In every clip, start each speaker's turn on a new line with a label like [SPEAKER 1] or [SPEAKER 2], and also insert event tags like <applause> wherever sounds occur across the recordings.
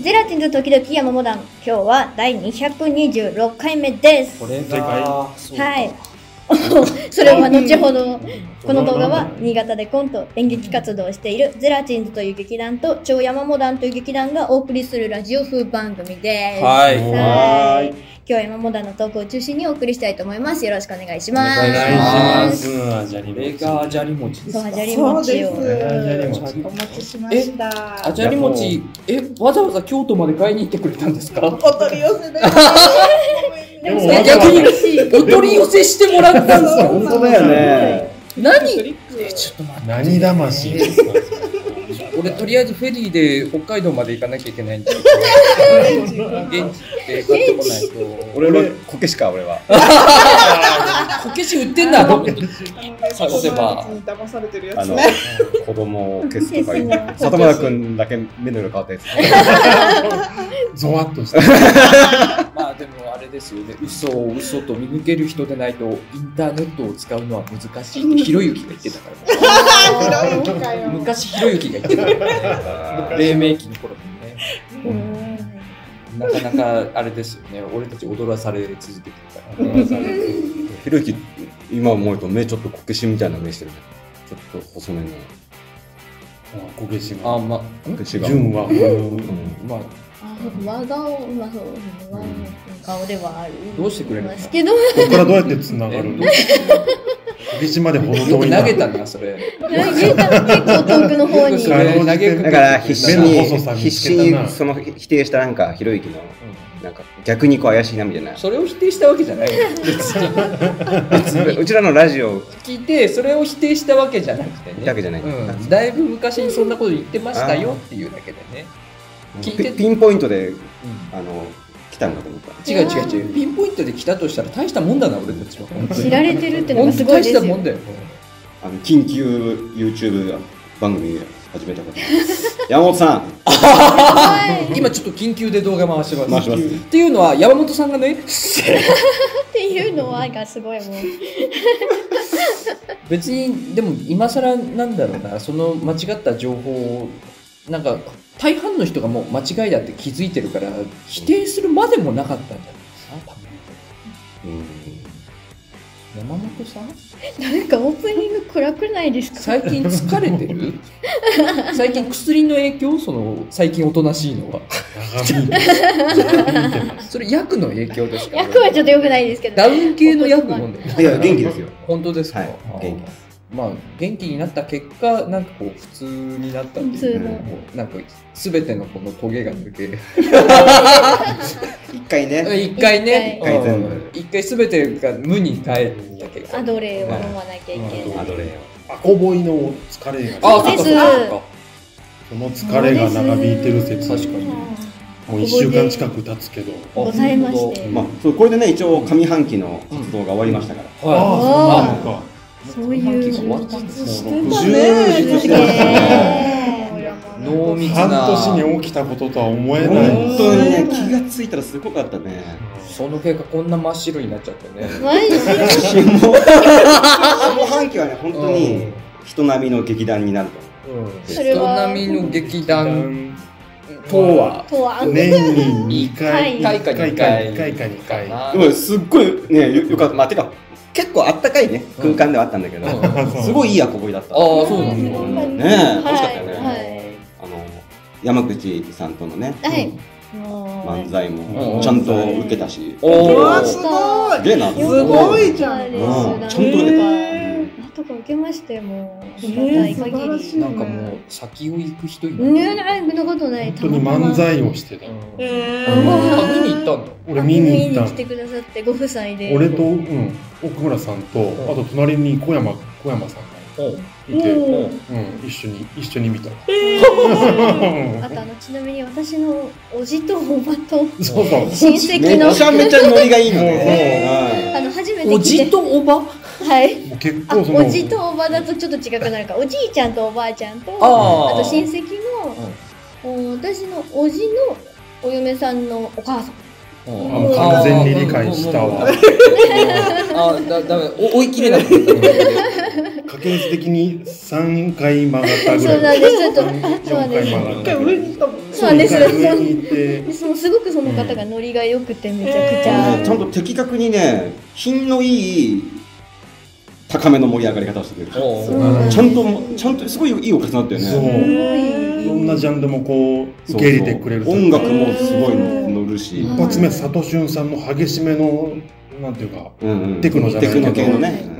[SPEAKER 1] ゼラチンズ時々山モダン今日は第226回目です
[SPEAKER 2] これ
[SPEAKER 3] が
[SPEAKER 2] が、そうか
[SPEAKER 1] はい <laughs> それは後ほどこの動画
[SPEAKER 2] な
[SPEAKER 1] は
[SPEAKER 2] んだ
[SPEAKER 1] 新潟でコント演劇活動をしているゼラチンズという劇団と超山モダンという劇団がお送りするラジオ風番組です
[SPEAKER 3] はい
[SPEAKER 1] はい今日は山モダンのトークを中心にお送りしたいと思いますよろしくお願いします
[SPEAKER 3] お願いします
[SPEAKER 2] うん、あじゃり
[SPEAKER 3] こ
[SPEAKER 2] も
[SPEAKER 3] れがじゃり餅です
[SPEAKER 1] そう
[SPEAKER 3] か
[SPEAKER 1] じゃり
[SPEAKER 4] そう
[SPEAKER 1] 餅
[SPEAKER 4] で
[SPEAKER 1] を
[SPEAKER 4] す。
[SPEAKER 2] あじゃり
[SPEAKER 4] お
[SPEAKER 2] も
[SPEAKER 4] 待ちしました。
[SPEAKER 3] あじゃり餅えわざわざ京都まで買いに行ってくれたんですか
[SPEAKER 4] お取り寄せで。
[SPEAKER 1] でも
[SPEAKER 2] で
[SPEAKER 1] そ
[SPEAKER 2] も
[SPEAKER 1] れ
[SPEAKER 3] え逆にお取り寄せしてもらったんですか
[SPEAKER 4] 本当だよ
[SPEAKER 2] ね。
[SPEAKER 3] 何えちょっと待
[SPEAKER 2] 何魂
[SPEAKER 3] って俺とりあえずフェリーで北海道まで行かなきゃいけないんで現地で買ってこないと
[SPEAKER 2] 俺は
[SPEAKER 5] こけしか俺は。
[SPEAKER 3] こけし売ってんだどこ探せば
[SPEAKER 4] 騙されてるや
[SPEAKER 5] あ
[SPEAKER 4] つ
[SPEAKER 5] の
[SPEAKER 4] ね。
[SPEAKER 5] 子供を消すとか <laughs> 言って
[SPEAKER 1] 消。すの
[SPEAKER 5] 里村くんだけ目の色変わったやつ。
[SPEAKER 2] ゾワッとした。
[SPEAKER 3] <laughs> まあでもあれですよね嘘を嘘と見抜ける人でないとインターネットを使うのは難しいってひろゆきが言ってたから
[SPEAKER 4] あー、広いか
[SPEAKER 5] <laughs>
[SPEAKER 4] よ。
[SPEAKER 3] 昔ひろゆきが言ってたから黎明期の頃にね
[SPEAKER 1] うん
[SPEAKER 3] なかなかあれですよね俺たち踊らされ続けてるからね
[SPEAKER 5] ひろゆき、今思うと目ちょっとこけしみたいな目してる。ちょっと細めの。
[SPEAKER 2] こけし
[SPEAKER 3] あ
[SPEAKER 2] が。
[SPEAKER 3] まあ
[SPEAKER 5] こけしが。
[SPEAKER 2] 純は、
[SPEAKER 5] うん
[SPEAKER 3] まあ
[SPEAKER 1] あ和顔、まあそう、和顔ではある。
[SPEAKER 3] どうしてくれるん
[SPEAKER 1] ま
[SPEAKER 3] です
[SPEAKER 1] す
[SPEAKER 3] か
[SPEAKER 1] けど、
[SPEAKER 2] ここからどうやって繋が
[SPEAKER 3] え
[SPEAKER 2] る
[SPEAKER 3] っ
[SPEAKER 2] のこけしまでほど
[SPEAKER 3] とよ
[SPEAKER 2] 遠
[SPEAKER 3] く
[SPEAKER 2] いな。
[SPEAKER 3] 投げたなそれ
[SPEAKER 1] 結構遠くの方に。
[SPEAKER 3] それ投げかけてくれた
[SPEAKER 5] だから必死
[SPEAKER 2] 目の
[SPEAKER 5] に
[SPEAKER 2] 細さ見つけたな、
[SPEAKER 5] 必死にその否定したなんかひろゆきの、なんか逆にこう怪しいなみたいな。
[SPEAKER 3] それを否定したわけじゃない別に
[SPEAKER 5] うちらのラジオ
[SPEAKER 3] 聞いてそれを否定したわけじゃなくてね
[SPEAKER 5] だけじゃない。
[SPEAKER 3] うん、だいぶ昔にそんなこと言ってましたよっていうだけでね聞いて
[SPEAKER 5] ピピンポイントで、あの、来たんだと思った。
[SPEAKER 3] 違う違う違うピンポイントで来たとしたら大したもんだな俺たちは本当に
[SPEAKER 1] 知られてるっての
[SPEAKER 3] 本
[SPEAKER 1] が
[SPEAKER 3] 当
[SPEAKER 1] す
[SPEAKER 3] に
[SPEAKER 1] ごい
[SPEAKER 3] 大
[SPEAKER 1] で
[SPEAKER 3] し
[SPEAKER 1] す
[SPEAKER 3] た
[SPEAKER 1] よ。
[SPEAKER 3] もんだよ
[SPEAKER 5] あの緊急 YouTube 番組始めたこと。山本さん、
[SPEAKER 1] はい。
[SPEAKER 3] 今ちょっと緊急で動画回してます
[SPEAKER 5] 回します
[SPEAKER 3] っていうのは山本さんがね
[SPEAKER 1] っていうのはがすごいもう。
[SPEAKER 3] 別にでも今更なんだろうなその間違った情報をなんか大半の人がもう間違いだって気づいてるから否定するまでもなかったんじゃないですか多分山本さん
[SPEAKER 1] なんかオープニング暗くないですか。
[SPEAKER 3] 最近疲れて
[SPEAKER 1] <laughs>
[SPEAKER 3] る最近薬の影響その最近おとなしいのは
[SPEAKER 2] 長引いて長引いてます。
[SPEAKER 3] それ薬の影響ですか
[SPEAKER 1] 役はちょっと良くないですけど。
[SPEAKER 3] ダウン系の薬飲んでる
[SPEAKER 5] いや元気ですよ。
[SPEAKER 3] 本当ですか、
[SPEAKER 5] はい
[SPEAKER 3] あー
[SPEAKER 5] 元気で
[SPEAKER 3] まあ元気になった結果なんかこう普通になったって
[SPEAKER 1] 普
[SPEAKER 3] い
[SPEAKER 1] 通
[SPEAKER 3] うか
[SPEAKER 1] の。
[SPEAKER 3] もうなんか全てのこのトゲが抜け
[SPEAKER 5] 一回ね、
[SPEAKER 3] 一回ね
[SPEAKER 5] 一回
[SPEAKER 3] うん一回全てが無に帰った結果
[SPEAKER 1] アドレーを飲まなきゃいけない。
[SPEAKER 5] アドレーを。
[SPEAKER 2] アコボイの疲れが、
[SPEAKER 3] あ
[SPEAKER 1] そう
[SPEAKER 3] ー
[SPEAKER 1] です
[SPEAKER 3] そっかそっか
[SPEAKER 2] その疲れが長引いてる説、
[SPEAKER 3] 確かに
[SPEAKER 2] もう1週間近く経つけど、
[SPEAKER 3] あ
[SPEAKER 1] ございまして
[SPEAKER 5] まあ、そうこれでね、一応上半期の活動が終わりましたから。
[SPEAKER 3] は
[SPEAKER 2] ああ、そうなのか。
[SPEAKER 3] い
[SPEAKER 1] そういう
[SPEAKER 3] 終わっちゃった
[SPEAKER 2] もう
[SPEAKER 4] だ
[SPEAKER 2] 60
[SPEAKER 4] ね
[SPEAKER 2] 日してますからね。
[SPEAKER 3] 濃密な
[SPEAKER 2] 半年に起きたこととは思えない。
[SPEAKER 5] 本当にね、気がついたらすごかったね。
[SPEAKER 3] その結果こんな真っ白になっちゃってね
[SPEAKER 1] マジで。
[SPEAKER 5] 下半期はね、本当に人並みの劇団になると思
[SPEAKER 1] それ
[SPEAKER 3] 人
[SPEAKER 1] は
[SPEAKER 3] 並みの劇団とは
[SPEAKER 1] とは。
[SPEAKER 2] 年に2回、
[SPEAKER 1] 一
[SPEAKER 3] 回か二回
[SPEAKER 2] 1回か2回。
[SPEAKER 5] う。でもすっごいね、よよかった。まあ、てか、結構あったかいね、空間ではあったんだけど、
[SPEAKER 2] うん
[SPEAKER 5] すごいいいアコボイだった。
[SPEAKER 3] あーそうなん
[SPEAKER 5] だね
[SPEAKER 1] は
[SPEAKER 5] え楽しかったよね
[SPEAKER 1] い
[SPEAKER 5] あの、山口さんとのね、
[SPEAKER 1] はい。はい。もう
[SPEAKER 5] 漫才
[SPEAKER 3] うん
[SPEAKER 5] もちゃんと受けたし、
[SPEAKER 3] お
[SPEAKER 4] う
[SPEAKER 3] お
[SPEAKER 4] わすごい
[SPEAKER 5] す。げえな。
[SPEAKER 4] すごいじゃん
[SPEAKER 1] そう
[SPEAKER 5] うん
[SPEAKER 1] です
[SPEAKER 5] ちゃんと受けた。
[SPEAKER 1] なんとか受けましてもう、
[SPEAKER 4] えー
[SPEAKER 1] ない限
[SPEAKER 4] 素晴らし
[SPEAKER 1] り。
[SPEAKER 4] い
[SPEAKER 3] なんかもう先を行く人いない
[SPEAKER 1] ねえ、ないそんなことない。
[SPEAKER 2] 本当に漫才をしてた
[SPEAKER 3] う。ん
[SPEAKER 4] え
[SPEAKER 3] あ
[SPEAKER 4] ー
[SPEAKER 3] 見に行ったんだ
[SPEAKER 2] 俺見に
[SPEAKER 1] 見
[SPEAKER 2] 行っ
[SPEAKER 1] 来て
[SPEAKER 2] た。
[SPEAKER 1] くださってご夫妻で。
[SPEAKER 2] 俺と、うん、奥村さんと、あと隣に小山、小山さん
[SPEAKER 3] お
[SPEAKER 2] がいて、うん、
[SPEAKER 1] おー
[SPEAKER 2] 一緒に、一緒に見た。
[SPEAKER 1] <laughs> あとあのちなみに私のおじとおばと
[SPEAKER 2] <laughs> そうそう。
[SPEAKER 1] 親戚
[SPEAKER 5] め
[SPEAKER 1] の
[SPEAKER 5] ちゃめちゃノリがいいの
[SPEAKER 2] もう <laughs>
[SPEAKER 5] ね。
[SPEAKER 1] あの初めて来て
[SPEAKER 3] おじとおば
[SPEAKER 1] はい。
[SPEAKER 2] もう結
[SPEAKER 1] あ
[SPEAKER 2] 構その、
[SPEAKER 1] おじとおばだとちょっと違くなるからおじいちゃんとおばあちゃんとあ
[SPEAKER 3] あ
[SPEAKER 1] と親戚の、お私のおじのお嫁さんのお母さん
[SPEAKER 2] あの完全に理解したわ。
[SPEAKER 3] あーだだめお追い切れなかった
[SPEAKER 2] 家系図的に3回曲がったぐ
[SPEAKER 1] そう
[SPEAKER 2] ら。
[SPEAKER 1] ないんですちょっと
[SPEAKER 2] 3
[SPEAKER 1] そうなん
[SPEAKER 2] 4
[SPEAKER 1] で
[SPEAKER 2] 回
[SPEAKER 1] す
[SPEAKER 2] 曲が
[SPEAKER 4] 一
[SPEAKER 2] っ
[SPEAKER 4] 回
[SPEAKER 2] た
[SPEAKER 4] 売
[SPEAKER 2] ぐ
[SPEAKER 4] れ
[SPEAKER 2] らい。
[SPEAKER 4] に行ったもんね。
[SPEAKER 1] なんです
[SPEAKER 2] そう上に行って
[SPEAKER 1] でそのすごくその方がノリが良くてめちゃくち
[SPEAKER 5] あの
[SPEAKER 1] ゃ、
[SPEAKER 5] ねちゃんと的確にね品のいい高めの盛り上がり方をしてくれる
[SPEAKER 3] お
[SPEAKER 1] そう
[SPEAKER 3] ー
[SPEAKER 1] なんです
[SPEAKER 5] ちゃんとちゃんとすごいいいおかずになったよ
[SPEAKER 2] そ
[SPEAKER 5] ね
[SPEAKER 2] う
[SPEAKER 4] へ
[SPEAKER 2] いろんなジャンルもこう
[SPEAKER 5] そう
[SPEAKER 2] 受け入れてくれる
[SPEAKER 5] 音楽もすごい乗るし、
[SPEAKER 2] 一発目佐藤俊さんの激しめのなんていうか、
[SPEAKER 5] うんうん
[SPEAKER 2] テクノじゃないけど
[SPEAKER 5] テクノ系のね、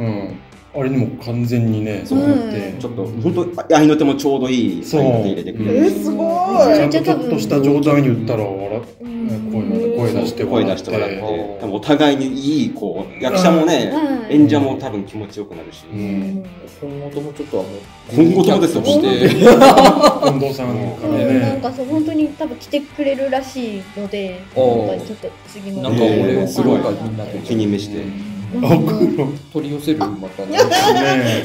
[SPEAKER 2] うん、あれにも完全にね
[SPEAKER 5] そう
[SPEAKER 2] 乗って
[SPEAKER 5] ちょっと本当合いの手もちょうどいい
[SPEAKER 2] そう
[SPEAKER 5] 合いの手入れてく
[SPEAKER 4] え
[SPEAKER 5] れるし
[SPEAKER 4] ー、すご
[SPEAKER 1] うん
[SPEAKER 4] い
[SPEAKER 2] ちゃんとちょっとした冗談言ったら笑
[SPEAKER 1] う
[SPEAKER 2] っ、ね
[SPEAKER 1] ん
[SPEAKER 2] 声声出して
[SPEAKER 5] 声
[SPEAKER 2] 笑
[SPEAKER 5] 出
[SPEAKER 2] っ
[SPEAKER 5] してて笑
[SPEAKER 3] て
[SPEAKER 5] って多分お互いにいいこう役者もね、
[SPEAKER 1] はい
[SPEAKER 5] 演者も多分気持ちよくなるし、
[SPEAKER 2] うん
[SPEAKER 3] 今後ともちょっとはもう
[SPEAKER 5] 今後ともですよそして
[SPEAKER 2] 近藤さんか
[SPEAKER 1] う
[SPEAKER 2] ら
[SPEAKER 1] んなん
[SPEAKER 2] ね
[SPEAKER 1] かそう本当に多分来てくれるらしいので、
[SPEAKER 3] おー
[SPEAKER 1] 本当にちょっと次も
[SPEAKER 3] なんか俺を送ろうかみんなで
[SPEAKER 5] 気に召して
[SPEAKER 1] うん
[SPEAKER 2] あ送る
[SPEAKER 3] 取り寄せるまたね
[SPEAKER 2] ね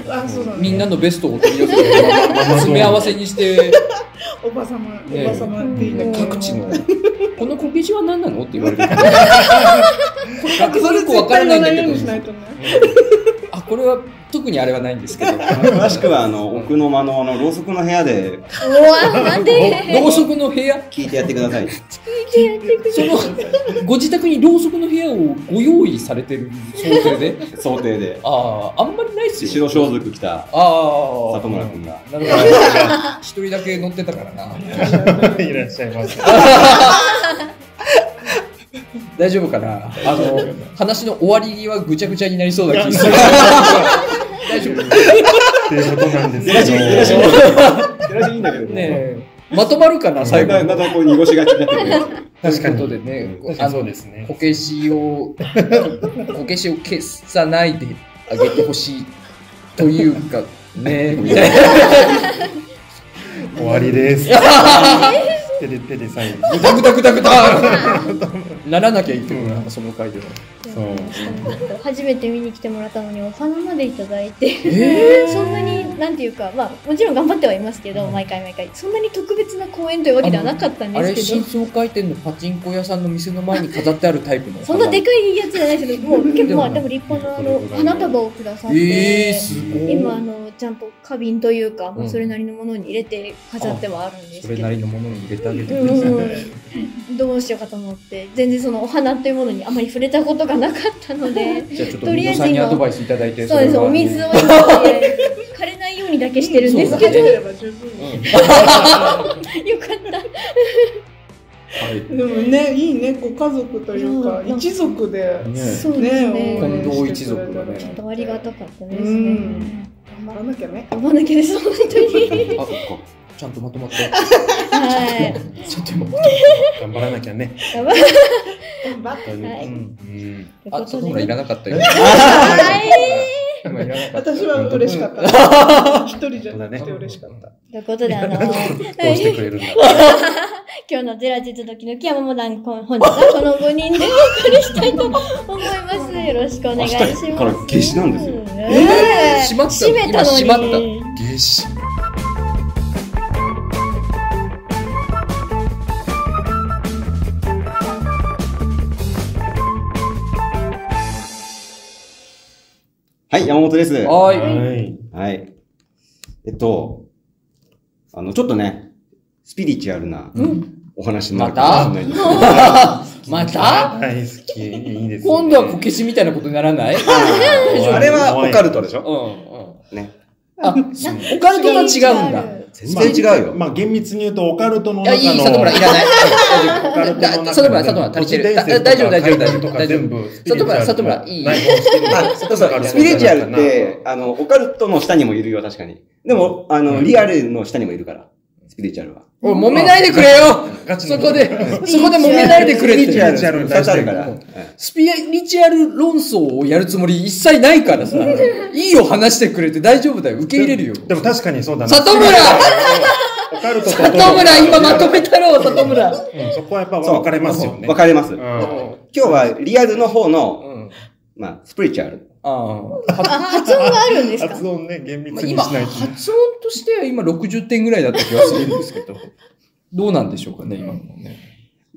[SPEAKER 4] あそうだ
[SPEAKER 3] みんなのベストを取り寄せて
[SPEAKER 2] <laughs>
[SPEAKER 3] 詰め合わせにして
[SPEAKER 4] おばさま、
[SPEAKER 3] ね
[SPEAKER 4] おばさまって言いながら
[SPEAKER 3] 各地のこのこけしは何なのって言 <laughs> われるこれ
[SPEAKER 4] それ
[SPEAKER 3] よくわ
[SPEAKER 4] 絶
[SPEAKER 3] から
[SPEAKER 4] 対
[SPEAKER 3] ない
[SPEAKER 4] 乗
[SPEAKER 3] んだけど
[SPEAKER 4] らないようにしないとね
[SPEAKER 3] あこれは特にあれはないんですけど
[SPEAKER 5] 詳しくはあの奥の間のあのろうそくの部屋で
[SPEAKER 1] うわなんで
[SPEAKER 3] ろうそくの部屋
[SPEAKER 5] 聞いてやってください
[SPEAKER 1] 聞いてやってくれ
[SPEAKER 3] そのご自宅にろうそくの部屋をご用意されてる想定で
[SPEAKER 5] 想定で
[SPEAKER 3] あああんまりないっすよ
[SPEAKER 5] 白装束着た
[SPEAKER 3] ああ
[SPEAKER 5] 里村君が
[SPEAKER 3] なるほど一人だけ乗ってたからな
[SPEAKER 2] <laughs> いらっしゃいます
[SPEAKER 3] 大丈夫かなあの話の終わりはぐちゃぐちゃになりそうな気
[SPEAKER 5] <laughs>
[SPEAKER 3] がする大丈夫
[SPEAKER 2] っていうことなんです
[SPEAKER 5] 出だし出だし
[SPEAKER 2] け
[SPEAKER 5] 出だしいいんだけど
[SPEAKER 3] ねえまとまるかな最
[SPEAKER 5] 最
[SPEAKER 3] 後
[SPEAKER 5] 後またこう濁しがちになってくる
[SPEAKER 2] 確かに
[SPEAKER 3] ということでね
[SPEAKER 2] ど、
[SPEAKER 3] あ
[SPEAKER 2] そ
[SPEAKER 3] の
[SPEAKER 2] うですね
[SPEAKER 3] こけしを <laughs> こけしを消さないであげてほしいというかねみたいな
[SPEAKER 2] 終わ
[SPEAKER 4] <laughs>
[SPEAKER 2] りです手で手でサイン
[SPEAKER 3] ぐたぐたぐたぐた <laughs> ならなきゃいいけどな、その回では
[SPEAKER 2] そう
[SPEAKER 1] 初めて見に来てもらったのにお花までいただいて、
[SPEAKER 3] えー
[SPEAKER 1] そんなになんていうかまあもちろん頑張ってはいますけど、毎回毎回そんなに特別な公演というわけではなかったん
[SPEAKER 3] あれ
[SPEAKER 1] ですけ
[SPEAKER 3] 新
[SPEAKER 1] ど
[SPEAKER 3] 装開店のパチンコ屋さんの店の前に飾ってあるタイプの
[SPEAKER 1] そんなでかいやつじゃないですけどもう結
[SPEAKER 3] で
[SPEAKER 1] 構
[SPEAKER 3] も
[SPEAKER 1] まあでも立派なあの花束をくださって、
[SPEAKER 3] えー、すごい
[SPEAKER 1] 今あのちゃんと花瓶というか、まあ
[SPEAKER 3] うん
[SPEAKER 1] それなりのものに入れて飾ってはあるんです
[SPEAKER 3] そ
[SPEAKER 1] け
[SPEAKER 3] れ
[SPEAKER 1] ど
[SPEAKER 3] な。りのものに入れてあげてください、
[SPEAKER 1] うん、どうしようかと思って全然そのお花というものにあまり触れたことがなかったので
[SPEAKER 3] じゃあちょっと皆さんにアドバイスいただいて
[SPEAKER 1] そうですお水を入れて枯れないようにだけしてるんですけ
[SPEAKER 4] 入
[SPEAKER 1] ど、
[SPEAKER 4] れれば十分
[SPEAKER 1] よかった
[SPEAKER 4] でもねいいねご家族というか
[SPEAKER 1] うん
[SPEAKER 4] 一族で
[SPEAKER 1] そうですね
[SPEAKER 4] ね
[SPEAKER 3] 近
[SPEAKER 4] 応
[SPEAKER 3] 藤
[SPEAKER 4] 援して
[SPEAKER 3] 一
[SPEAKER 4] くれ
[SPEAKER 3] 族
[SPEAKER 4] た
[SPEAKER 3] だ
[SPEAKER 4] ら
[SPEAKER 3] ね
[SPEAKER 4] き
[SPEAKER 1] ちょっとありがたかったですね
[SPEAKER 4] うん
[SPEAKER 1] 頑張
[SPEAKER 4] やら
[SPEAKER 1] っ
[SPEAKER 4] なきゃね
[SPEAKER 1] 頑張らなきゃです本当に
[SPEAKER 3] あちゃんとまとまって
[SPEAKER 1] はい
[SPEAKER 3] ちょっと今
[SPEAKER 2] 頑張らなきゃね
[SPEAKER 1] 頑張る
[SPEAKER 4] 頑張って
[SPEAKER 1] はいう
[SPEAKER 2] うん
[SPEAKER 3] あ
[SPEAKER 1] とい
[SPEAKER 3] そうう
[SPEAKER 1] こ
[SPEAKER 3] ほ
[SPEAKER 1] と
[SPEAKER 3] ら
[SPEAKER 1] で
[SPEAKER 3] いらなかったよ今いらなかった
[SPEAKER 4] 私は嬉しかった。 <laughs> 一人じゃなくて嬉しかった。
[SPEAKER 1] ということであの
[SPEAKER 2] どうしてくれるんだ
[SPEAKER 1] 今日のゼラチンと時々山本さん本日はこの5人でお送りしたいと思いますよろしくお願いしま
[SPEAKER 5] 明
[SPEAKER 1] す
[SPEAKER 5] 日から夏至なんですよ
[SPEAKER 1] えー
[SPEAKER 3] 閉まった
[SPEAKER 1] 閉めたのに
[SPEAKER 3] 今閉ま
[SPEAKER 2] 下死
[SPEAKER 5] はい山本です
[SPEAKER 3] はーい
[SPEAKER 2] はい
[SPEAKER 5] はい。えっと、あの、ちょっとね、スピリチュアルなお話になるかもしれないんですけど、
[SPEAKER 3] また
[SPEAKER 2] 大好きいいですね
[SPEAKER 3] 今度はこけしみたいなことにならないうん
[SPEAKER 2] 怖い
[SPEAKER 5] あれはオカルトでしょ
[SPEAKER 3] うん
[SPEAKER 5] ね。
[SPEAKER 3] あ、オカルトは違うんだ。
[SPEAKER 5] 全然違うよ。
[SPEAKER 2] まあ厳密に言うとオカルトの
[SPEAKER 3] い
[SPEAKER 2] 中
[SPEAKER 3] や、
[SPEAKER 2] の
[SPEAKER 3] いい、里村いらない。
[SPEAKER 2] オカルトの中
[SPEAKER 3] だ
[SPEAKER 2] の
[SPEAKER 3] 里村、里村、足りてる。だ
[SPEAKER 2] 都市伝説とか
[SPEAKER 3] 大丈夫、大丈夫、大
[SPEAKER 2] 怪
[SPEAKER 3] 丈
[SPEAKER 2] 談と
[SPEAKER 3] 夫。
[SPEAKER 2] か
[SPEAKER 3] 大丈
[SPEAKER 2] 全
[SPEAKER 3] 夫。
[SPEAKER 2] 部スピリチ
[SPEAKER 3] 里
[SPEAKER 2] ュア
[SPEAKER 3] 村、
[SPEAKER 2] ル
[SPEAKER 3] 里村、いい。
[SPEAKER 5] あそうそうスピリチュアルって、あの、オカルトの下にもいるよ、確かに。でも、あの、リアルの下にもいるから、スピリチュアルは。
[SPEAKER 3] おい、揉めないでくれよ
[SPEAKER 2] ガチの
[SPEAKER 3] そこで、そこで揉めないでくれっ
[SPEAKER 5] スピリチュア
[SPEAKER 3] て。
[SPEAKER 5] ル
[SPEAKER 2] うん
[SPEAKER 5] 2つあるから。
[SPEAKER 3] う
[SPEAKER 5] うんん
[SPEAKER 3] スピリチュアル論争をやるつもり一切ないからさ。いいよ、話してくれて大丈夫だよ。受け入れるよ。
[SPEAKER 2] でも確かにそうだな
[SPEAKER 3] 里村
[SPEAKER 2] オカルトと
[SPEAKER 3] 里村、今まとめたろう、里村。
[SPEAKER 2] うんそこはやっぱ分かれますよね
[SPEAKER 5] 分かれます。
[SPEAKER 2] う
[SPEAKER 5] 今
[SPEAKER 2] ん
[SPEAKER 5] 日はリアルの方の、
[SPEAKER 3] うん。
[SPEAKER 5] まあ、スピリチュアル。
[SPEAKER 3] ああ。は
[SPEAKER 1] あ発音があるんですか
[SPEAKER 2] 発音ね厳
[SPEAKER 3] まあ
[SPEAKER 2] 密に
[SPEAKER 3] 今、
[SPEAKER 2] しないとね
[SPEAKER 3] 発音としては今60点ぐらいだった気がするんですけど、どうなんでしょうかね、今のね。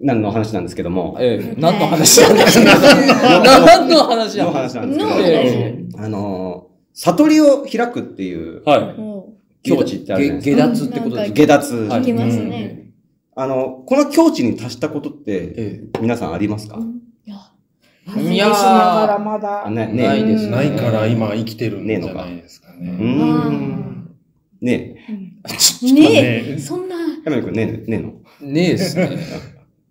[SPEAKER 5] 何の話なんですけども。
[SPEAKER 3] ええ、何の話なんですか <laughs> 何の話な
[SPEAKER 5] の
[SPEAKER 3] んで
[SPEAKER 5] 話
[SPEAKER 3] す
[SPEAKER 5] なんですけど
[SPEAKER 1] の、
[SPEAKER 3] え
[SPEAKER 5] あの、悟りを開くっていう
[SPEAKER 3] えはい。
[SPEAKER 1] も
[SPEAKER 5] 境地ってあるじゃないで
[SPEAKER 3] 下脱
[SPEAKER 5] すか
[SPEAKER 3] ってことで
[SPEAKER 1] う
[SPEAKER 3] すか
[SPEAKER 5] 下脱。
[SPEAKER 1] う
[SPEAKER 3] は
[SPEAKER 1] 聞
[SPEAKER 3] い
[SPEAKER 1] きますね。
[SPEAKER 5] ああの、この境地に達したことって、
[SPEAKER 3] え
[SPEAKER 5] 皆さんありますか、
[SPEAKER 1] いや
[SPEAKER 3] い
[SPEAKER 4] い
[SPEAKER 3] や
[SPEAKER 4] や
[SPEAKER 3] ー
[SPEAKER 4] しながらまだ。
[SPEAKER 5] ね
[SPEAKER 3] え
[SPEAKER 5] ね
[SPEAKER 3] ないですね。
[SPEAKER 2] ないから今生きてるんじゃないですか
[SPEAKER 5] う
[SPEAKER 2] ね。
[SPEAKER 5] ー。
[SPEAKER 1] うん
[SPEAKER 5] ね
[SPEAKER 1] ねえ、
[SPEAKER 2] ね
[SPEAKER 1] そんな、
[SPEAKER 5] え。やめくん、ねえ、ねえの。
[SPEAKER 3] ねえですね。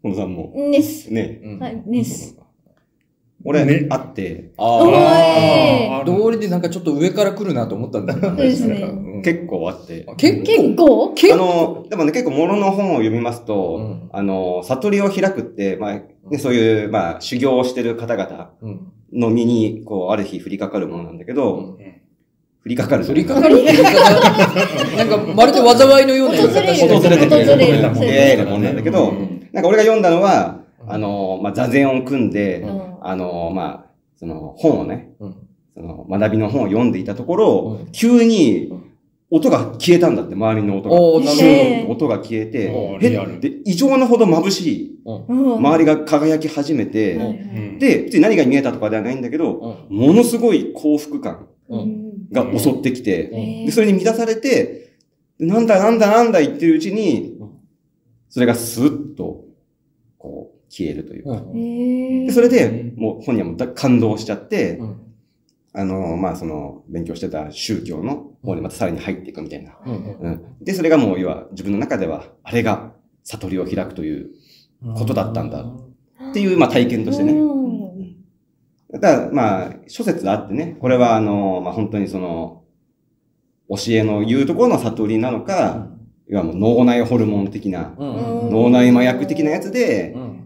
[SPEAKER 5] 小野さんも。
[SPEAKER 1] ねす。
[SPEAKER 5] ね
[SPEAKER 3] うん
[SPEAKER 1] はい、ねす。
[SPEAKER 5] え。俺、
[SPEAKER 2] ね
[SPEAKER 5] あって、
[SPEAKER 1] おー
[SPEAKER 3] あ
[SPEAKER 1] い
[SPEAKER 2] あー
[SPEAKER 3] あ。道理でなんかちょっと上から来るなと思ったんだけど。
[SPEAKER 1] そうですね
[SPEAKER 3] うん
[SPEAKER 5] 結構あって。
[SPEAKER 3] あ結構
[SPEAKER 1] 結構
[SPEAKER 3] 結
[SPEAKER 5] あ
[SPEAKER 3] 構
[SPEAKER 5] の、でもね、結構、ものの本を読みます
[SPEAKER 3] う
[SPEAKER 5] と、
[SPEAKER 3] ん
[SPEAKER 5] あの、悟りを開くって、まあ、ね、そういう、まあ、修行をしてる方々
[SPEAKER 3] うん
[SPEAKER 5] の身に、こう、ある日降りかかるものなんだけ
[SPEAKER 3] う
[SPEAKER 5] ど、
[SPEAKER 3] ん
[SPEAKER 5] 降りかかる。
[SPEAKER 3] 振りかかる振りかかるなんかまるで災いのような言い方してる
[SPEAKER 5] 訪れてくれる。
[SPEAKER 1] 訪
[SPEAKER 5] 訪
[SPEAKER 1] れ
[SPEAKER 5] れ
[SPEAKER 1] る
[SPEAKER 5] たもんね。なもんなんだけ
[SPEAKER 3] う
[SPEAKER 5] ど、
[SPEAKER 3] ん
[SPEAKER 5] なんか俺が読んだのは、あの、まあ、座禅を組んで、あの、まあ、その、本をね、
[SPEAKER 3] うん
[SPEAKER 5] その、学びの本を読んでいたところ、
[SPEAKER 3] うん
[SPEAKER 5] 急に
[SPEAKER 3] うん、
[SPEAKER 5] 音が消えたんだって、周りの音が。
[SPEAKER 3] おーな
[SPEAKER 1] るほど
[SPEAKER 5] 音が消えて、
[SPEAKER 2] おー
[SPEAKER 5] え
[SPEAKER 2] リアル
[SPEAKER 5] で、異常なほど眩しい。周りが輝き始めて、
[SPEAKER 1] うん
[SPEAKER 2] うん
[SPEAKER 5] で、別に何が見えたとかではないんだけど、
[SPEAKER 3] うん
[SPEAKER 5] ものすごい幸福感
[SPEAKER 3] うん
[SPEAKER 5] が襲ってきて、
[SPEAKER 1] え
[SPEAKER 5] でそれに満たされて、なんだなんだなんだ言ってるうちに
[SPEAKER 3] うん、
[SPEAKER 5] それがスーッと、こう、消えるという
[SPEAKER 3] う
[SPEAKER 5] か。
[SPEAKER 1] え
[SPEAKER 3] ん
[SPEAKER 1] ー
[SPEAKER 5] でそれで
[SPEAKER 3] う、
[SPEAKER 5] もう本人はもうだ感動しちゃって、
[SPEAKER 3] うん
[SPEAKER 5] あの、まあ、その、勉強してた宗教の方にまたさらに入っていくみたいな。
[SPEAKER 3] うん
[SPEAKER 5] うん。で、それがもう、要は、自分の中では、あれが悟りを開くという、
[SPEAKER 3] うん
[SPEAKER 5] ことだったんだっていう、まあ、体験としてね。
[SPEAKER 1] うん
[SPEAKER 5] ただ、まあ、諸説あってね、これは、あの、まあ、本当にその、教えの言うところの悟りなのか、いわゆる脳内ホルモン的な、
[SPEAKER 3] うん
[SPEAKER 1] うん
[SPEAKER 5] 脳内麻薬的なやつで
[SPEAKER 3] う、ん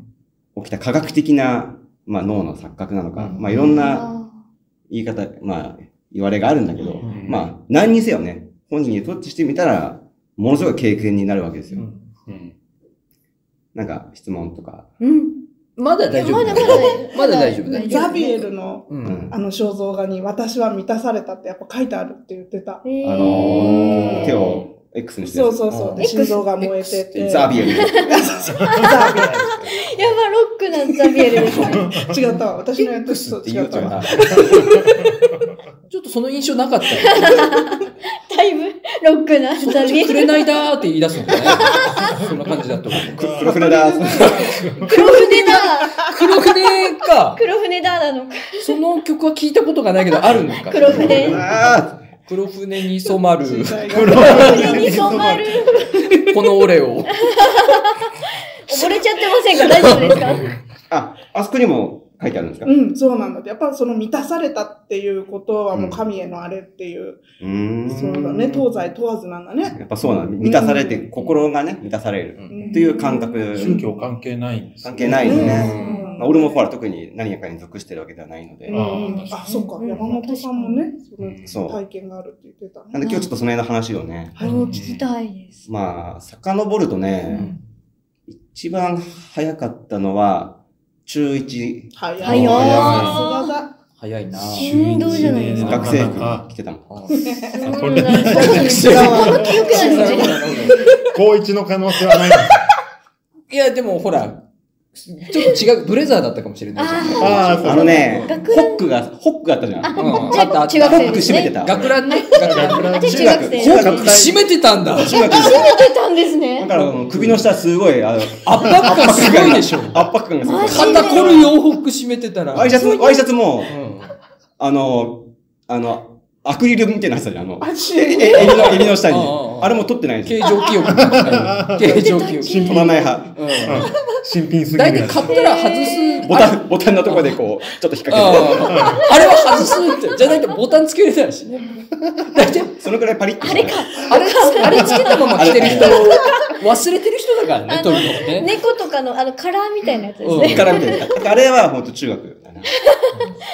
[SPEAKER 5] 起きた科学的な、まあ、脳の錯覚なのか、
[SPEAKER 3] うん
[SPEAKER 5] まあ、いろんな言い方、まあ、言われがあるんだけど、
[SPEAKER 3] うん
[SPEAKER 5] まあ、何にせよね、本人にとってしてみたら、ものすごい経験になるわけです
[SPEAKER 3] う
[SPEAKER 5] よ。
[SPEAKER 3] ん
[SPEAKER 2] うん
[SPEAKER 5] なんか、質問とか。
[SPEAKER 1] うん。
[SPEAKER 3] まだ大丈
[SPEAKER 1] ま
[SPEAKER 3] 夫
[SPEAKER 1] だまだ
[SPEAKER 3] まだ大丈夫だよ
[SPEAKER 4] ザビエルの
[SPEAKER 3] う
[SPEAKER 5] うんん。
[SPEAKER 4] あの肖像画に私は満たされたってやっぱ書いてあるって言ってた。
[SPEAKER 5] あ
[SPEAKER 1] あ
[SPEAKER 5] の
[SPEAKER 3] えー
[SPEAKER 5] 手を X にして
[SPEAKER 4] そうそうそうう。
[SPEAKER 3] ん
[SPEAKER 4] で心臓が燃えてて。
[SPEAKER 5] ザビエル。 <laughs>
[SPEAKER 4] ザビエ
[SPEAKER 1] や
[SPEAKER 4] ル
[SPEAKER 1] ば、ロックなザビエルですね。
[SPEAKER 4] 違ったわ。私のやつ
[SPEAKER 5] X
[SPEAKER 4] と
[SPEAKER 5] って言
[SPEAKER 4] 違
[SPEAKER 5] う
[SPEAKER 4] っ
[SPEAKER 5] と
[SPEAKER 4] たわ。
[SPEAKER 5] な。
[SPEAKER 3] ちょっとその印象なかったよ。
[SPEAKER 1] だいぶロックな
[SPEAKER 3] そっ
[SPEAKER 1] ザビ
[SPEAKER 3] ち
[SPEAKER 1] エ
[SPEAKER 3] く
[SPEAKER 1] ル。
[SPEAKER 3] れないだーって言い出すんだね。そんな感じだと思う。
[SPEAKER 5] く黒船だ。
[SPEAKER 1] 黒船だ
[SPEAKER 3] 黒船か。
[SPEAKER 1] 黒船だなのか。
[SPEAKER 3] その曲は聞いたことがないけど、あるのか。
[SPEAKER 1] 黒船
[SPEAKER 5] あー
[SPEAKER 3] 黒船に染まる、
[SPEAKER 4] 時代が
[SPEAKER 1] 黒船に染まる。
[SPEAKER 3] この俺を。
[SPEAKER 1] 溺れちゃってませんか大丈夫ですか
[SPEAKER 5] あ、あそこにも書いてあるんですかう
[SPEAKER 4] うん、そうなんだって。やっぱその満たされたっていうことはもう神へのあれっていう、
[SPEAKER 5] ーん。
[SPEAKER 4] そうだね、東西問わずなんだね。
[SPEAKER 5] やっぱそうなの。満たされて、心がね、満たされる。
[SPEAKER 3] うん
[SPEAKER 5] っていう感覚。
[SPEAKER 2] 宗教関係ないんですね
[SPEAKER 5] 関係ないですね。
[SPEAKER 4] うん
[SPEAKER 5] まあ俺もほら、特に何かに属してるわけではないので
[SPEAKER 4] う。
[SPEAKER 2] あ
[SPEAKER 4] ん、あ、そうか、山本さんもね、その体験があるって言ってた
[SPEAKER 5] な
[SPEAKER 4] ね。
[SPEAKER 5] んで今日ちょっとその辺の話をね、
[SPEAKER 1] おー聞きたいです。
[SPEAKER 5] まあ、遡るとね、一番早かったのは、中1、
[SPEAKER 4] 早い。
[SPEAKER 1] 早い
[SPEAKER 4] さすがだ。
[SPEAKER 3] 早いな
[SPEAKER 1] 振動じゃないです
[SPEAKER 2] な
[SPEAKER 1] か。
[SPEAKER 5] 学
[SPEAKER 2] か
[SPEAKER 5] 生
[SPEAKER 2] な
[SPEAKER 5] 服
[SPEAKER 2] か
[SPEAKER 5] 着てたもん。
[SPEAKER 1] そんな
[SPEAKER 2] これ
[SPEAKER 1] そんな記憶ないのに
[SPEAKER 2] 高一の可能性はない。
[SPEAKER 5] <laughs>
[SPEAKER 3] いや、でもほら、ちょっと違う、ブレザーだったかもしれないじゃん。
[SPEAKER 2] あ
[SPEAKER 5] あのね、
[SPEAKER 1] 学
[SPEAKER 5] ホックが、ホックがあったじゃん。ホ
[SPEAKER 3] うんあったあ
[SPEAKER 1] 中
[SPEAKER 3] っ
[SPEAKER 1] 中
[SPEAKER 3] た
[SPEAKER 1] 学生
[SPEAKER 5] ック
[SPEAKER 1] で
[SPEAKER 5] 閉
[SPEAKER 1] す
[SPEAKER 5] めて
[SPEAKER 1] ね。
[SPEAKER 5] た。
[SPEAKER 3] 学
[SPEAKER 5] 俺
[SPEAKER 3] ランね。学ラン
[SPEAKER 1] あ、じゃあ中学生。
[SPEAKER 5] 中
[SPEAKER 1] 中
[SPEAKER 5] 学
[SPEAKER 1] 学
[SPEAKER 3] 閉めてたんだ。圧
[SPEAKER 5] 中学
[SPEAKER 1] 閉めてたんです
[SPEAKER 5] だ
[SPEAKER 1] ね。
[SPEAKER 5] から、首の下すごい、あの、
[SPEAKER 3] 迫感すごいでしょ。
[SPEAKER 5] 圧迫感がすごい
[SPEAKER 1] マジ
[SPEAKER 3] 肩こる洋服閉めてたら。
[SPEAKER 5] ワイシャツも、ワイシャツ
[SPEAKER 3] う
[SPEAKER 5] も、
[SPEAKER 3] ん
[SPEAKER 5] あの、あの、アクリルみたいなやつだじゃん、あの、
[SPEAKER 4] あ、し、え
[SPEAKER 5] え襟の、襟の下
[SPEAKER 3] あ
[SPEAKER 5] に
[SPEAKER 3] ああ。あ
[SPEAKER 5] あれも取ってないんです
[SPEAKER 3] 形
[SPEAKER 5] よ。
[SPEAKER 3] 状記憶。形状記憶。
[SPEAKER 5] 取らない派。
[SPEAKER 3] うん
[SPEAKER 2] 新品すぎる
[SPEAKER 3] 大
[SPEAKER 2] や
[SPEAKER 3] 体
[SPEAKER 2] つ
[SPEAKER 3] 買。ったら外す。
[SPEAKER 5] ボタン、ボタンのところでこう、ちょっと引っ
[SPEAKER 3] あ
[SPEAKER 5] 掛け
[SPEAKER 3] ああれは外すって。じゃないとボタンつけれないしね。大体、
[SPEAKER 5] て、そのくらいパリッと。あれか。
[SPEAKER 3] あれつ、あれつけたまま着てる人、忘れてる人だからね、とにかくね。
[SPEAKER 1] 猫とかのあのカラーみたいなやつです
[SPEAKER 3] うん
[SPEAKER 1] ね。
[SPEAKER 5] からみたいな。だからあれは本当中学だな。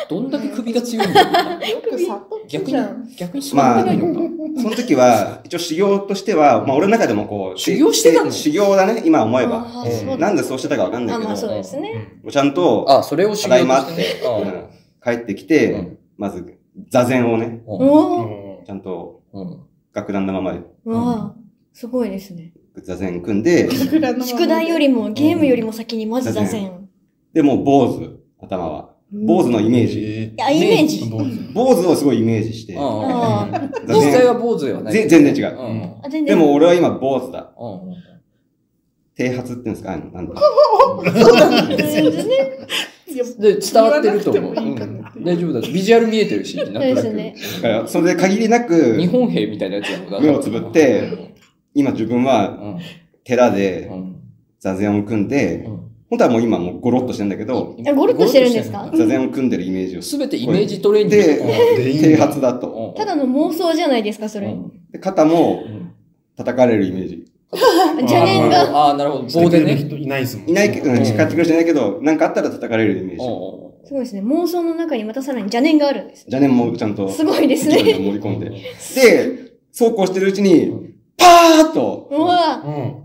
[SPEAKER 3] どんだけ首が強いんだろうな
[SPEAKER 4] よく悟った
[SPEAKER 3] 逆
[SPEAKER 4] じゃん。
[SPEAKER 3] に、逆にそうなってないのか。
[SPEAKER 5] その時は、一応修行としては、まあ俺の中でもこう、
[SPEAKER 3] 修行してたの
[SPEAKER 5] 修行だね、今思えば。
[SPEAKER 1] あーそう
[SPEAKER 5] なんでそうしてたかわかんな
[SPEAKER 1] あ、
[SPEAKER 5] いけ
[SPEAKER 1] まあそ
[SPEAKER 5] ど、
[SPEAKER 1] うですね。
[SPEAKER 5] ちゃんと、
[SPEAKER 3] あ、それを
[SPEAKER 5] た
[SPEAKER 3] 修
[SPEAKER 5] だい
[SPEAKER 3] 行
[SPEAKER 5] ま
[SPEAKER 3] と
[SPEAKER 5] っ
[SPEAKER 3] してて、
[SPEAKER 5] う
[SPEAKER 3] ね。
[SPEAKER 5] ん帰ってきて、
[SPEAKER 3] うん
[SPEAKER 5] まず、座禅をね、
[SPEAKER 3] うん
[SPEAKER 1] おー
[SPEAKER 5] ちゃんと
[SPEAKER 3] うん
[SPEAKER 5] 楽団のままで
[SPEAKER 1] わあ、すごいですね。
[SPEAKER 5] 座禅組んで、
[SPEAKER 1] 宿題よ
[SPEAKER 4] り、
[SPEAKER 1] りもゲームよりも先にまず座禅。
[SPEAKER 5] で、もう坊主、頭は。坊主のイメージ。
[SPEAKER 1] いや、イメージ。
[SPEAKER 2] 坊主
[SPEAKER 5] 坊主をすごいイメージして、
[SPEAKER 3] うん
[SPEAKER 1] ああ、
[SPEAKER 5] 座
[SPEAKER 3] 実際
[SPEAKER 5] 禅
[SPEAKER 3] は坊主ではない。
[SPEAKER 5] ぜ全然違う
[SPEAKER 3] うん
[SPEAKER 1] あ全然。
[SPEAKER 5] でも俺は今坊主だ。
[SPEAKER 3] うん
[SPEAKER 5] 剃発っていうんですかあの、なんだ
[SPEAKER 1] そうですね。
[SPEAKER 4] いや
[SPEAKER 3] で、伝わってると思う。
[SPEAKER 4] 言わなくてもいいかな
[SPEAKER 3] うん大丈夫だ。ビジュアル見えてるし、なん
[SPEAKER 1] そ
[SPEAKER 3] と
[SPEAKER 1] うで
[SPEAKER 3] な
[SPEAKER 1] す
[SPEAKER 3] く。
[SPEAKER 1] ね。
[SPEAKER 5] だからそれで限りなく、
[SPEAKER 3] 日本兵みたいなやつやもんな
[SPEAKER 5] 目をつぶって、今自分
[SPEAKER 3] う
[SPEAKER 5] は
[SPEAKER 3] ん。
[SPEAKER 5] 寺
[SPEAKER 3] う
[SPEAKER 5] で
[SPEAKER 3] ん。
[SPEAKER 5] 座禅を組んで、本当はもう今もうゴロッとしてんだけど、
[SPEAKER 1] あゴロッとしてるんですか
[SPEAKER 5] 座禅を組んでるイメージを
[SPEAKER 3] すべてイメージトレーニング。
[SPEAKER 5] で
[SPEAKER 2] でいいん
[SPEAKER 5] 剃
[SPEAKER 2] だ
[SPEAKER 5] 発だと。
[SPEAKER 1] ただの妄想じゃないですか、そ
[SPEAKER 3] そ
[SPEAKER 1] れ。
[SPEAKER 5] で肩も叩かれるイメージ。
[SPEAKER 1] <laughs> 邪念が。
[SPEAKER 3] ああ、なるほど。
[SPEAKER 2] して
[SPEAKER 3] 棒
[SPEAKER 2] く
[SPEAKER 3] で
[SPEAKER 2] れる
[SPEAKER 3] ね。
[SPEAKER 2] 人いないですもん。
[SPEAKER 5] いないけど、
[SPEAKER 3] うん
[SPEAKER 5] 叱ってくれる人いないけど、なんかあったら叩かれるイメージ。
[SPEAKER 1] すごいですね。妄想の中にまたさらに邪念があるんです。
[SPEAKER 5] 邪念もちゃんと
[SPEAKER 1] すごいです
[SPEAKER 5] 自分
[SPEAKER 1] ね。
[SPEAKER 5] で盛り込んで。で、そうこうしてるうちに、パーッと、
[SPEAKER 1] うわ
[SPEAKER 2] うん。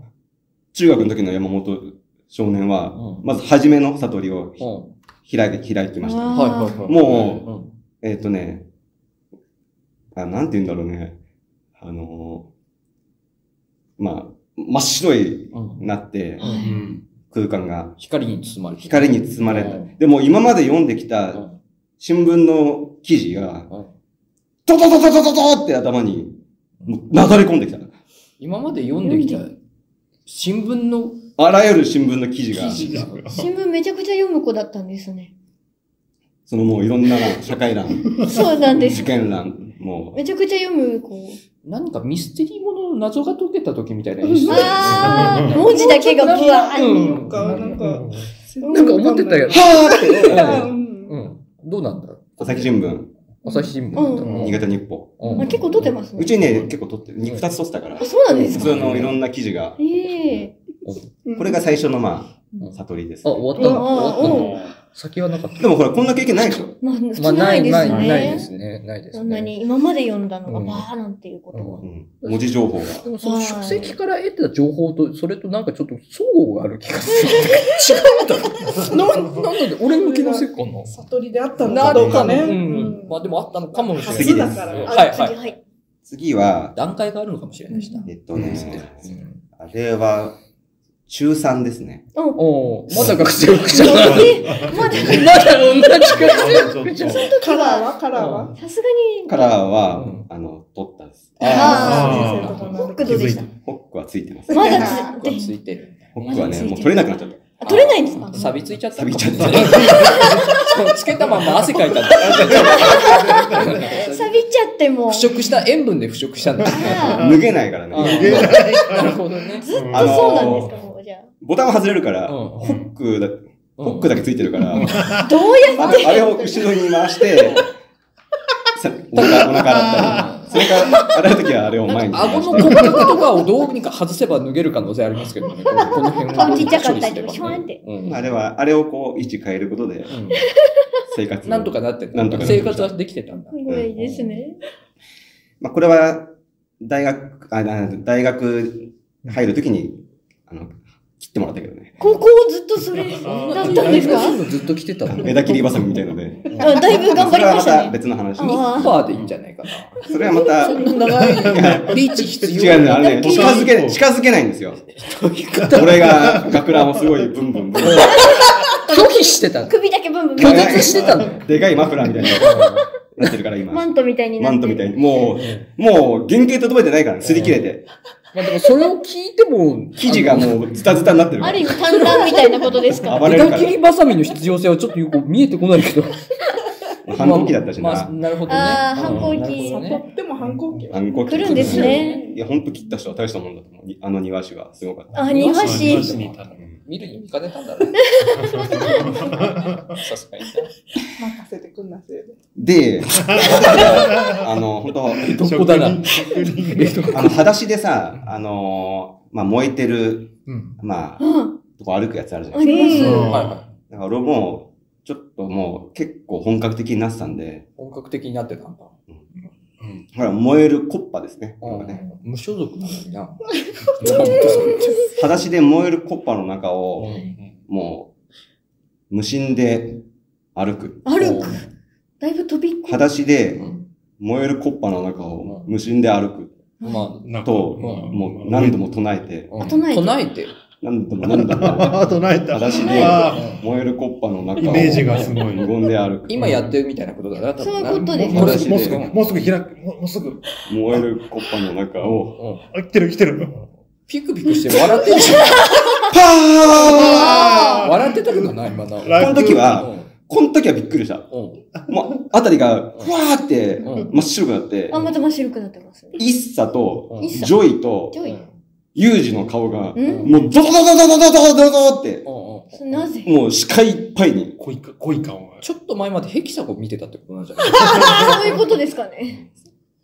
[SPEAKER 5] 中学の時の山本少年は、
[SPEAKER 3] うん
[SPEAKER 5] まず初めの悟り
[SPEAKER 3] う
[SPEAKER 5] を
[SPEAKER 3] ん
[SPEAKER 5] 開き、開きました。
[SPEAKER 1] あー
[SPEAKER 3] はいはいはい。
[SPEAKER 5] もう
[SPEAKER 3] うん、
[SPEAKER 5] えっ、とね、あ、なんて言うんだろうね。あのーまあ、真っ白い
[SPEAKER 3] うん
[SPEAKER 5] なって
[SPEAKER 3] う、ん
[SPEAKER 5] 空間が
[SPEAKER 3] 光に包まれて。
[SPEAKER 5] 光に包まれ
[SPEAKER 3] う
[SPEAKER 5] た
[SPEAKER 3] ん。
[SPEAKER 5] でも今まで読んでき
[SPEAKER 3] う
[SPEAKER 5] た
[SPEAKER 3] ん
[SPEAKER 5] 新聞の記事が、
[SPEAKER 3] うん
[SPEAKER 5] トトトトトトトって頭にもうなだれ込んできた。
[SPEAKER 3] 今まで読んできた新聞の
[SPEAKER 5] あらゆる新聞の記事
[SPEAKER 3] 記
[SPEAKER 5] が、
[SPEAKER 3] 事が。
[SPEAKER 1] 新聞めちゃくちゃ読む子だったんですね。
[SPEAKER 5] そのもういろんな欄社会欄、
[SPEAKER 1] そうなんです
[SPEAKER 5] 事。件欄、も
[SPEAKER 1] めちゃくちゃ読む子。
[SPEAKER 3] なんかミステリーものの謎が解けた時みたいな演出
[SPEAKER 1] あー、文字だけがブワー
[SPEAKER 3] うん
[SPEAKER 4] なんか、なんか、
[SPEAKER 3] なんか思ってたよ。
[SPEAKER 4] い
[SPEAKER 1] <laughs>
[SPEAKER 4] やう
[SPEAKER 3] は
[SPEAKER 4] ん
[SPEAKER 3] うん。どうなんだろ
[SPEAKER 5] う、朝日新聞、
[SPEAKER 3] う朝日新聞なんだろう
[SPEAKER 5] 新潟日報。
[SPEAKER 3] うん
[SPEAKER 1] あ結構撮ってますね
[SPEAKER 5] うちね、結構撮って、に二つ撮ってたから
[SPEAKER 1] あ、、そうなんです
[SPEAKER 5] 普
[SPEAKER 1] か
[SPEAKER 5] 通のいろんな記事が、
[SPEAKER 1] ええ
[SPEAKER 5] これが最初のま
[SPEAKER 3] うん
[SPEAKER 5] あ、悟りです
[SPEAKER 3] あ、
[SPEAKER 5] ね、
[SPEAKER 3] 終わったの
[SPEAKER 1] ああ
[SPEAKER 3] 終わっ
[SPEAKER 1] お
[SPEAKER 3] たの先はなかった。
[SPEAKER 5] でもほら、こんな経験ないでしょ
[SPEAKER 1] まあ、普
[SPEAKER 3] まあ、
[SPEAKER 1] 通
[SPEAKER 3] な
[SPEAKER 1] ない
[SPEAKER 3] い、
[SPEAKER 1] で
[SPEAKER 3] な
[SPEAKER 1] す
[SPEAKER 3] い、
[SPEAKER 1] ね。
[SPEAKER 3] ないですね。ないですね。
[SPEAKER 1] そんなに今まで読んだのが
[SPEAKER 3] うん
[SPEAKER 1] バーなんていうことは。
[SPEAKER 5] うん。文字情報が。
[SPEAKER 3] でもその書籍から得た情報と、それとなんかちょっと相互がある気がする。違うんだろう。な、なんだろう俺の気のせいかな。
[SPEAKER 4] 悟りであったのかどうかね。
[SPEAKER 3] うん。まあでもあったのかもしれない。
[SPEAKER 5] 次です
[SPEAKER 3] はい
[SPEAKER 1] あ
[SPEAKER 3] は
[SPEAKER 1] 次
[SPEAKER 3] い。
[SPEAKER 1] はい。
[SPEAKER 5] 次は、
[SPEAKER 3] 段階があるのかもしれないしな。
[SPEAKER 5] えっとね、
[SPEAKER 3] うん
[SPEAKER 5] あれは、中3ですね。
[SPEAKER 1] お
[SPEAKER 3] おーまだ学生服じゃない。
[SPEAKER 1] まだ、
[SPEAKER 3] まだ同じ学生
[SPEAKER 2] ちょ
[SPEAKER 3] 服
[SPEAKER 2] っ
[SPEAKER 3] じ
[SPEAKER 2] と
[SPEAKER 3] ゃない。
[SPEAKER 4] カラーはカラーは
[SPEAKER 1] さすが
[SPEAKER 5] カ
[SPEAKER 1] に、
[SPEAKER 5] ラーは、
[SPEAKER 3] うん
[SPEAKER 5] あの、取ったです。
[SPEAKER 1] あ
[SPEAKER 4] 先生
[SPEAKER 2] ー
[SPEAKER 4] とか
[SPEAKER 1] ホ
[SPEAKER 4] の
[SPEAKER 1] ックドでし
[SPEAKER 2] 気づい
[SPEAKER 1] た。
[SPEAKER 5] ホックはついてます。
[SPEAKER 1] まだつ
[SPEAKER 3] つ
[SPEAKER 1] で
[SPEAKER 3] いてる。
[SPEAKER 5] ホック
[SPEAKER 1] ま
[SPEAKER 5] はね、
[SPEAKER 1] だついてる
[SPEAKER 5] もう取れなくなっちゃった。
[SPEAKER 1] あ取れないんですか
[SPEAKER 3] 錆びついちゃった。
[SPEAKER 5] 錆びちゃった
[SPEAKER 3] <laughs> そう。つけたまま汗 <laughs> かいたんだ。
[SPEAKER 1] 錆びちゃっても、
[SPEAKER 3] 腐
[SPEAKER 1] ずっ
[SPEAKER 3] 食した、塩分で腐食したんだ。
[SPEAKER 1] あ
[SPEAKER 5] <laughs> 脱げないから
[SPEAKER 3] あ
[SPEAKER 5] ね。
[SPEAKER 2] げ <laughs> ない
[SPEAKER 3] なるほどね。
[SPEAKER 1] とそうなんですか、もうじゃ
[SPEAKER 5] ボタンは外れるから、
[SPEAKER 3] うん
[SPEAKER 5] ホックだ、ホックだけついてるから、
[SPEAKER 1] あ。どうや
[SPEAKER 5] ああれを後ろに回して、
[SPEAKER 1] <laughs>
[SPEAKER 5] さお腹お腹洗ったり、それから洗うときはあれを前に回
[SPEAKER 3] 顎の
[SPEAKER 5] して。
[SPEAKER 3] 骨格とかをどうにか外せば脱げる可能性ありますけど
[SPEAKER 1] <laughs>
[SPEAKER 3] ね。こうこの辺をどうにか処理
[SPEAKER 1] ちっちゃかった
[SPEAKER 3] すればね。
[SPEAKER 1] りとかシュワンって
[SPEAKER 3] うん
[SPEAKER 5] あれは、あれをこう、位置変えることで、
[SPEAKER 3] う
[SPEAKER 5] 生活。
[SPEAKER 3] んなんとか。なってた
[SPEAKER 5] なんとかなって
[SPEAKER 3] 生
[SPEAKER 5] ました
[SPEAKER 3] 活はできてたんだ。
[SPEAKER 1] すごいですね。
[SPEAKER 5] まあ、これは、大学、あ、な大学入るときに、あの、切ってもらったけどね。
[SPEAKER 1] <laughs> ここをずっとそれだったんですか
[SPEAKER 5] <laughs>
[SPEAKER 3] そういうのずっと来てたの。
[SPEAKER 5] 枝切りバサミみたいので。
[SPEAKER 1] あだいぶ頑張りまし
[SPEAKER 5] それはま
[SPEAKER 1] た
[SPEAKER 5] た
[SPEAKER 1] ね。
[SPEAKER 5] 別の話。
[SPEAKER 1] あ
[SPEAKER 3] 1パーでいいんじゃないかな。
[SPEAKER 5] それはまた、
[SPEAKER 3] 長いリーチ必
[SPEAKER 5] 違
[SPEAKER 3] 要
[SPEAKER 5] うね、あれね、
[SPEAKER 2] ボ
[SPEAKER 5] 近
[SPEAKER 2] タン
[SPEAKER 5] づけ、近づけないんですよ。
[SPEAKER 3] どういうこと
[SPEAKER 5] 俺が学ランをすごいブンブンブン。
[SPEAKER 3] 拒否してたの。
[SPEAKER 1] 首だけブンブン。
[SPEAKER 3] 拒絶してたのよ。
[SPEAKER 5] でかいマフラーみたいになってるから
[SPEAKER 1] マ
[SPEAKER 5] 今。
[SPEAKER 1] ントみたいにな
[SPEAKER 5] マ
[SPEAKER 1] って
[SPEAKER 5] ン
[SPEAKER 1] る
[SPEAKER 5] トみたいに。もう、もう原型とどめてないからね、擦り切れて。
[SPEAKER 3] まあでもそれを聞いても、
[SPEAKER 5] 生地がもうズタズタになってるか
[SPEAKER 1] ある
[SPEAKER 5] ら
[SPEAKER 1] 意。味、単乱みたいなことです
[SPEAKER 5] あ
[SPEAKER 1] か
[SPEAKER 5] 暴れるか
[SPEAKER 3] 枝切りバサミの必要性はちょっとよく見えてこないけど。
[SPEAKER 5] ら。反抗期だったし
[SPEAKER 3] まあまあ
[SPEAKER 5] な。
[SPEAKER 3] なるほどね。
[SPEAKER 1] あー反抗期
[SPEAKER 3] なるほどね
[SPEAKER 4] 悟っても反抗期は。
[SPEAKER 5] 反抗期。
[SPEAKER 1] 来るんですね。
[SPEAKER 5] いや、ほんと切った人は大したもんだと思う。あの庭師はすごかった。
[SPEAKER 1] あ、庭
[SPEAKER 2] 庭
[SPEAKER 1] 師。
[SPEAKER 2] 師にいたの
[SPEAKER 3] 見るに見かねたん
[SPEAKER 1] <laughs>
[SPEAKER 3] だね。さすがにな。
[SPEAKER 4] 任せてくんなせいで。
[SPEAKER 5] で、 <laughs> あの、ほんと、
[SPEAKER 3] どこだな。
[SPEAKER 2] 職人職人
[SPEAKER 5] あの、裸足でさ、あのー、まあ、燃えてる、
[SPEAKER 2] うん。
[SPEAKER 5] まあ、
[SPEAKER 1] うん。
[SPEAKER 5] とこ歩くやつあるじゃないですか
[SPEAKER 1] あり
[SPEAKER 3] <laughs>
[SPEAKER 1] ま
[SPEAKER 2] うん
[SPEAKER 3] はいはい。
[SPEAKER 5] だから俺も、ちょっともう結構本格的になってたんで、
[SPEAKER 3] 本格的になってたんだ。
[SPEAKER 2] うん
[SPEAKER 5] ほら、燃えるコッパですね。これはね
[SPEAKER 3] 無所属なのにな。なんでそれ
[SPEAKER 5] 裸足で燃えるコッパの中
[SPEAKER 3] う
[SPEAKER 5] を、
[SPEAKER 3] ん
[SPEAKER 5] もう、無心で歩く。
[SPEAKER 1] す。歩く。だいぶ飛び
[SPEAKER 5] 裸足
[SPEAKER 3] う
[SPEAKER 5] で
[SPEAKER 3] ん
[SPEAKER 5] 燃えるコッパの中を無心で歩く
[SPEAKER 3] まあ、
[SPEAKER 2] なんか
[SPEAKER 5] と、
[SPEAKER 2] まあ
[SPEAKER 5] もう何度も唱えて、
[SPEAKER 3] うん
[SPEAKER 1] 唱えて
[SPEAKER 3] 唱えて。
[SPEAKER 5] 何度も何度も
[SPEAKER 2] <laughs> ああ、唱えた。
[SPEAKER 5] 裸足
[SPEAKER 1] ね
[SPEAKER 5] で
[SPEAKER 2] あ
[SPEAKER 5] 燃えるコッパの中を
[SPEAKER 2] ーイメージがすごい。
[SPEAKER 5] 無
[SPEAKER 2] もう
[SPEAKER 5] 言で歩く。
[SPEAKER 3] 今やってるみたいなことだな、多分な
[SPEAKER 1] そういうことです
[SPEAKER 5] 裸足
[SPEAKER 2] もうすぐ、
[SPEAKER 5] で
[SPEAKER 2] もうすぐ開く。もうもうすぐ。
[SPEAKER 5] 燃えるコッパの中を
[SPEAKER 3] う
[SPEAKER 2] あ、来てる来てる。
[SPEAKER 3] ピクピクして笑ってる
[SPEAKER 2] <laughs>
[SPEAKER 3] じ
[SPEAKER 5] パ
[SPEAKER 3] ゃん。笑ってたことない、今な。
[SPEAKER 5] ーンこの時
[SPEAKER 3] う
[SPEAKER 5] は、
[SPEAKER 3] ん
[SPEAKER 5] この時はびっくりした。
[SPEAKER 3] うん
[SPEAKER 5] もう、あたりが、ふわーって、
[SPEAKER 3] うん
[SPEAKER 5] 真っ白くなって
[SPEAKER 1] あ、、また真っ白くなってます。
[SPEAKER 5] イッサと、
[SPEAKER 3] うん
[SPEAKER 1] いっさ
[SPEAKER 5] ジョイと
[SPEAKER 1] ジ、ョイ。
[SPEAKER 5] ユージの顔が、
[SPEAKER 1] う
[SPEAKER 3] うん
[SPEAKER 1] ん
[SPEAKER 5] もう、ドドドドドドドドドって、
[SPEAKER 3] うんうん
[SPEAKER 1] なぜ
[SPEAKER 5] もう視界いっぱいに、
[SPEAKER 2] 濃いか、濃いか、お前。
[SPEAKER 3] ちょっと前までヘキサゴン見てたってことなんじゃない
[SPEAKER 1] <laughs> そういうことですかね。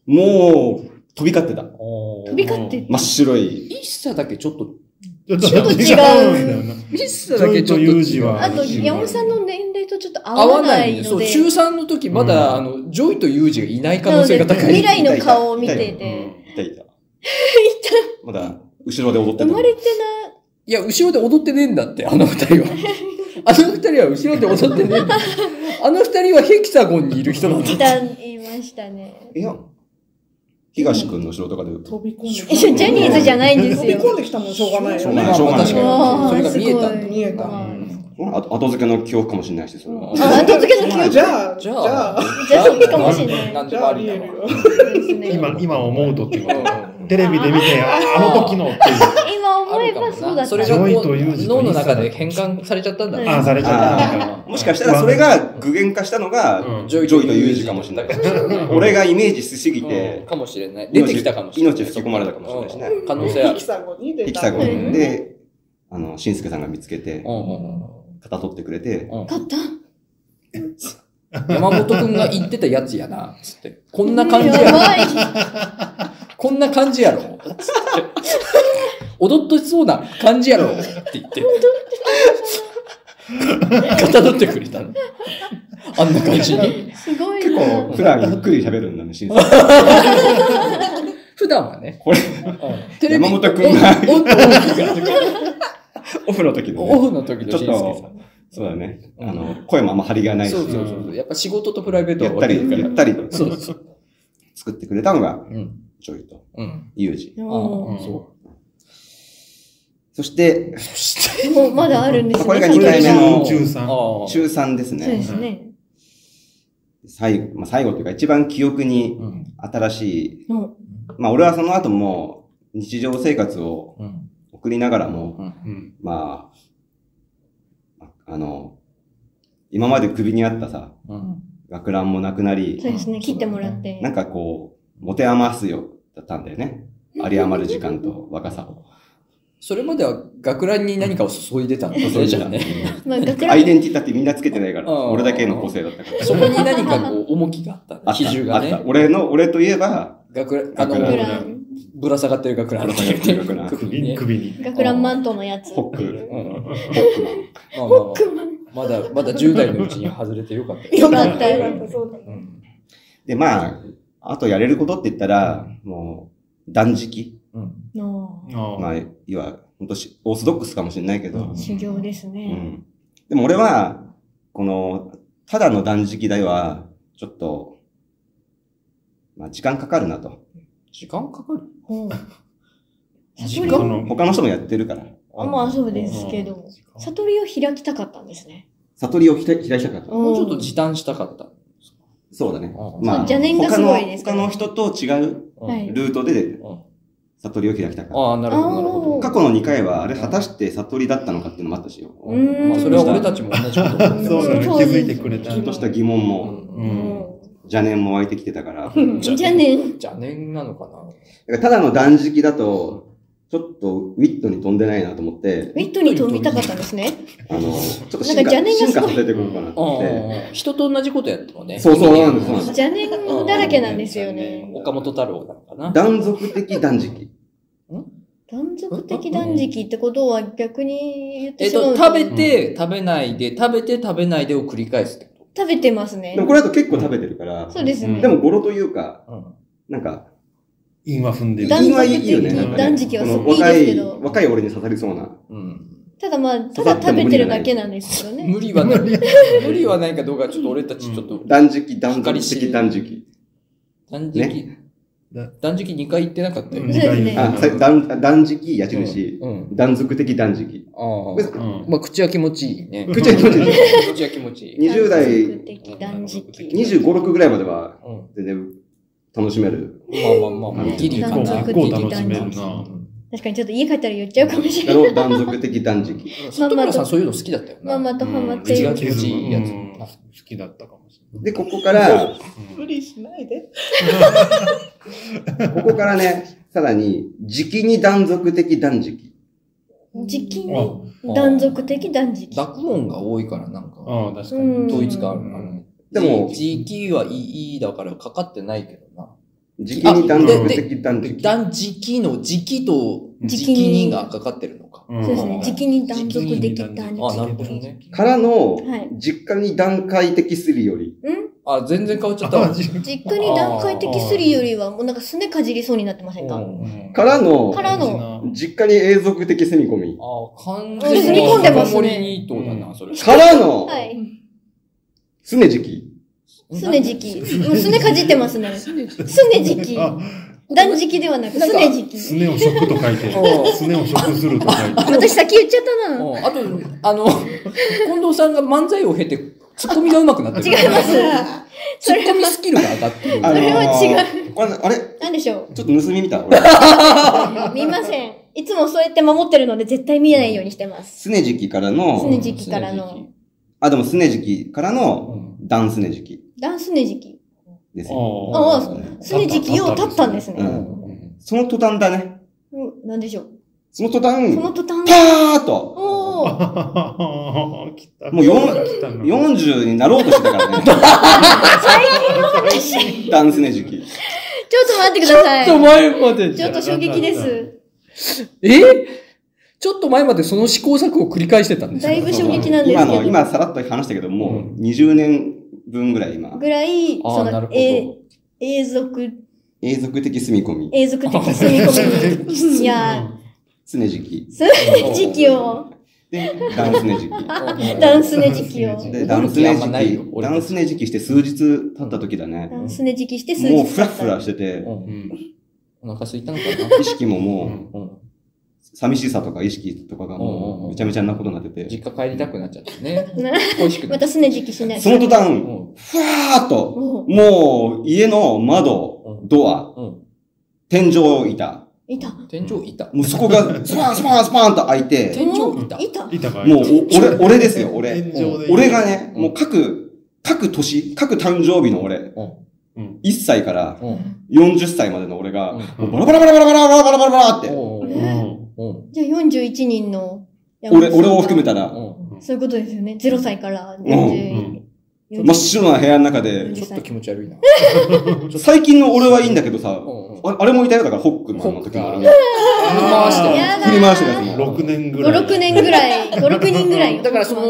[SPEAKER 5] もう、飛び交ってた。
[SPEAKER 1] <laughs> 飛
[SPEAKER 2] 飛
[SPEAKER 1] び交って。
[SPEAKER 5] 真っ白い。
[SPEAKER 3] イッサだけちょっと、
[SPEAKER 2] ちょっ
[SPEAKER 1] ちょっと違う
[SPEAKER 3] イッサ
[SPEAKER 2] だ
[SPEAKER 3] だ
[SPEAKER 2] け
[SPEAKER 3] け
[SPEAKER 2] ち
[SPEAKER 3] ち
[SPEAKER 2] ょ
[SPEAKER 3] ょっと。
[SPEAKER 2] っとユージは
[SPEAKER 1] あと、山本さんの年齢とちょっと合
[SPEAKER 3] 合
[SPEAKER 1] わ
[SPEAKER 3] わ
[SPEAKER 1] な
[SPEAKER 3] ないい。
[SPEAKER 1] の
[SPEAKER 3] そう、
[SPEAKER 1] で。
[SPEAKER 3] 中3の時まだ、あの、ジョイとユージがいない可能性が高
[SPEAKER 1] なので未
[SPEAKER 3] い。
[SPEAKER 1] 来の顔を見て
[SPEAKER 5] い
[SPEAKER 1] て、
[SPEAKER 5] たいた。まだ、後ろで踊って
[SPEAKER 1] 生
[SPEAKER 5] た。
[SPEAKER 1] まれて
[SPEAKER 3] いや、後ろで踊ってねえんだって、あの二人は。
[SPEAKER 1] <laughs>
[SPEAKER 3] あの二人は後ろで踊ってねえんだ。あの二人はヘキサゴンにいる人なんだ。
[SPEAKER 1] ないた、いましたね。
[SPEAKER 5] いや、東くんの後ろとかで、
[SPEAKER 4] 飛び込んでき
[SPEAKER 1] いやジャニーズじゃないんです
[SPEAKER 4] 飛び
[SPEAKER 1] よ。
[SPEAKER 4] 込んできたもんしょうがない
[SPEAKER 5] しょう
[SPEAKER 4] よ
[SPEAKER 5] がな
[SPEAKER 4] ね
[SPEAKER 5] い、しょうがな
[SPEAKER 3] 確かにそれ
[SPEAKER 5] い。
[SPEAKER 3] が見えた
[SPEAKER 1] あーすごい
[SPEAKER 4] 見えた
[SPEAKER 1] うん
[SPEAKER 5] あと後付けの記憶かもしれないし、それは。
[SPEAKER 3] あ
[SPEAKER 1] 後付けの記憶
[SPEAKER 4] じゃあ
[SPEAKER 3] じ
[SPEAKER 4] じ
[SPEAKER 3] ゃ
[SPEAKER 4] ゃ
[SPEAKER 3] あ
[SPEAKER 4] あ
[SPEAKER 1] じゃあ、そうかもしれない。
[SPEAKER 3] なん
[SPEAKER 4] じ
[SPEAKER 3] で
[SPEAKER 4] ゃ
[SPEAKER 3] も
[SPEAKER 4] あ
[SPEAKER 3] あ
[SPEAKER 4] あり
[SPEAKER 3] りだ
[SPEAKER 4] え
[SPEAKER 3] わ
[SPEAKER 4] るよ
[SPEAKER 1] そうですね
[SPEAKER 2] 今、今思うとっていうこと。テレビで見て、ああの時のっていう。
[SPEAKER 1] 今
[SPEAKER 3] あ
[SPEAKER 1] 思え
[SPEAKER 3] るかも
[SPEAKER 1] ば
[SPEAKER 3] な
[SPEAKER 1] そうだった
[SPEAKER 3] それが
[SPEAKER 1] ね。
[SPEAKER 3] こ
[SPEAKER 2] ジョイとユージ
[SPEAKER 3] う
[SPEAKER 2] と
[SPEAKER 3] 脳
[SPEAKER 2] イッサ
[SPEAKER 3] の中で変換されちゃったんだ。
[SPEAKER 1] うん
[SPEAKER 2] ああ、されちゃった。
[SPEAKER 5] <laughs> もしかしたらそれが具現化したのが、
[SPEAKER 2] うん
[SPEAKER 5] ジョイとユージかもしれない。俺がイメージしすぎ
[SPEAKER 3] うん
[SPEAKER 5] て、
[SPEAKER 3] かもしれない。出てきたかもしれない。
[SPEAKER 5] 命吹き込まれたかもしれないしね
[SPEAKER 3] うん可能性あ
[SPEAKER 4] ヘ
[SPEAKER 3] る
[SPEAKER 4] キ。サゴンに出た
[SPEAKER 5] ヘキサゴ
[SPEAKER 1] う
[SPEAKER 5] ン
[SPEAKER 1] ん
[SPEAKER 5] で、あの、しんすけさんが見つけて
[SPEAKER 3] う、ん
[SPEAKER 5] 肩取ってくれて、
[SPEAKER 3] うんうん
[SPEAKER 1] 勝った
[SPEAKER 3] 山本くんが言ってたやつやな、つって。こんな感じや
[SPEAKER 1] や
[SPEAKER 3] ろ。
[SPEAKER 1] ば
[SPEAKER 3] <laughs>
[SPEAKER 1] い。
[SPEAKER 3] こんな感じやろ。つって。踊っとしそうな感じやろ。って言って。肩取ってくれたの。あんな感じに。
[SPEAKER 1] すごい
[SPEAKER 5] 結
[SPEAKER 1] な。
[SPEAKER 5] 構普段ゆっくり喋るんだね、しんすけさん。
[SPEAKER 3] 普段はね。
[SPEAKER 5] これ、
[SPEAKER 3] うんテレビ
[SPEAKER 5] 山本くんが
[SPEAKER 3] オンオンとオフが
[SPEAKER 5] オフの時の
[SPEAKER 3] オ
[SPEAKER 5] ね、
[SPEAKER 3] フの時
[SPEAKER 5] ち
[SPEAKER 3] の
[SPEAKER 5] ょ
[SPEAKER 3] し
[SPEAKER 5] っ
[SPEAKER 3] んすけさ
[SPEAKER 5] と
[SPEAKER 3] ん。、
[SPEAKER 5] そうだね、あの、声もあんま張りがないし
[SPEAKER 3] そ、うそうそうそう。やっぱ仕事とプライベート
[SPEAKER 5] ゆ
[SPEAKER 3] は
[SPEAKER 5] っ
[SPEAKER 3] 分
[SPEAKER 5] た
[SPEAKER 3] ける
[SPEAKER 5] り、
[SPEAKER 3] か
[SPEAKER 5] ゆ
[SPEAKER 3] ら
[SPEAKER 5] っ。たりと
[SPEAKER 3] そうそう。
[SPEAKER 5] 作ってくれたのが、
[SPEAKER 3] うん。
[SPEAKER 5] ジョイと
[SPEAKER 3] うん。
[SPEAKER 5] ユージ。
[SPEAKER 3] ああ、
[SPEAKER 1] も
[SPEAKER 3] そ
[SPEAKER 5] そして、
[SPEAKER 3] う。そして、
[SPEAKER 1] うまだあるんですね。
[SPEAKER 5] これが
[SPEAKER 1] 先
[SPEAKER 5] 二回目の
[SPEAKER 1] が
[SPEAKER 2] 中三
[SPEAKER 3] ああ
[SPEAKER 5] 中3です
[SPEAKER 1] そうで
[SPEAKER 5] ね。
[SPEAKER 1] すね。
[SPEAKER 5] 最後、まあ、最後というか一番記憶に
[SPEAKER 3] うん。
[SPEAKER 5] 新しい。
[SPEAKER 1] うん
[SPEAKER 5] まあ俺はその後も日常生活を
[SPEAKER 3] うん。
[SPEAKER 5] 送りながらも、
[SPEAKER 2] うん。
[SPEAKER 5] まあ、あの、今まで首にあったさ、
[SPEAKER 3] うん。
[SPEAKER 5] 学ランもなくなり
[SPEAKER 1] そ、うですね。切ってもらって。
[SPEAKER 5] なんかこう、持て余すようだったんだよね。有り余る時間と若さを。
[SPEAKER 3] それまでは学ランに何かを注いでたんだ
[SPEAKER 5] 注
[SPEAKER 3] ね、
[SPEAKER 5] い
[SPEAKER 3] じ
[SPEAKER 5] で
[SPEAKER 3] ゃあ
[SPEAKER 5] た
[SPEAKER 3] ね。
[SPEAKER 1] まあ、学
[SPEAKER 5] ア
[SPEAKER 1] ラ
[SPEAKER 5] イ
[SPEAKER 1] ン
[SPEAKER 5] デンティティってみんなつけてないから、
[SPEAKER 3] うん
[SPEAKER 5] 俺だけの個性だったから。
[SPEAKER 3] そこに何かこう、重きがあった。
[SPEAKER 5] あった
[SPEAKER 3] 比重が
[SPEAKER 5] あっ
[SPEAKER 3] ね
[SPEAKER 5] た。俺の、俺といえば、
[SPEAKER 3] 学ラン、あ
[SPEAKER 1] 学
[SPEAKER 5] 学
[SPEAKER 3] の、
[SPEAKER 1] ラン、
[SPEAKER 3] ぶら下がってる学ラン
[SPEAKER 5] ぶら下がってる学ラン
[SPEAKER 3] 首
[SPEAKER 2] 首
[SPEAKER 3] に
[SPEAKER 2] に、
[SPEAKER 3] ね。
[SPEAKER 2] 首に。
[SPEAKER 1] 学ランマントのやつ。
[SPEAKER 5] ホック、
[SPEAKER 3] うん。まあま
[SPEAKER 5] ホックマン。
[SPEAKER 3] あ
[SPEAKER 1] ホックマン。
[SPEAKER 3] まあ、まだ、まだ10代のうちに外れてよかった。
[SPEAKER 1] よかった
[SPEAKER 4] よか
[SPEAKER 1] よ
[SPEAKER 4] った。そうだね
[SPEAKER 3] うん。
[SPEAKER 5] で、まあ、あとやれることって言ったら、もう、断食。
[SPEAKER 3] うん。
[SPEAKER 1] の
[SPEAKER 5] まあ、要は、本当しオーソドックスかもしれないけど、
[SPEAKER 1] 修行です
[SPEAKER 5] う
[SPEAKER 1] ね。
[SPEAKER 5] ん。でも俺は、この、ただの断食代は、ちょっと、まあ、時間かかるなと。
[SPEAKER 3] 時間かかる
[SPEAKER 1] うん
[SPEAKER 2] 時
[SPEAKER 1] 悟り
[SPEAKER 2] 間
[SPEAKER 1] を、
[SPEAKER 2] の
[SPEAKER 5] 他の人もやってるから、
[SPEAKER 1] あまあそうですけど、悟りを開きたかったんですね。
[SPEAKER 5] 悟りをひら開いたかった。
[SPEAKER 1] も
[SPEAKER 3] もうちょっと時短したかった。
[SPEAKER 5] そうだね
[SPEAKER 3] あ。
[SPEAKER 5] まあ、
[SPEAKER 1] そう邪念がすごいですか
[SPEAKER 5] 他
[SPEAKER 1] ら
[SPEAKER 5] の、他の人と違う
[SPEAKER 3] うん
[SPEAKER 1] はい
[SPEAKER 5] ルートで
[SPEAKER 3] うん
[SPEAKER 5] 悟りを開きたかっ
[SPEAKER 3] ああ、なるほど、なるほ
[SPEAKER 5] た。過去の2回は、あれ果たして悟りだったのかっていうのもあったしよ。
[SPEAKER 3] ど。
[SPEAKER 1] うん
[SPEAKER 3] まあ、それは俺たちも同じことだと思う
[SPEAKER 2] そうだね。気
[SPEAKER 1] そうです
[SPEAKER 2] づいてくれ
[SPEAKER 5] ち
[SPEAKER 2] た
[SPEAKER 5] ょ。っとした疑問
[SPEAKER 3] う
[SPEAKER 5] も、
[SPEAKER 3] ん
[SPEAKER 2] う。
[SPEAKER 1] うんん
[SPEAKER 5] 邪念も湧いてきてたから。
[SPEAKER 1] じゃあね。
[SPEAKER 3] 邪念なのか
[SPEAKER 5] だからただの断食だと、ちょっとウィットに飛んでないなと思って
[SPEAKER 1] ウ、ィットに飛びたかったんですね。
[SPEAKER 5] あの、ちょっと
[SPEAKER 1] なんか
[SPEAKER 5] 進化
[SPEAKER 1] 邪念がすご
[SPEAKER 5] 進
[SPEAKER 1] い
[SPEAKER 5] 化させていこうかな
[SPEAKER 3] な
[SPEAKER 5] と思って。
[SPEAKER 3] うん人と同じことやってもね。
[SPEAKER 5] そうそうなんですそうなんです
[SPEAKER 1] 邪念だらけなんですよね。
[SPEAKER 3] 岡本太郎なのかな。
[SPEAKER 5] 断続的断食。
[SPEAKER 1] 断続的断食ってことは逆に言っ
[SPEAKER 3] え
[SPEAKER 1] て
[SPEAKER 3] っ
[SPEAKER 1] しまう
[SPEAKER 3] と、食べて、食べないで、食べて、食べないでを繰り返すってこ
[SPEAKER 1] 食べてますね
[SPEAKER 5] でも。これだと結構食べてるから、
[SPEAKER 1] そうですね。
[SPEAKER 5] でも語呂というか、
[SPEAKER 3] と。うん
[SPEAKER 5] なんか、
[SPEAKER 2] 韻は踏んでる。
[SPEAKER 1] 断
[SPEAKER 5] 韻
[SPEAKER 1] 食
[SPEAKER 5] はいいよね。
[SPEAKER 2] 的
[SPEAKER 5] なんかね
[SPEAKER 1] 断食は
[SPEAKER 5] この
[SPEAKER 1] いい
[SPEAKER 5] 若
[SPEAKER 1] ですけ
[SPEAKER 5] い、
[SPEAKER 1] ど
[SPEAKER 5] 若い俺に刺さりそうな。
[SPEAKER 3] うん。
[SPEAKER 1] ただまあ、ただ食べてるだけなんですよね。
[SPEAKER 3] 無理は
[SPEAKER 5] <laughs>
[SPEAKER 3] ない。無理はないかどうか、ちょっと俺たちちょっと、
[SPEAKER 5] 断食、断
[SPEAKER 3] か
[SPEAKER 5] 続
[SPEAKER 3] りし
[SPEAKER 5] 的断食。
[SPEAKER 3] 断食
[SPEAKER 2] ね、
[SPEAKER 3] 断食2回行ってなかったよ
[SPEAKER 2] う
[SPEAKER 1] そう
[SPEAKER 3] ね。
[SPEAKER 2] ん
[SPEAKER 1] です
[SPEAKER 2] う
[SPEAKER 1] ね
[SPEAKER 2] ん。
[SPEAKER 5] あ、さ断断食矢印、
[SPEAKER 3] うん。
[SPEAKER 5] 断続的断食。
[SPEAKER 3] あ
[SPEAKER 5] 別
[SPEAKER 3] あ。
[SPEAKER 5] に
[SPEAKER 2] うん
[SPEAKER 3] まあ、口は気持ちいいね。
[SPEAKER 5] 口は気持ちいい
[SPEAKER 3] 口は気持ちいい。
[SPEAKER 5] 20代
[SPEAKER 1] 断食的断食。
[SPEAKER 5] 25、6ぐらいまでは
[SPEAKER 3] うん。
[SPEAKER 5] 全然楽しめる。
[SPEAKER 3] まあまあまあまあ、ギリか
[SPEAKER 1] 断
[SPEAKER 3] な。
[SPEAKER 1] 続
[SPEAKER 2] 結
[SPEAKER 1] 的
[SPEAKER 2] 構楽しめるな。
[SPEAKER 3] うん
[SPEAKER 1] 確かにちょっと家帰ったら言っちゃうかもし
[SPEAKER 5] だ
[SPEAKER 1] れない。
[SPEAKER 5] ろ断続的断食。
[SPEAKER 3] 里村さんそういうの好きだったよな。
[SPEAKER 1] ママとハマって
[SPEAKER 3] 一
[SPEAKER 1] る。
[SPEAKER 3] が気持ちいいやつ。
[SPEAKER 2] うん好きだったかもしれない。
[SPEAKER 5] で、ここから、
[SPEAKER 4] 無理しないで。
[SPEAKER 5] ここからね、さらに、時期に断続的断食。
[SPEAKER 1] 時期
[SPEAKER 2] あ
[SPEAKER 1] に断続的断食。
[SPEAKER 3] 濁音が多いからなんか、
[SPEAKER 2] ああ、確かに。
[SPEAKER 1] うん
[SPEAKER 3] 統一があるな。
[SPEAKER 2] うん
[SPEAKER 5] でも
[SPEAKER 3] 時期はいいいいだからかかってないけどな。
[SPEAKER 5] 時期に断続的断食。
[SPEAKER 3] 断食の時期と
[SPEAKER 1] 時
[SPEAKER 3] 時
[SPEAKER 1] 期
[SPEAKER 3] 期
[SPEAKER 1] に
[SPEAKER 3] にがかかってるのか。
[SPEAKER 2] うん
[SPEAKER 1] そうですね。時期に断続的
[SPEAKER 2] 時期
[SPEAKER 1] 断
[SPEAKER 2] に断
[SPEAKER 3] あ、な
[SPEAKER 1] 食。
[SPEAKER 3] るほどね。
[SPEAKER 5] からの
[SPEAKER 1] はい、
[SPEAKER 5] 実家に段階的するより、
[SPEAKER 3] あ、全然変わっちゃったわ。
[SPEAKER 2] あじ
[SPEAKER 1] 実家に段階的するよりは、もうなんかすねかじりそうになってませんか
[SPEAKER 2] うん
[SPEAKER 5] からの、
[SPEAKER 1] からの
[SPEAKER 5] 実家に永続的住み込み。
[SPEAKER 3] ああ、完
[SPEAKER 1] うん
[SPEAKER 3] 全
[SPEAKER 1] 住み込んでますね
[SPEAKER 3] 森ニートだな、それ。
[SPEAKER 5] からの、
[SPEAKER 1] はい。
[SPEAKER 5] 常時期。
[SPEAKER 1] すね時期。もうすねかじってますね。すね時期。
[SPEAKER 2] あ、
[SPEAKER 1] 断食ではなく、
[SPEAKER 3] なん
[SPEAKER 1] す
[SPEAKER 3] か
[SPEAKER 1] ね時期。
[SPEAKER 2] すねを食と書いてる
[SPEAKER 3] お。う
[SPEAKER 2] すねを食すると書いてる。
[SPEAKER 1] 私先言っちゃったな。
[SPEAKER 3] うんあと、あの、近藤さんが漫才を経て、ツッコミが上手くなってる。
[SPEAKER 1] 違います。
[SPEAKER 3] ツッコミスキルが上がってる。
[SPEAKER 5] あの
[SPEAKER 1] れは違
[SPEAKER 5] う。これあれち
[SPEAKER 1] なんでしょ
[SPEAKER 5] ょっと盗み見 <laughs> た俺
[SPEAKER 1] う。見ません。いつもそうやって守ってるので、絶対見えないようにしてます。
[SPEAKER 5] 常時期からの
[SPEAKER 1] す、ね時期からの。
[SPEAKER 5] あ、でも常時期からの、
[SPEAKER 3] うん
[SPEAKER 5] 断常時期
[SPEAKER 1] ダンスね時期。
[SPEAKER 5] ですよ。
[SPEAKER 2] あ
[SPEAKER 1] ああ、
[SPEAKER 5] うん
[SPEAKER 1] すね時期を経ったんです
[SPEAKER 5] う
[SPEAKER 1] ね。
[SPEAKER 3] うん
[SPEAKER 5] その途端だね。
[SPEAKER 1] うんなんでしょう。
[SPEAKER 5] その途端、
[SPEAKER 1] その途
[SPEAKER 5] パ
[SPEAKER 1] 端。
[SPEAKER 5] ーッと、
[SPEAKER 1] お
[SPEAKER 2] <laughs>
[SPEAKER 1] ー。
[SPEAKER 2] あ。来た。
[SPEAKER 5] もう四
[SPEAKER 2] 来たな
[SPEAKER 5] 40になろうとしてた <laughs> からね。
[SPEAKER 1] ち
[SPEAKER 5] ダンスね時期。
[SPEAKER 1] ょっと待ってください。
[SPEAKER 3] ちょっと前まで
[SPEAKER 1] ちょっと衝撃です。
[SPEAKER 3] えちょっと前までその試行錯誤を繰り返してたんです
[SPEAKER 1] だいぶ衝撃なんです
[SPEAKER 5] 今
[SPEAKER 1] け
[SPEAKER 5] の、
[SPEAKER 1] ど。
[SPEAKER 5] 今さらっと話したけど、も
[SPEAKER 3] う
[SPEAKER 5] う20年分ぐらい今、
[SPEAKER 1] ぐらい、
[SPEAKER 3] あー
[SPEAKER 1] そ
[SPEAKER 3] な
[SPEAKER 1] の
[SPEAKER 3] るほ、ど
[SPEAKER 1] え永続、
[SPEAKER 5] 永続的住み込み、
[SPEAKER 1] 永続的住み込
[SPEAKER 5] <laughs>
[SPEAKER 1] みに。いや
[SPEAKER 5] 常時期。
[SPEAKER 1] ー、そういう時期を、
[SPEAKER 5] で、ダンスね時
[SPEAKER 1] <laughs>
[SPEAKER 5] 期。
[SPEAKER 1] ダンスね時期を。
[SPEAKER 5] で、ダンスね
[SPEAKER 3] あんま
[SPEAKER 5] 時
[SPEAKER 3] ないよ
[SPEAKER 5] 期、
[SPEAKER 3] 俺
[SPEAKER 5] ダ
[SPEAKER 3] たち
[SPEAKER 5] ンスね時期して数日経った時だね。
[SPEAKER 1] ダンスね時期して数日
[SPEAKER 5] もう
[SPEAKER 1] 経っ
[SPEAKER 5] フラフ
[SPEAKER 1] た。
[SPEAKER 5] ラしてて、
[SPEAKER 3] うん
[SPEAKER 2] ん。
[SPEAKER 3] お腹空いたのか
[SPEAKER 5] 意識も
[SPEAKER 2] う、
[SPEAKER 5] もうん
[SPEAKER 3] な
[SPEAKER 5] 寂しさとか意識とかが
[SPEAKER 3] うんうんう
[SPEAKER 5] も
[SPEAKER 3] ん
[SPEAKER 5] う、めちゃめちゃなことになってて、
[SPEAKER 3] 実家帰りたくなっちゃってね。
[SPEAKER 1] な
[SPEAKER 3] 恋しくな
[SPEAKER 1] <laughs> ま
[SPEAKER 3] っちゃ
[SPEAKER 1] た
[SPEAKER 3] っ
[SPEAKER 1] すね時期しない。
[SPEAKER 5] その途端、
[SPEAKER 3] た。
[SPEAKER 5] ふわーっと、
[SPEAKER 1] もう、
[SPEAKER 5] もう、家の窓
[SPEAKER 3] う、ん
[SPEAKER 5] ドア、
[SPEAKER 3] うん
[SPEAKER 5] 天井板、
[SPEAKER 1] いた。
[SPEAKER 3] 天井いた。
[SPEAKER 5] もうそこがスパンスパンスパンと開いて、
[SPEAKER 3] 天井いた。
[SPEAKER 1] いた。
[SPEAKER 2] 板が
[SPEAKER 5] もうお
[SPEAKER 2] <laughs>
[SPEAKER 5] 俺、俺ですよ、
[SPEAKER 2] 天
[SPEAKER 5] 俺。
[SPEAKER 2] 井で
[SPEAKER 5] 俺がね、
[SPEAKER 3] うん
[SPEAKER 5] もう各、各年、各誕生日の俺
[SPEAKER 2] うん、
[SPEAKER 5] 1歳から
[SPEAKER 3] うん
[SPEAKER 5] 40歳までの俺が、
[SPEAKER 3] う
[SPEAKER 5] もうバラバラバラバラバラバラバラバラバラって、
[SPEAKER 3] ん
[SPEAKER 2] う。
[SPEAKER 1] うん
[SPEAKER 3] うん
[SPEAKER 1] じゃあ41人の山
[SPEAKER 5] 俺、
[SPEAKER 1] 本さん
[SPEAKER 5] 俺を含めた
[SPEAKER 3] う
[SPEAKER 5] ら、
[SPEAKER 3] ん
[SPEAKER 1] そういうことですよね。0歳から
[SPEAKER 2] うん
[SPEAKER 1] 40。
[SPEAKER 5] 真っ白な部屋の中で、
[SPEAKER 3] ちょっと気持
[SPEAKER 1] <laughs>
[SPEAKER 3] ち悪いな。
[SPEAKER 5] 最近の俺はいいんだけどさ、
[SPEAKER 3] うんうん
[SPEAKER 5] ああれもいたよ、だから、ホックマンの時の俺も。
[SPEAKER 3] 回して
[SPEAKER 1] やだー
[SPEAKER 5] 振り回してたやつも。
[SPEAKER 2] 6年ぐらい。
[SPEAKER 1] 5、6年ぐらい、5、6人
[SPEAKER 5] <laughs>
[SPEAKER 1] ぐらい。
[SPEAKER 3] だからその、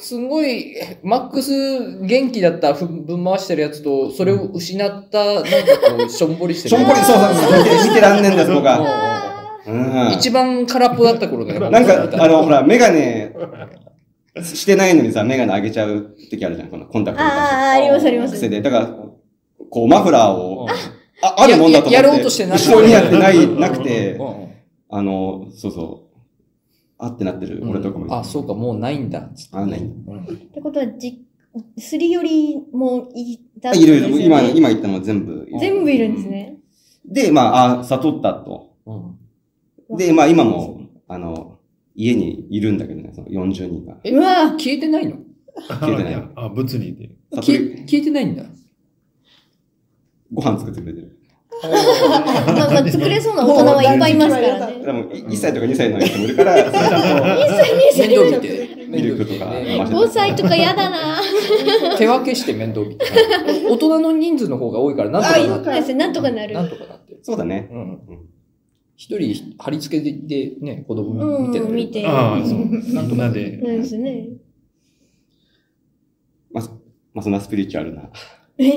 [SPEAKER 3] すごい、マックス元気だった分回してるやつと、それを失った、なんかこう、しょんぼりして
[SPEAKER 5] <laughs> し
[SPEAKER 3] る。
[SPEAKER 5] ょんぼり、そうそうそう、見て見てらんねえんだ、そこ
[SPEAKER 3] うん
[SPEAKER 5] が。
[SPEAKER 3] うん
[SPEAKER 5] うん
[SPEAKER 3] 一番空っぽだった頃だよ。
[SPEAKER 5] なんか、あの、ほら、メガネ、してないのにさ、メガネ上げちゃう時あるじゃん、このコンタクトの場
[SPEAKER 1] ああ、ありますあります。
[SPEAKER 5] 癖で。だから、こう、マフラーを、
[SPEAKER 3] うん
[SPEAKER 5] あ、あるもんだと思って。
[SPEAKER 3] やややろうとしてな
[SPEAKER 5] ない。
[SPEAKER 3] い
[SPEAKER 5] 後ろにやってない、なくて
[SPEAKER 3] う、んうん
[SPEAKER 5] あの、そうそう、あってなってる、俺とかも。
[SPEAKER 3] あ、そうか、もうないんだ。
[SPEAKER 5] あ、ない。
[SPEAKER 3] うん
[SPEAKER 1] ってことは、じ、すり寄りもいたって
[SPEAKER 5] い
[SPEAKER 1] こと
[SPEAKER 5] ろ
[SPEAKER 1] ですよ
[SPEAKER 5] いろ、
[SPEAKER 1] ね
[SPEAKER 5] 今、今言ったのは全部。
[SPEAKER 1] 全部いるんですね。
[SPEAKER 5] で、まあ、あ、悟ったと。
[SPEAKER 3] うん
[SPEAKER 5] で、まあ、今も、あの、家にいるんだけどね、その40人が。
[SPEAKER 3] え
[SPEAKER 1] うわ
[SPEAKER 3] 消えてないの
[SPEAKER 5] 消えてない。
[SPEAKER 2] あ、物理で。
[SPEAKER 5] 悟
[SPEAKER 3] 消え
[SPEAKER 5] り、
[SPEAKER 3] 消えてないんだ。
[SPEAKER 5] ご飯作ってくれてる。
[SPEAKER 1] <laughs> まあ、まあ、作れそうな大人はいっぱいいますからね。
[SPEAKER 5] でも、1歳とか2歳のやつもいるから、
[SPEAKER 3] 面倒見て。
[SPEAKER 5] ミルクとか飲ませて。
[SPEAKER 1] 5歳とかやだな
[SPEAKER 3] 手分けして面倒見て。大人の人数の方が多いから、なんと
[SPEAKER 4] あ、いい
[SPEAKER 3] かなっ
[SPEAKER 4] か
[SPEAKER 3] て
[SPEAKER 1] そうですね、なんとかな
[SPEAKER 3] る。
[SPEAKER 1] る。
[SPEAKER 3] なんとかなってる。
[SPEAKER 5] そうだね。
[SPEAKER 3] うん
[SPEAKER 5] ん
[SPEAKER 3] 一人貼り付けでね、子供見て
[SPEAKER 1] う
[SPEAKER 3] る
[SPEAKER 1] ん、見て。
[SPEAKER 2] ああ、そう。
[SPEAKER 1] そ
[SPEAKER 2] みんなで。
[SPEAKER 1] うですね。
[SPEAKER 5] まあ、そまあ、そんなスピリチュアルな
[SPEAKER 1] え、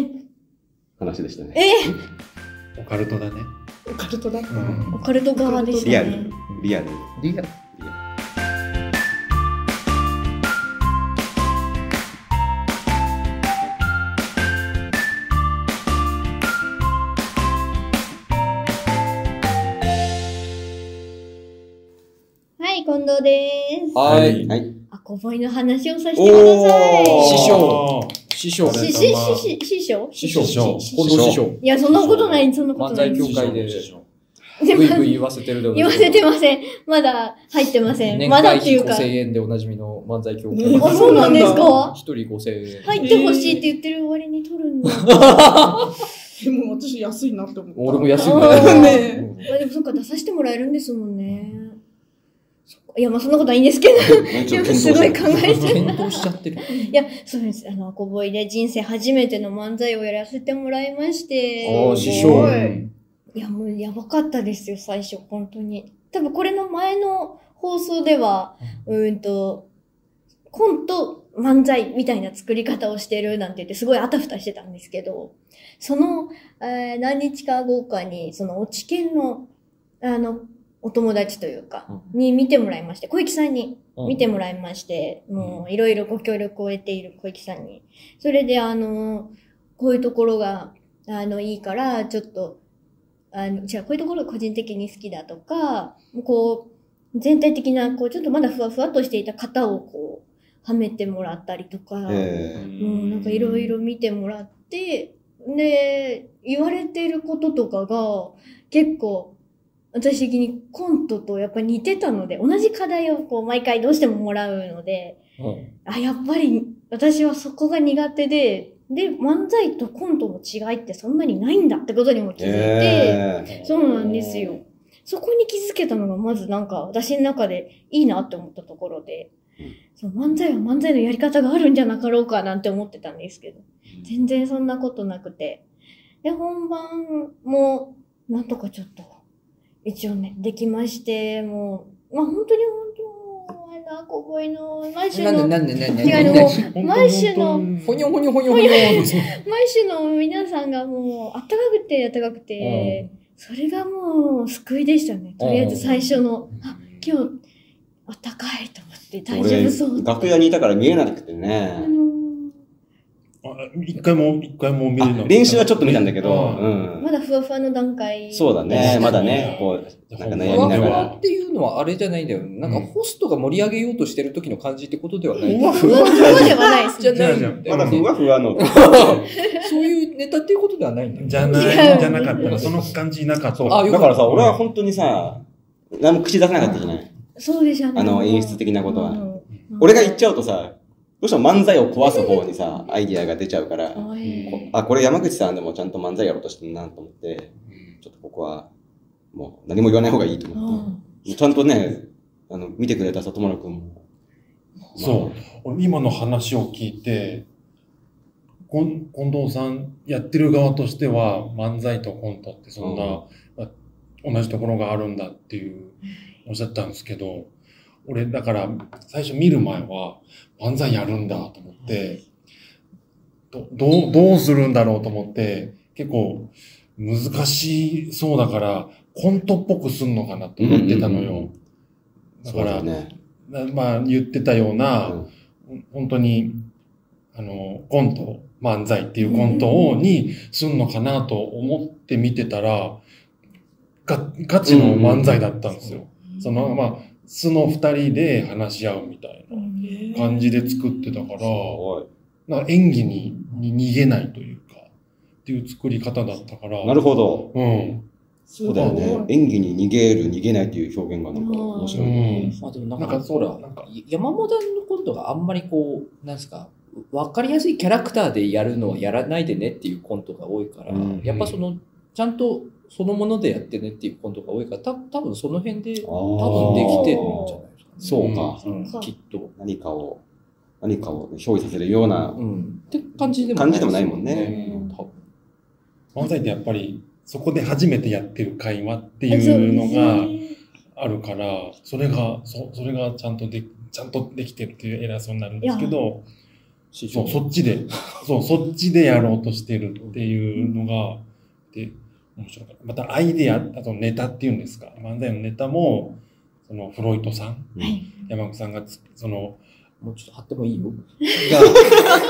[SPEAKER 5] 話でしたね。
[SPEAKER 1] え、
[SPEAKER 2] オカルトだね。
[SPEAKER 4] オカルトだった。
[SPEAKER 1] オカルト側でした
[SPEAKER 5] リア
[SPEAKER 1] ね
[SPEAKER 5] ル。。リアル。
[SPEAKER 3] リアル。
[SPEAKER 1] はい、近藤です。
[SPEAKER 3] はい。
[SPEAKER 5] はい。
[SPEAKER 1] あ、こぼいの話をさせてください。
[SPEAKER 3] 師匠師匠。
[SPEAKER 2] 師
[SPEAKER 1] し、し、し、し、師匠
[SPEAKER 3] 師匠。
[SPEAKER 2] 師匠
[SPEAKER 3] 近藤師匠。
[SPEAKER 1] いや、そんなことない、そんなこと
[SPEAKER 3] 漫
[SPEAKER 1] ない
[SPEAKER 3] 才。協会でぐいぐい言わせてるでおなじみ
[SPEAKER 1] 言わせてません。まだ入ってません。
[SPEAKER 3] 年
[SPEAKER 1] まだ
[SPEAKER 3] 会
[SPEAKER 1] ってい
[SPEAKER 3] 費
[SPEAKER 1] うか。
[SPEAKER 3] 5000
[SPEAKER 1] あ、
[SPEAKER 3] 円でおなじみの漫才協会。
[SPEAKER 4] あ
[SPEAKER 1] そうなんです
[SPEAKER 4] そう
[SPEAKER 1] か
[SPEAKER 3] 一人5000円。
[SPEAKER 1] 入ってほしいって言ってる割に取るんだ。
[SPEAKER 4] でも私安いなって思った。
[SPEAKER 3] 俺も安いん
[SPEAKER 1] あー
[SPEAKER 3] だ
[SPEAKER 4] ねえ
[SPEAKER 3] よ。
[SPEAKER 1] まあでもそっか、出させてもらえるんですもんね。そっかいや、まあそんなことはいいんですけど。
[SPEAKER 5] ちょっと検討し
[SPEAKER 1] すごい考
[SPEAKER 5] て。
[SPEAKER 1] えてる。
[SPEAKER 3] 検討しちゃってる。
[SPEAKER 1] いや、そうです。あの、アコボイで人生初めての漫才をやらせてもらいまして。
[SPEAKER 3] ああ、師
[SPEAKER 4] す
[SPEAKER 3] 匠
[SPEAKER 4] ご。い
[SPEAKER 1] いや、もうやばかったですよ、最初、本当に。多分これの前の放送では、うーんと、コント、漫才みたいな作り方をしてるなんて言って、すごいあたふたしてたんですけど、その、えー何日か後かに、その、お知見の、あの、お友達というか、に見てもらいまして、小池さんに見てもらいまして、もういろいろご協力を得ている小池さんに。それで、あの、こういうところが、あの、いいから、ちょっと、あの、違う、こういうところ個人的に好きだとか、こう、全体的な、こう、ちょっとまだふわふわっとしていた型をこう、はめてもらったりとか、
[SPEAKER 5] え
[SPEAKER 1] うん、なんかいろいろ見てもらって、で、言われてることとかが、結構、私的にコントとやっぱり似てたので、同じ課題をこう毎回どうしてももらうので、
[SPEAKER 3] うん
[SPEAKER 1] あ、やっぱり私はそこが苦手で、で、漫才とコントの違いってそんなにないんだってことにも気づいて、
[SPEAKER 5] ええ
[SPEAKER 1] そうなんですよ。そこに気づけたのがまずなんか私の中でいいなって思ったところで、そう漫才は漫才のやり方があるんじゃなかろうかなんて思ってたんですけど、全然そんなことなくて。で、本番もなんとかちょっと一応ね、できまして、もう、まあ本当に本当、あれだ、小声の毎週
[SPEAKER 3] なんで
[SPEAKER 1] の、
[SPEAKER 3] なんでなんで
[SPEAKER 1] いや
[SPEAKER 3] なんで
[SPEAKER 1] あの
[SPEAKER 3] なんで
[SPEAKER 1] 毎週の
[SPEAKER 3] ほにょほにょほにょほにょ。
[SPEAKER 1] 毎週の皆さんがもう、あったかくてあったかくて、それがもう救いでしたね。とりあえず最初の、あ、今日、あったかいと思って大丈夫そう
[SPEAKER 5] 俺、楽屋にいたから見えなくてね
[SPEAKER 1] あ。の
[SPEAKER 2] あ一回も、一回も見れなか
[SPEAKER 5] あ
[SPEAKER 2] った
[SPEAKER 5] 練習はちょっと見たんだけど、
[SPEAKER 2] う
[SPEAKER 5] うん
[SPEAKER 1] ー
[SPEAKER 5] ん。
[SPEAKER 1] まだふわふわの段階。
[SPEAKER 5] そうだね、まだね、こう、なんか
[SPEAKER 3] ふ
[SPEAKER 5] 悩み
[SPEAKER 3] わ
[SPEAKER 5] な
[SPEAKER 3] ふ
[SPEAKER 5] が
[SPEAKER 3] わ
[SPEAKER 5] ら
[SPEAKER 3] っ。ていうのはあれじゃないんだよ。なんかホストが盛り上げようとしてる時の感じってことではない。
[SPEAKER 2] ふわふ
[SPEAKER 1] ふわ
[SPEAKER 2] わ
[SPEAKER 1] ふわではないです。
[SPEAKER 3] <laughs> じゃないんだよね
[SPEAKER 5] まだふわふわの。
[SPEAKER 3] そういうネタっていうことではないんだよ。
[SPEAKER 2] じゃない、じゃなかったら、その感じなかった。
[SPEAKER 3] あよ
[SPEAKER 5] だからさ、
[SPEAKER 2] うん
[SPEAKER 5] 俺は本当にさ、何も口出さなかったじゃない。
[SPEAKER 1] そうでしょうね。
[SPEAKER 5] あの演出的なことは
[SPEAKER 1] うん。
[SPEAKER 5] 俺が言っちゃうとさ、どうしても漫才を壊す方にさ、アイディアが出ちゃうから、
[SPEAKER 1] おい
[SPEAKER 5] あ、これ山口さんでもちゃんと漫才やろうとしてるなと思って、ちょっとここは、もう何も言わない方がいいと
[SPEAKER 1] う
[SPEAKER 5] 思
[SPEAKER 1] ん
[SPEAKER 5] って。ちゃんとね、あの、見てくれた里村くんも。
[SPEAKER 2] そう。俺今の話を聞いて、こん近藤さんやってる側としては漫才とコントってそんな、あ同じところがあるんだっていうおっしゃったんですけど、俺だから最初見る前は漫才やるんだと思って、どどうどうするんだろうと思って、結構難しそうだからコントっぽくすんのかなと思って
[SPEAKER 5] う
[SPEAKER 2] たの
[SPEAKER 5] んうんう
[SPEAKER 2] よ。だ
[SPEAKER 5] そ
[SPEAKER 2] か
[SPEAKER 5] うだ
[SPEAKER 2] ら
[SPEAKER 5] よ、ね。
[SPEAKER 2] なまあ言ってたような、
[SPEAKER 5] うん
[SPEAKER 2] 本当に、あの、コント、漫才っていうコントを、にすんのかなと思って見てたら、が、ガチの漫才だったんですよ。その、まあ、素の二人で話し合うみたいな感じで作ってたから、
[SPEAKER 5] お
[SPEAKER 2] なんか演技にに逃げないというか、っていう作り方だったから、
[SPEAKER 5] いなるほど。
[SPEAKER 2] うん。
[SPEAKER 5] そうだよね。演技に逃げる、逃げないっていう表現がなんか面白いね。
[SPEAKER 3] まあでもな
[SPEAKER 2] なんん
[SPEAKER 3] か
[SPEAKER 2] か
[SPEAKER 3] ほら
[SPEAKER 2] なんか、
[SPEAKER 3] 山本のコントがあんまりこう、なんですか、わかりやすいキャラクターでやるのはやらないでねっていうコントが多いから、
[SPEAKER 5] うん
[SPEAKER 3] やっぱその、ちゃんとそのものでやってねっていうコントが多いから、た多分その辺で、
[SPEAKER 5] あー
[SPEAKER 3] 多分できてるんじゃないですかね、
[SPEAKER 5] そうか。
[SPEAKER 3] うん
[SPEAKER 1] そっか
[SPEAKER 3] きっと。
[SPEAKER 5] 何かを、何かを憑依させるような
[SPEAKER 3] うん。って感じでも
[SPEAKER 5] 感じでもないもんね
[SPEAKER 3] うん多分
[SPEAKER 2] 漫才ってやっぱり、そこで初めてやってる会話って
[SPEAKER 1] えそう
[SPEAKER 2] いうの
[SPEAKER 1] です
[SPEAKER 2] が、
[SPEAKER 1] ね
[SPEAKER 2] あるから、それが、そそれがちゃんとで、ちゃんとできてるっていう偉そうになるんですけど、
[SPEAKER 3] 師
[SPEAKER 2] そ
[SPEAKER 3] 匠
[SPEAKER 2] う、そっ
[SPEAKER 5] <laughs>
[SPEAKER 2] ちで、そう、そっちでやろうとしてるっていうのが、で、面白かった。またアイデア、あとネタっていうんですか、漫才のネタも、その、フロイトさん、
[SPEAKER 1] はい
[SPEAKER 2] 山口さんがつ、その、
[SPEAKER 3] もうちょっと貼ってもいいよ。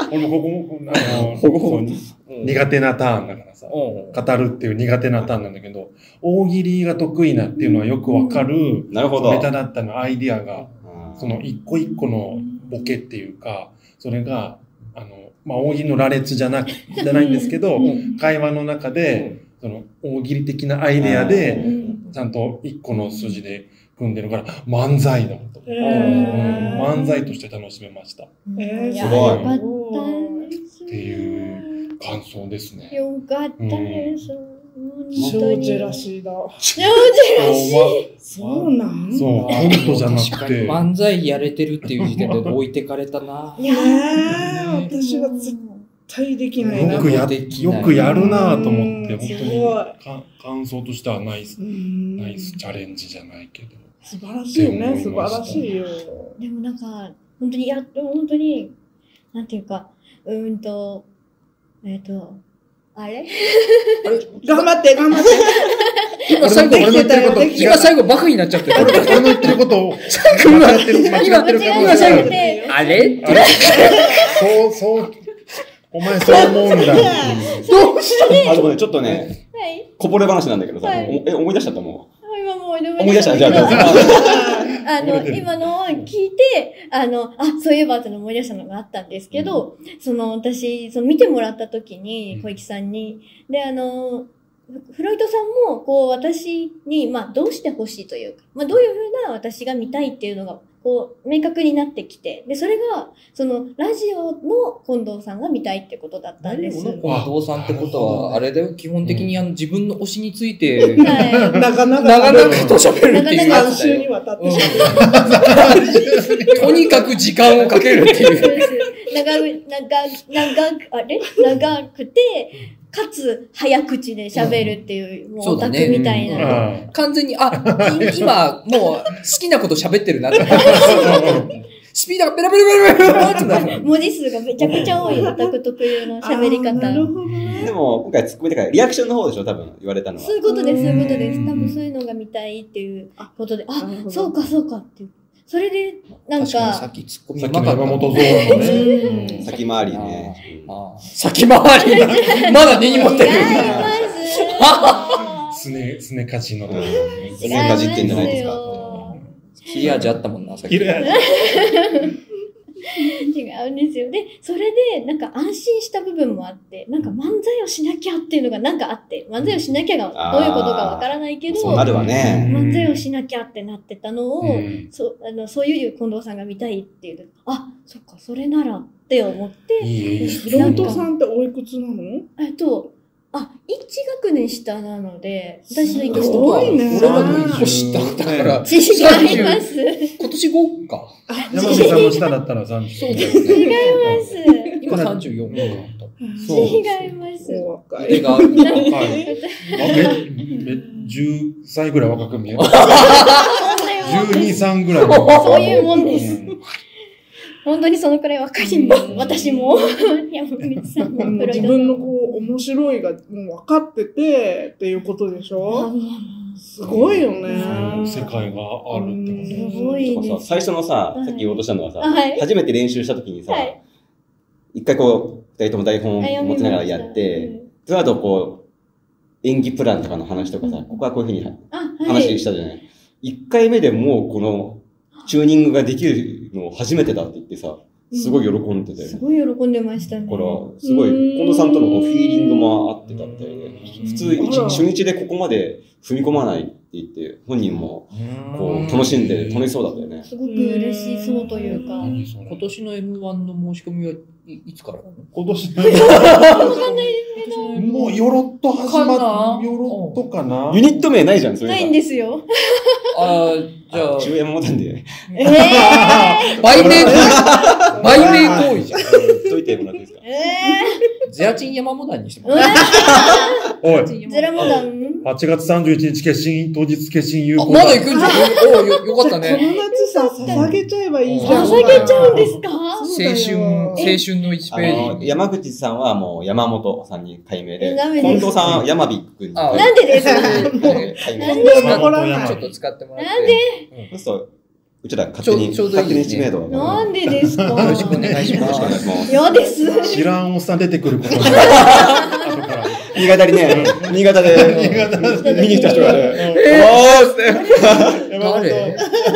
[SPEAKER 2] 俺もここも、あ
[SPEAKER 5] <laughs>
[SPEAKER 2] の、
[SPEAKER 5] ほごほご
[SPEAKER 2] そう苦手なターンだからさ、
[SPEAKER 3] うん
[SPEAKER 2] 語るっていう苦手なターンなんだけど、大喜利が得意なっていうのはよくわかる、
[SPEAKER 5] なるほど。
[SPEAKER 2] ネタだったの、アイディアが。
[SPEAKER 5] あー
[SPEAKER 2] その一個一個のボケっていうか、それが、あの、まあ、大喜利の羅列じゃなく、じゃないんですけど
[SPEAKER 1] う、ん
[SPEAKER 2] 会話の中で、その、大喜利的なアイデアで、
[SPEAKER 1] うん
[SPEAKER 2] ちゃんと一個の筋で組んでるから、漫才だと。
[SPEAKER 4] え
[SPEAKER 2] うん
[SPEAKER 4] ー
[SPEAKER 2] 漫才として楽しめました。っ
[SPEAKER 4] えー
[SPEAKER 1] い
[SPEAKER 4] す
[SPEAKER 1] や
[SPEAKER 5] ご
[SPEAKER 1] よか
[SPEAKER 5] い
[SPEAKER 1] ったです。
[SPEAKER 2] ていう感想ですね。
[SPEAKER 1] よかったです。本当
[SPEAKER 4] 超
[SPEAKER 1] に。
[SPEAKER 4] ジェラシーだ。
[SPEAKER 1] 超ジェラシー。
[SPEAKER 4] そうなん
[SPEAKER 2] そう、コントじゃなくて、
[SPEAKER 3] 漫才やれてるっていう時点で置いてかれたな。
[SPEAKER 1] い
[SPEAKER 4] ね
[SPEAKER 1] や
[SPEAKER 4] え、私は絶対できないな。
[SPEAKER 2] よくや、
[SPEAKER 3] できない
[SPEAKER 2] よくやるなぁと思って、
[SPEAKER 4] うん
[SPEAKER 2] 本当
[SPEAKER 4] すごい
[SPEAKER 2] にか感想としてはナイス、
[SPEAKER 4] うん
[SPEAKER 2] ナイスチャレンジじゃないけど。
[SPEAKER 4] 素晴らしいね、
[SPEAKER 2] って
[SPEAKER 4] 素
[SPEAKER 2] 思い
[SPEAKER 4] 晴
[SPEAKER 2] ました
[SPEAKER 4] らしいよ。
[SPEAKER 1] でもなんか、本当に、やっと、本当に、なんていうか、うーんと、えっ、と、あれ
[SPEAKER 4] 頑張って、
[SPEAKER 2] <laughs>
[SPEAKER 4] 頑張って。
[SPEAKER 3] 今最後、
[SPEAKER 4] 俺の言ってること
[SPEAKER 3] 今最後バカになっちゃって
[SPEAKER 2] 俺
[SPEAKER 3] る。
[SPEAKER 2] の言ってることを、
[SPEAKER 3] 間
[SPEAKER 2] 違ってる、間
[SPEAKER 3] 今
[SPEAKER 2] 違ってるか
[SPEAKER 3] 今
[SPEAKER 2] もし
[SPEAKER 3] 最
[SPEAKER 2] れ
[SPEAKER 3] 後
[SPEAKER 2] ない。
[SPEAKER 3] あれ
[SPEAKER 2] <laughs> あれそう、そう、お前そう思うんだっていう。
[SPEAKER 3] どうした
[SPEAKER 5] あとね、ちょっとね、
[SPEAKER 1] はい。
[SPEAKER 5] こぼれ話なんだけどさ、
[SPEAKER 1] はい
[SPEAKER 5] おえ、思い出しちゃったも
[SPEAKER 1] 今もう
[SPEAKER 5] う。思い出したじゃあ、どうぞ。
[SPEAKER 1] あ
[SPEAKER 2] 思い
[SPEAKER 1] の、
[SPEAKER 2] 出てる
[SPEAKER 1] 今のを聞いて、あの、あ、そういえばっていうのを思い出したのがあったんですけど、その、私、その見てもらった時に
[SPEAKER 2] うん、
[SPEAKER 1] 小池さんに、で、あの、フフロイトさんも、こう、私に、まあ、どうしてほしいというか、まあ、どういうふうな私が見たいっていうのが、こう、明確になってきて、で、それが、その、ラジオの近藤さんが見たいってことだったんです。
[SPEAKER 3] このお父さんってことは、あれだよ、基本的にあの自分の推しについて、
[SPEAKER 1] はい。
[SPEAKER 4] なかな
[SPEAKER 3] 長
[SPEAKER 4] か、
[SPEAKER 3] 々と喋るっていうや
[SPEAKER 4] 3
[SPEAKER 3] つだ
[SPEAKER 4] 週
[SPEAKER 3] よ
[SPEAKER 4] に。わたって
[SPEAKER 3] うん
[SPEAKER 4] 喋る。
[SPEAKER 3] とにかく時間をかけるっていう。
[SPEAKER 1] 長く、長く、長く、あれ長くて、かつ早口で喋るっていう、もう
[SPEAKER 3] そう
[SPEAKER 1] オ
[SPEAKER 3] だ
[SPEAKER 1] タ
[SPEAKER 3] ね
[SPEAKER 1] クみたい
[SPEAKER 3] うん
[SPEAKER 1] な。
[SPEAKER 2] あ
[SPEAKER 3] 完全に、あ、 <laughs> い今、もう好きなこと喋ってるな <laughs> って。スピードがペラペラペラペラってなる。
[SPEAKER 1] 文字数がめちゃくちゃ多いオタク特有の喋り
[SPEAKER 4] あー
[SPEAKER 1] 方。
[SPEAKER 4] なるほどね。
[SPEAKER 5] <laughs> でも、今回突っ込みたから、リアクションの方でしょ、多分言われたのは
[SPEAKER 1] そう。いうことです、そういうことで
[SPEAKER 2] う
[SPEAKER 1] す。
[SPEAKER 2] ん
[SPEAKER 1] 多分そういうのが見たいっていうことで、あ、
[SPEAKER 4] なるほど
[SPEAKER 1] そうかそうかっていう。それで、なん
[SPEAKER 3] 確かにさ
[SPEAKER 1] か
[SPEAKER 3] っ、きツッコミ
[SPEAKER 2] さ
[SPEAKER 3] う
[SPEAKER 2] っき
[SPEAKER 3] ま
[SPEAKER 2] の
[SPEAKER 3] かった
[SPEAKER 2] 山本
[SPEAKER 3] もん
[SPEAKER 2] ゾー
[SPEAKER 1] う
[SPEAKER 2] の
[SPEAKER 1] ん
[SPEAKER 2] ね。
[SPEAKER 5] 先回りね。うん
[SPEAKER 3] あー先回りだまだ根に持ってる
[SPEAKER 1] 違い。ま
[SPEAKER 5] <laughs>
[SPEAKER 1] す
[SPEAKER 2] すね、すねかじのところね。
[SPEAKER 5] すねかじってんじゃないですか
[SPEAKER 1] 違ますよ
[SPEAKER 3] 切り味あったもんな、さっき。
[SPEAKER 2] いるや
[SPEAKER 1] 違うんですよ。で、それで、なんか安心した部分もあって、なんか漫才をしなきゃっていうのがなんかあって、漫才をしなきゃが
[SPEAKER 5] あー
[SPEAKER 1] どういうことかわからないけど、
[SPEAKER 5] そうなるわね。
[SPEAKER 1] 漫才をしなきゃってなってたのを、
[SPEAKER 2] うん
[SPEAKER 1] そうあのそういう近藤さんが見たいっていう、あ、そっか、それならって思って、
[SPEAKER 2] いいえ、いい質
[SPEAKER 4] ロ
[SPEAKER 2] 問
[SPEAKER 4] ン
[SPEAKER 2] だ
[SPEAKER 4] トさんっておいくつなの
[SPEAKER 1] えっと、あ、1学年下なので、私の1個
[SPEAKER 4] す
[SPEAKER 1] 下。
[SPEAKER 4] ごいね
[SPEAKER 3] 俺らの一個下だか
[SPEAKER 1] 違
[SPEAKER 3] ら、
[SPEAKER 1] います。
[SPEAKER 3] 今年5か。
[SPEAKER 2] 山口さんの下だったら残念。
[SPEAKER 3] そうだよね
[SPEAKER 1] 違います。
[SPEAKER 3] 今34か。
[SPEAKER 2] そう
[SPEAKER 1] 違います。
[SPEAKER 4] お若
[SPEAKER 3] 腕
[SPEAKER 4] い。
[SPEAKER 3] が。
[SPEAKER 2] はいあめめ10歳ぐらい若く見える。12、3ぐらいの。
[SPEAKER 1] そういうもんです
[SPEAKER 2] ん
[SPEAKER 1] 本当にそのくらい若いんです。私も。山口さんも
[SPEAKER 4] あの
[SPEAKER 1] プロイ
[SPEAKER 4] 自
[SPEAKER 1] ドさん
[SPEAKER 4] 分の
[SPEAKER 1] も。
[SPEAKER 4] こう面白いがもう分かっててっていうことでしょすごいよね。
[SPEAKER 2] 世界があるってこと
[SPEAKER 1] すごい
[SPEAKER 5] で
[SPEAKER 1] で
[SPEAKER 5] もさ
[SPEAKER 1] す。
[SPEAKER 5] 最初のさ
[SPEAKER 1] は、い
[SPEAKER 5] さっき言おうとしたのはさ、
[SPEAKER 1] はい
[SPEAKER 5] 初めて練習した時にさ
[SPEAKER 1] はい、
[SPEAKER 5] 一回こう、二人とも台本を持ちながらやって、、その後こう、演技プランとかの話とかさ、ここはこういうふうに
[SPEAKER 1] あ、は
[SPEAKER 5] 話
[SPEAKER 1] い。
[SPEAKER 5] したじゃない。一回目でもうこの、チューニングができるの初めてだって言ってさ、すごい喜んでたよ
[SPEAKER 1] す
[SPEAKER 5] ね。
[SPEAKER 1] ごい喜んでましたね。
[SPEAKER 5] だから、すごい、近藤さんとのこうフィーリングも合ってたみたいで、普通一、初日でここまで踏み込まないって言って、本人もこう楽しんで楽しそうだったよね。
[SPEAKER 1] すごく嬉しそうというか。
[SPEAKER 2] 何それ
[SPEAKER 3] 今年の M1 の申し込みはいいつからなの
[SPEAKER 2] 今年
[SPEAKER 1] わかんない
[SPEAKER 2] もうよろっと始ま
[SPEAKER 3] か
[SPEAKER 2] っ
[SPEAKER 3] な
[SPEAKER 2] よろっとかな
[SPEAKER 5] ユニット名ないじゃん、それ
[SPEAKER 1] ないんですよ。
[SPEAKER 3] あーじゃあ
[SPEAKER 5] あ、中山もたんで。
[SPEAKER 1] え
[SPEAKER 3] <laughs> 売名行為売名行為じゃん。
[SPEAKER 5] どういったもらっていいですか
[SPEAKER 1] ー、え
[SPEAKER 3] ゼアチン山モダンにしてもらう
[SPEAKER 1] ー、
[SPEAKER 2] おい、
[SPEAKER 1] ゼラモダン
[SPEAKER 2] 8月31日決心、当日決心有
[SPEAKER 3] あ
[SPEAKER 2] 効
[SPEAKER 3] ま
[SPEAKER 2] だ。
[SPEAKER 3] だ行くんじゃん。おおよよかった
[SPEAKER 4] じゃあこ
[SPEAKER 3] ね。
[SPEAKER 4] の夏さ、捧げちゃえばいいじゃん。
[SPEAKER 1] 捧げちゃうんですか
[SPEAKER 3] 青
[SPEAKER 4] そうだよ
[SPEAKER 3] 春、青春の1
[SPEAKER 5] あ
[SPEAKER 3] <laughs> ペー
[SPEAKER 5] の、
[SPEAKER 3] ジ。
[SPEAKER 5] 山口さんはもう山本さんに改名で、
[SPEAKER 1] ダメ
[SPEAKER 5] 近
[SPEAKER 1] です
[SPEAKER 5] 藤さんは山火くんに
[SPEAKER 3] あ
[SPEAKER 1] なんでですか
[SPEAKER 3] ね
[SPEAKER 5] 改
[SPEAKER 1] なん
[SPEAKER 5] 名
[SPEAKER 1] で
[SPEAKER 5] で。
[SPEAKER 2] 山本山
[SPEAKER 3] ち
[SPEAKER 2] ち
[SPEAKER 3] ょっと使ってもらって。
[SPEAKER 1] なん
[SPEAKER 5] そうするとうちら勝手に、
[SPEAKER 3] ちょうちょうどい
[SPEAKER 5] 勝手
[SPEAKER 3] いね
[SPEAKER 5] に知名度が。よ
[SPEAKER 1] なんでですか
[SPEAKER 3] よろしくお願いしま
[SPEAKER 5] ろしくお願い
[SPEAKER 3] す。
[SPEAKER 5] します。
[SPEAKER 1] 嫌です。
[SPEAKER 2] 知らんおっさん出てくることになる後から
[SPEAKER 5] 新潟にね、新潟で、
[SPEAKER 2] 新潟
[SPEAKER 5] 見に来た人がね、
[SPEAKER 2] うん
[SPEAKER 5] おーっつって、
[SPEAKER 2] 山本
[SPEAKER 3] 誰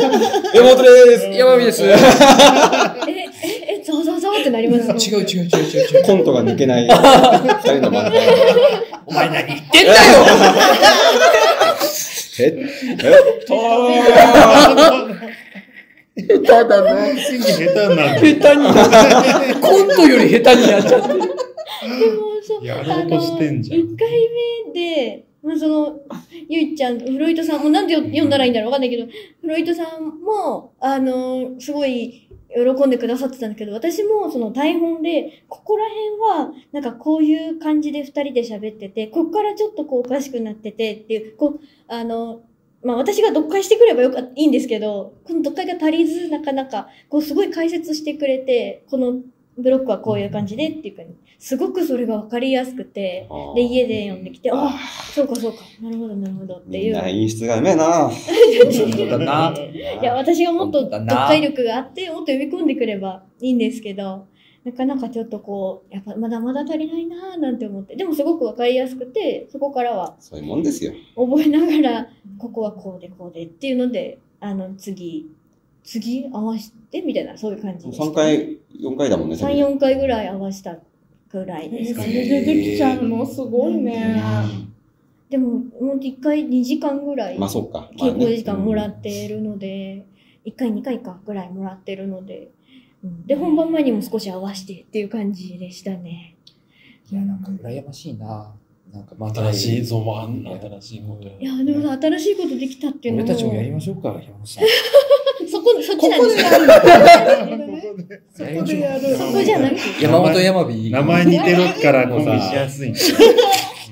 [SPEAKER 5] 山本です
[SPEAKER 3] 山美です。違
[SPEAKER 1] え、え、え、ざわざわざわってなりますよ
[SPEAKER 3] う違う違う違う違う。
[SPEAKER 5] コントが抜けない二人の漫才。
[SPEAKER 3] 言ってんだよ
[SPEAKER 5] え
[SPEAKER 2] 下手
[SPEAKER 5] 下手だね。
[SPEAKER 2] になる。
[SPEAKER 3] 下手になる。コントより下手になっちゃってる。
[SPEAKER 1] でも、そう、
[SPEAKER 2] やろうとしてんじゃん
[SPEAKER 1] あの一回目で、まあ、その、ゆいちゃん、フロイトさんも、なんでよ読んだらいいんだろうわかんないけど、フロイトさんも、あの、すごい、喜んでくださってたんだけど、私もその台本で、ここら辺は、なんかこういう感じで二人で喋ってて、こっからちょっとこうおかしくなっててっていう、こう、あの、まあ私が読解してくればよか、いいんですけど、この読解が足りず、なかなか、こうすごい解説してくれて、このブロックはこういう感じでっていうか、すごくそれがわかりやすくて、で、家で読んできて、ああ、そうかそうか、なるほどなるほどって
[SPEAKER 5] み
[SPEAKER 1] い
[SPEAKER 5] ん
[SPEAKER 1] う。
[SPEAKER 5] な演出がうめえな。
[SPEAKER 3] だな。
[SPEAKER 1] <laughs> いや、私がもっと
[SPEAKER 3] 本当だ
[SPEAKER 1] 読
[SPEAKER 3] な
[SPEAKER 1] 解力があって、もっと読み込んでくればいいんですけど、なかなかちょっとこう、やっぱまだまだ足りないなぁなんて思って、でもすごくわかりやすくて、そこからは
[SPEAKER 5] そういうもんですよ。
[SPEAKER 1] 覚えながら、ここはこうでこうでっていうので、あの、次、次合わせてみたいな、そういう感じでした。
[SPEAKER 5] 3回、4回だもんね、
[SPEAKER 1] 3、4回ぐらい合わせたぐらいです
[SPEAKER 4] そ
[SPEAKER 1] か
[SPEAKER 4] れ
[SPEAKER 1] ね。
[SPEAKER 4] でできちゃうのすごいね。
[SPEAKER 1] でも、もう1回2時間ぐらい
[SPEAKER 5] まあそうか。まあ
[SPEAKER 1] 稽
[SPEAKER 5] ね
[SPEAKER 1] 古時間もらっているので、1回2回かぐらいもらってるので、うんで本番前にも少し合わせてっていう感じでしたね。
[SPEAKER 3] いや、なんか羨ましいな。なんかまた
[SPEAKER 2] 新しいゾマン、新しいこと
[SPEAKER 1] いやでもさ新しいことできたっていうの
[SPEAKER 3] 俺
[SPEAKER 1] も
[SPEAKER 3] たちもやりましょうか、山本さん。
[SPEAKER 1] そこそっち
[SPEAKER 4] こ
[SPEAKER 1] なん
[SPEAKER 4] こ
[SPEAKER 1] で
[SPEAKER 4] ですや
[SPEAKER 1] よ
[SPEAKER 4] る
[SPEAKER 3] やりましょ
[SPEAKER 4] そこでやる。
[SPEAKER 1] そこじゃなくて
[SPEAKER 3] う。山本山火。
[SPEAKER 2] 名前似てるからコンビしやすいんだよ。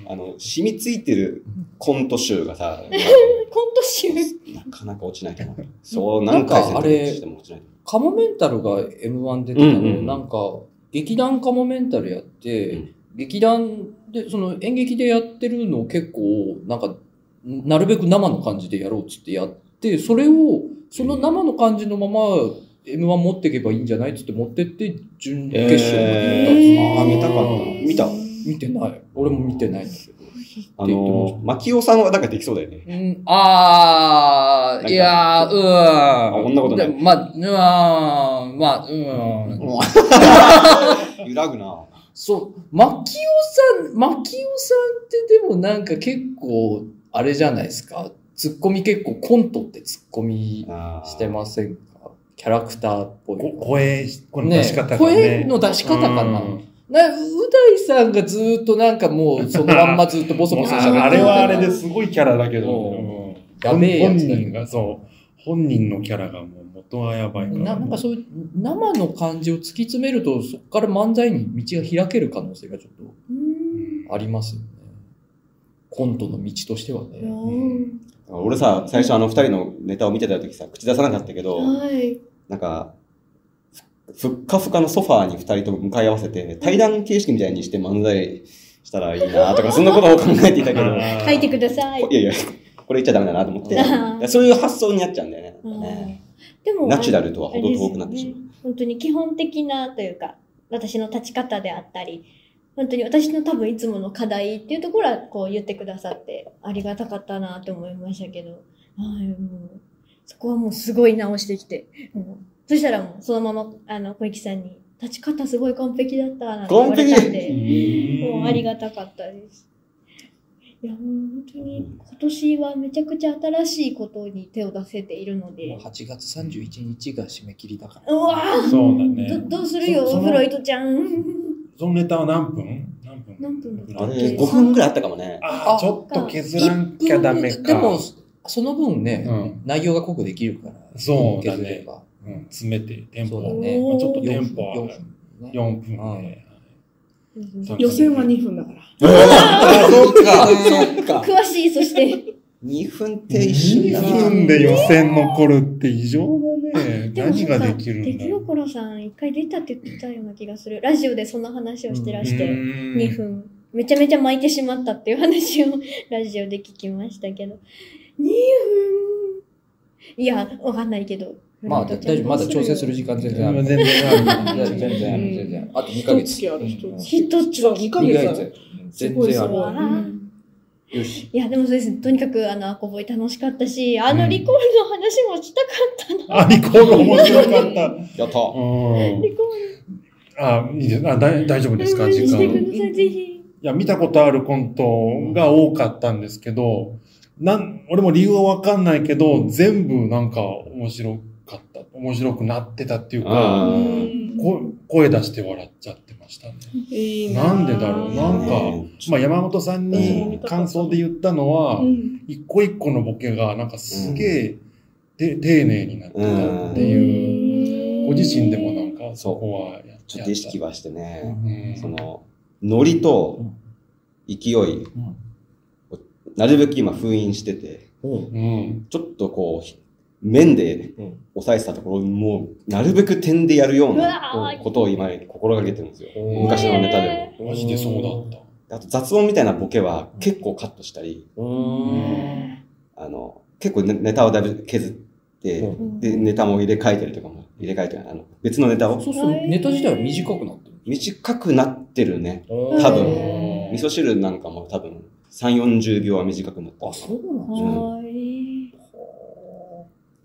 [SPEAKER 5] あの、染みついてるコント集が
[SPEAKER 1] <laughs>
[SPEAKER 5] さ、
[SPEAKER 1] コント集
[SPEAKER 5] なかなか落ちないと思う。そう、何回
[SPEAKER 3] なんかあれ
[SPEAKER 5] しても落ちない。
[SPEAKER 3] カモメンタルが M1 出てたの、
[SPEAKER 5] うんうんうん
[SPEAKER 3] なんか、劇団カモメンタルやって、
[SPEAKER 5] うん
[SPEAKER 3] 劇団で、その演劇でやってるのを結構、なんか、なるべく生の感じでやろうっつってやって、それを、その生の感じのまま、M1 持っていけばいいんじゃないっつって持ってって、準決勝まで行ったんですよ
[SPEAKER 5] えーあ見たかった見た
[SPEAKER 3] 見てない。俺も見てないんだけど。
[SPEAKER 5] あの、牧尾さんはなんかできそうだよね。
[SPEAKER 3] うん、ああ、
[SPEAKER 5] なんか
[SPEAKER 3] いやー、うーん。
[SPEAKER 5] こんなことない
[SPEAKER 3] でまあ、うーん、まあ、うーん。
[SPEAKER 5] 揺らぐな。
[SPEAKER 3] そう、マキオさん、マキオさんってでもなんか結構、あれじゃないですか。ツッコミ結構コントってツッコミしてませんかキャラクターっぽい。
[SPEAKER 2] こ声、声の出し方がね。
[SPEAKER 3] 声の出し方かな。
[SPEAKER 2] うん
[SPEAKER 3] な、う大さんがずーっとなんかもう、そのまんまずっとボソボソ喋ってる
[SPEAKER 2] あれはあれですごいキャラだけど、
[SPEAKER 3] うん
[SPEAKER 2] うん
[SPEAKER 3] やべえや
[SPEAKER 2] 本
[SPEAKER 3] つだ
[SPEAKER 2] 人が、そう、本人のキャラがもう元はやばいから。
[SPEAKER 3] ななんかそういう生の感じを突き詰めると、そこから漫才に道が開ける可能性がちょっ
[SPEAKER 1] う
[SPEAKER 2] うんん
[SPEAKER 3] とありますよね。コントの道としてはね。
[SPEAKER 1] うん
[SPEAKER 5] 俺さ、最初あの二人のネタを見てた時さ、口出さなかったけど、
[SPEAKER 1] はい
[SPEAKER 5] なんか、ふふっかふかのソファーに二人とも向かい合わせて、対談形式みたいにして漫才したらいいなとか、そんなことを考えていたけど、
[SPEAKER 2] あー
[SPEAKER 1] 書いてください
[SPEAKER 5] こいやいや、これ言っちゃダメだなと思って
[SPEAKER 1] あー、 <laughs>
[SPEAKER 5] そういう発想になっちゃうんだよね。
[SPEAKER 1] うん
[SPEAKER 5] ね
[SPEAKER 1] でも
[SPEAKER 5] ナチュラルとは程遠くな
[SPEAKER 1] あ
[SPEAKER 5] ってしまう
[SPEAKER 1] れですよね本当に基本的なというか、私の立ち方であったり、本当に私の多分いつもの課題っていうところはこう言ってくださってありがたかったなと思いましたけど、はい、もう、そこはもうすごい直してきて、もうそしたらもうそのまま、あの、小池さんに、立ち方すごい完璧だったなんて言われたんで。もうありがたかったです。いや、もう本当に今年はめちゃくちゃ新しいことに手を出せているの
[SPEAKER 3] も
[SPEAKER 1] で
[SPEAKER 3] う。8月31日が締め切りだから。
[SPEAKER 1] うわー
[SPEAKER 2] そうだね
[SPEAKER 1] どどうするよ、
[SPEAKER 2] そその
[SPEAKER 1] フロイトちゃん。
[SPEAKER 2] そのネタは何分何分
[SPEAKER 1] 何分だ
[SPEAKER 5] あ
[SPEAKER 1] っ
[SPEAKER 5] れ、
[SPEAKER 1] け
[SPEAKER 5] 5分ぐらいあったかも
[SPEAKER 2] <laughs>
[SPEAKER 5] ね。
[SPEAKER 2] ああ、
[SPEAKER 3] あ
[SPEAKER 2] ちょっと削らんきゃダメか。
[SPEAKER 3] でも、その分ね、
[SPEAKER 2] うん
[SPEAKER 3] 内容が濃くできるから、
[SPEAKER 2] そうだ
[SPEAKER 3] 削
[SPEAKER 2] ね
[SPEAKER 3] れ。ば。
[SPEAKER 2] うん詰めて、テンポ
[SPEAKER 3] そうだ
[SPEAKER 2] を。
[SPEAKER 3] ね。
[SPEAKER 2] まあちょっとテ
[SPEAKER 3] 4
[SPEAKER 2] ン
[SPEAKER 3] 分
[SPEAKER 2] ポは
[SPEAKER 3] ね
[SPEAKER 2] 4分で。
[SPEAKER 3] うん
[SPEAKER 2] はいそう
[SPEAKER 4] 予選は2分だから。
[SPEAKER 5] あそうか、 <laughs> そうか。
[SPEAKER 1] 詳しい、そして。
[SPEAKER 5] 2分って一瞬だな。
[SPEAKER 2] 2分で予選残るって異常だね。
[SPEAKER 1] でも
[SPEAKER 2] 何が
[SPEAKER 1] なん
[SPEAKER 2] で
[SPEAKER 1] か
[SPEAKER 2] きるんだ
[SPEAKER 1] 出来
[SPEAKER 2] ろう。
[SPEAKER 1] 心さん、一回出たって言ってたような気がする。ラジオでそんな話をしてらして、
[SPEAKER 2] 2
[SPEAKER 1] 2。分。めちゃめちゃ巻いてしまったっていう話を <laughs> ラジオで聞きましたけど。2分いや、わかんないけど。
[SPEAKER 3] まあ、大丈夫。まだ調整する時間全然ある。
[SPEAKER 2] 全然ある。
[SPEAKER 3] 全然ある、全然ある。あと2ヶ月。
[SPEAKER 4] 一月ある
[SPEAKER 3] うん
[SPEAKER 4] 一
[SPEAKER 1] 一つ
[SPEAKER 4] 2ヶ
[SPEAKER 3] 二
[SPEAKER 4] 月
[SPEAKER 3] ヶ
[SPEAKER 4] あ
[SPEAKER 3] 月
[SPEAKER 4] る。
[SPEAKER 3] うん
[SPEAKER 4] す
[SPEAKER 3] 全
[SPEAKER 4] ごい
[SPEAKER 3] 然
[SPEAKER 4] す
[SPEAKER 3] あ
[SPEAKER 4] ごい。
[SPEAKER 1] る
[SPEAKER 4] うん
[SPEAKER 3] る。よし。
[SPEAKER 1] いや、でもそうです。とにかく、あの、アコボイ楽しかったし、あの
[SPEAKER 2] うん
[SPEAKER 1] 離婚の話もしたかったな。
[SPEAKER 2] あ、リコール面白かった。
[SPEAKER 5] やった。
[SPEAKER 2] う
[SPEAKER 1] 離
[SPEAKER 2] ん
[SPEAKER 1] 婚
[SPEAKER 2] あ、いいです。あ、だい大丈夫ですか、時
[SPEAKER 1] して
[SPEAKER 2] 間。
[SPEAKER 1] ください、ぜひ。
[SPEAKER 2] いや、見たことあるコントが多かったんですけど、なん、俺も理由はわかんないけど、全部なんか面白かった。面白くなってたっていうか、
[SPEAKER 5] あ
[SPEAKER 2] こ声出して笑っちちゃってましたね。
[SPEAKER 4] いい
[SPEAKER 2] なんでだろうなんか
[SPEAKER 5] ね
[SPEAKER 2] まあ山本さんに感想で言ったのは、
[SPEAKER 4] うん
[SPEAKER 2] 一個一個のボケがなんかすげえ、て丁寧になってたっていう、
[SPEAKER 1] い
[SPEAKER 2] ご自身でもなんか
[SPEAKER 5] そ
[SPEAKER 2] そうこはや
[SPEAKER 5] ちょっと意識
[SPEAKER 2] や
[SPEAKER 5] はして
[SPEAKER 2] た
[SPEAKER 5] ね、
[SPEAKER 2] うん
[SPEAKER 5] その、ノリと勢い、なるべく今封印してて、
[SPEAKER 2] うん
[SPEAKER 5] ちょっとこう、面で抑えてたところにもう、なるべく点でやるよう
[SPEAKER 1] う
[SPEAKER 5] な
[SPEAKER 1] わー
[SPEAKER 5] ことを今心がけてるんですよ。
[SPEAKER 1] 昔のネタでも
[SPEAKER 2] マジでそうだった。
[SPEAKER 5] あと雑音みたいなボケは結構カットしたり、
[SPEAKER 3] うーん。
[SPEAKER 5] あの、結構ネネタをだいぶ削って、で、ネタも入れ替えたりとかも、入れ替えたり、あの、別のネタを
[SPEAKER 3] そうするとネタ自体は短くなってる。
[SPEAKER 5] 短くなってるね。
[SPEAKER 3] 多
[SPEAKER 5] 多
[SPEAKER 1] 分
[SPEAKER 5] 味噌汁なんかも多分、3、40秒は短くなった
[SPEAKER 3] あ、そうなんだ。
[SPEAKER 1] はーい。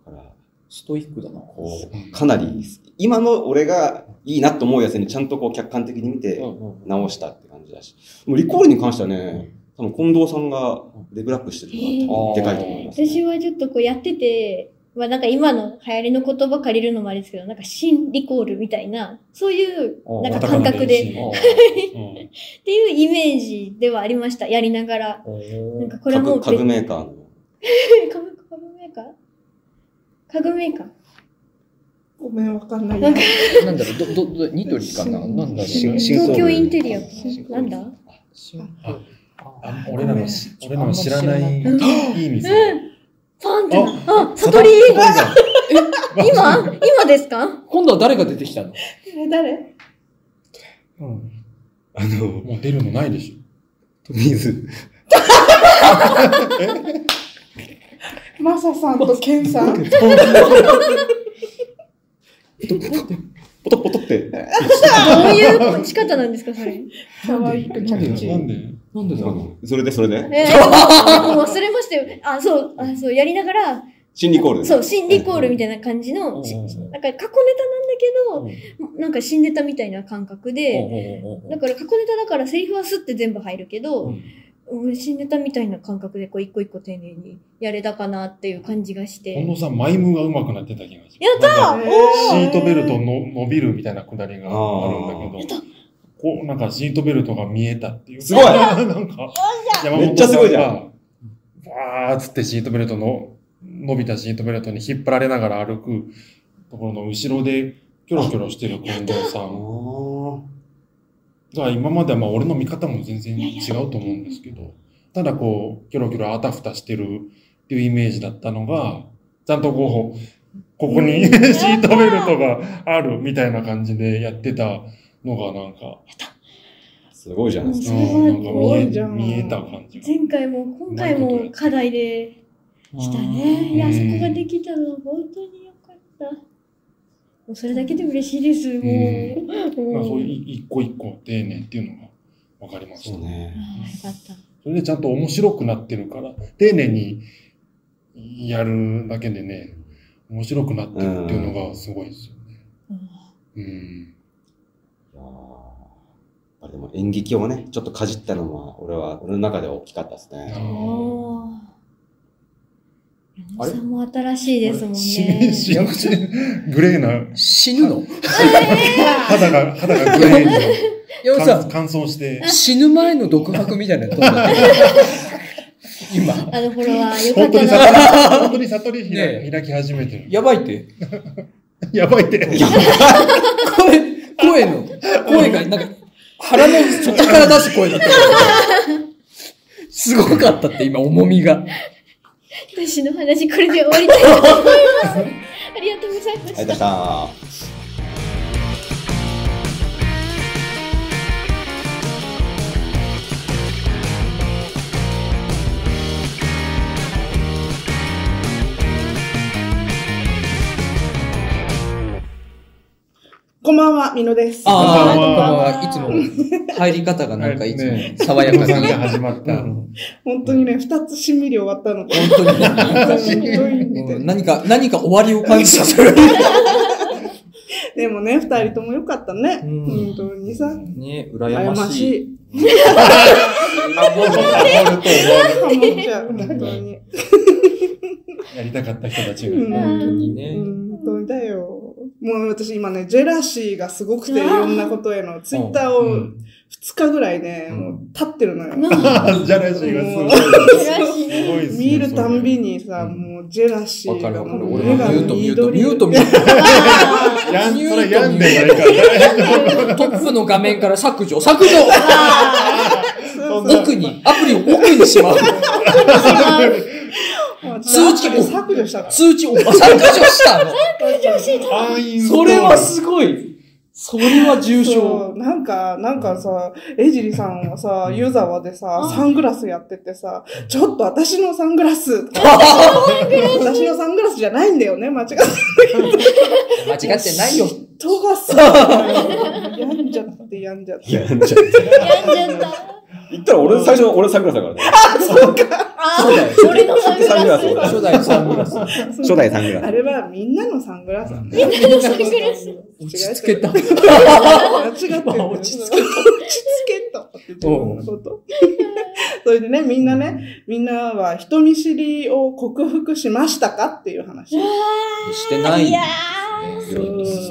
[SPEAKER 5] から、
[SPEAKER 3] ストイックだな。
[SPEAKER 5] こ
[SPEAKER 2] う
[SPEAKER 5] う、かなり、今の俺がいいなと思うやつにちゃんとこう客観的に見て直したって感じだし、もうリコールに関してはね、多分近藤さんがレベルアップしてるのが多分でかいと思います、
[SPEAKER 1] 私はちょっとこうやってて、まあなんか今の流行りの言葉借りるのもあれですけど、なんか新リコールみたいな、そういう
[SPEAKER 3] あー
[SPEAKER 1] なんか感覚で、
[SPEAKER 2] あー
[SPEAKER 1] っていうイメージではありました。やりながら。なんかこれはもう
[SPEAKER 5] 家具家
[SPEAKER 1] 別
[SPEAKER 5] 具メーカーの。
[SPEAKER 1] 家具家具メーカー家具メーカー
[SPEAKER 4] ごめん、わかんない。
[SPEAKER 1] なんか
[SPEAKER 3] なんだろう、ど、ど、ど、ニトリかななんだろう。
[SPEAKER 6] し新興
[SPEAKER 1] 東京
[SPEAKER 6] 部
[SPEAKER 1] インテリア
[SPEAKER 6] 新。興部
[SPEAKER 1] なんだ
[SPEAKER 3] 新
[SPEAKER 2] あ
[SPEAKER 3] あ
[SPEAKER 2] 俺らのし、俺らの知らない、いい
[SPEAKER 1] うん
[SPEAKER 2] 店。
[SPEAKER 1] うんパンってな。あ、
[SPEAKER 2] サ
[SPEAKER 1] 悟り
[SPEAKER 2] だ
[SPEAKER 1] <laughs> 今今ですか
[SPEAKER 3] 今度は誰が出てきたの
[SPEAKER 4] <laughs> 誰
[SPEAKER 2] うん
[SPEAKER 5] あの、
[SPEAKER 2] もう出るのないでし
[SPEAKER 5] とりあえず、
[SPEAKER 4] マサさんとケンさん。
[SPEAKER 5] ポトポトって、
[SPEAKER 1] どういう勝ち方なんですかそれ。
[SPEAKER 4] 可愛くちゃん
[SPEAKER 2] ょ。なんで
[SPEAKER 3] なんでだろう。
[SPEAKER 5] それでそれで、
[SPEAKER 1] えー、もう忘れましたよ。あ、そう、あそう、やりながら、
[SPEAKER 5] 新リコール。
[SPEAKER 1] そう、新リコールみたいな感じの、しなんか過去ネタなんだけど、なんか新ネタみたいな感覚で、だから過去ネタだからセリフはスッて全部入るけど、うん新ネタみたいな感覚でこう一個一個丁寧にやれたかなっていう感じがして。
[SPEAKER 2] 近藤さん、マイムが上手くなってた気がします。
[SPEAKER 1] やった
[SPEAKER 2] た
[SPEAKER 4] お
[SPEAKER 2] シ
[SPEAKER 4] ー
[SPEAKER 2] ートベルトの伸びるみたいなくだりがあるんだけど、
[SPEAKER 1] やった
[SPEAKER 2] こう、なんかシートベルトが見えたっていう。
[SPEAKER 5] すごい
[SPEAKER 2] <laughs> なんか、山
[SPEAKER 5] めっちゃすごいじゃん
[SPEAKER 2] ん。わーっつってシートベルトの、伸びたシートベルトに引っ張られながら歩くところの後ろで、キョロキョロしてる近藤さ
[SPEAKER 5] あ
[SPEAKER 2] ん。
[SPEAKER 5] ー
[SPEAKER 2] だから今まではまあ俺の見方も全然違うと思うんですけど、ただこう、キョロキョロあたふたしてるっていうイメージだったのが、ちゃんとこう、ここ <laughs> にシートベルトがあるみたいな感じでやってたのがなんか、
[SPEAKER 5] すごいじゃないです
[SPEAKER 2] う
[SPEAKER 5] か。
[SPEAKER 2] ん、なんか見
[SPEAKER 4] すご
[SPEAKER 2] え
[SPEAKER 4] いじゃん
[SPEAKER 2] 見えた感じが。
[SPEAKER 1] 前回も今回も課題でしたね。いや、そこができたのは本当によかった。もうそれだけで嬉しいです。もう。
[SPEAKER 2] まあそういう
[SPEAKER 1] う。
[SPEAKER 2] 一個一個丁寧っていうのが分かりました。
[SPEAKER 5] そう
[SPEAKER 1] あ
[SPEAKER 5] ね。
[SPEAKER 1] あよかった。
[SPEAKER 2] それでちゃんと面白くなってるから、丁寧にやるだけでね、面白くなってるっていうのがすごいですよね。うん。
[SPEAKER 5] いやーあれでも演劇をね、ちょっとかじったのは、俺は、俺の中では大きかったですね。
[SPEAKER 1] おお。
[SPEAKER 3] あ
[SPEAKER 1] 山
[SPEAKER 3] れ
[SPEAKER 1] さんも新しいですもん
[SPEAKER 2] しめ
[SPEAKER 1] ね。
[SPEAKER 2] しめしグレーな、
[SPEAKER 3] 死ぬの
[SPEAKER 2] 肌が、肌がグレー
[SPEAKER 3] 山本
[SPEAKER 2] に乾乾燥して
[SPEAKER 3] さん、、死ぬ前の独白みたいなの撮んだけど今。
[SPEAKER 1] あの頃はよか
[SPEAKER 2] 本
[SPEAKER 1] った
[SPEAKER 2] 当に
[SPEAKER 1] な。
[SPEAKER 2] 悟り、本当に悟
[SPEAKER 3] ね
[SPEAKER 2] り開
[SPEAKER 3] え
[SPEAKER 2] 開き始めてる。
[SPEAKER 3] やばいって。
[SPEAKER 2] やばいって。
[SPEAKER 3] これ、声の、声が、なんか、腹の底から出す声だった。すごかったって、今、重みが。
[SPEAKER 1] 私の話これで終わりたいと思います。ありがとうございま
[SPEAKER 5] あ
[SPEAKER 1] した
[SPEAKER 5] りがとうございまし。た。
[SPEAKER 4] こんばんは、みのです。
[SPEAKER 3] ああ、
[SPEAKER 2] こんばん
[SPEAKER 3] こんばんはいつも、入り方がなんかいつも
[SPEAKER 2] ね、
[SPEAKER 3] 爽やか
[SPEAKER 2] さんが
[SPEAKER 3] に。
[SPEAKER 2] 始まった。
[SPEAKER 4] 本当にね、二つしんみり終わったの。
[SPEAKER 3] 本当に
[SPEAKER 4] しんみり終わりみたい
[SPEAKER 3] うん
[SPEAKER 4] な。
[SPEAKER 3] 何か、何か終わりを感じさせる。
[SPEAKER 4] でもね、二人ともよかったね。
[SPEAKER 3] うん
[SPEAKER 4] 本当にさ。
[SPEAKER 3] ね、
[SPEAKER 4] 羨
[SPEAKER 3] 羨
[SPEAKER 4] ま
[SPEAKER 3] ま
[SPEAKER 4] し
[SPEAKER 3] しい。
[SPEAKER 4] い。
[SPEAKER 2] ハモると終わ
[SPEAKER 4] ハモっちゃう、本当に。
[SPEAKER 2] る。やりたかった人たち
[SPEAKER 4] うん
[SPEAKER 2] が。
[SPEAKER 3] 本当にね。
[SPEAKER 4] うん本当にだよ。もう私今ね、ジェラシーがすごくて、い
[SPEAKER 1] あー
[SPEAKER 4] ろんなことへの、ツイッター
[SPEAKER 2] う
[SPEAKER 4] を
[SPEAKER 2] ん
[SPEAKER 4] 2日ぐらいね、
[SPEAKER 3] うん
[SPEAKER 4] もう立ってるのよ。
[SPEAKER 2] ジャラシーがすごい。すごいですね
[SPEAKER 4] 見るたんびにさ、
[SPEAKER 3] うん
[SPEAKER 4] もうジェラシ
[SPEAKER 3] わ
[SPEAKER 4] ー
[SPEAKER 3] かる
[SPEAKER 4] が
[SPEAKER 3] わか
[SPEAKER 4] も
[SPEAKER 3] る。
[SPEAKER 4] う
[SPEAKER 3] 俺もミュート、ミュート、ミュート、ミュー
[SPEAKER 2] それやん、それやんでないから。
[SPEAKER 3] ト。トップの画面から削除、削除
[SPEAKER 4] そうそう
[SPEAKER 3] 奥に、アプリを奥にしまう。
[SPEAKER 4] もう
[SPEAKER 3] 通知
[SPEAKER 4] アプリ削除したから。
[SPEAKER 3] 通知を、あ削除したの
[SPEAKER 2] あい
[SPEAKER 3] それはすごい。それは重症。
[SPEAKER 4] そうなんか、なんかさ、エジリさんはさ、湯沢でさ、サングラスやっててさ、ちょっと私のサングラス、私のサングラスじゃないんだよね、間違って。
[SPEAKER 3] 間違ってないよ。
[SPEAKER 4] 人がさ、やんじゃってやんじゃって。
[SPEAKER 5] や、じゃ言ったら俺の最初、俺の桜だからね。サングラスを
[SPEAKER 3] 初代サングラス。
[SPEAKER 5] 初代サングラ
[SPEAKER 4] あ
[SPEAKER 5] ス。
[SPEAKER 4] れはみんなのサングラスなんだ
[SPEAKER 3] 落ち着けた。
[SPEAKER 4] 間違ってる。
[SPEAKER 3] まあ落ち着けた
[SPEAKER 4] 落ち着けたって自分のこと。 <laughs> それでね、みんなね、みんなは人見知りを克服しましたかっていう話。で
[SPEAKER 3] してない。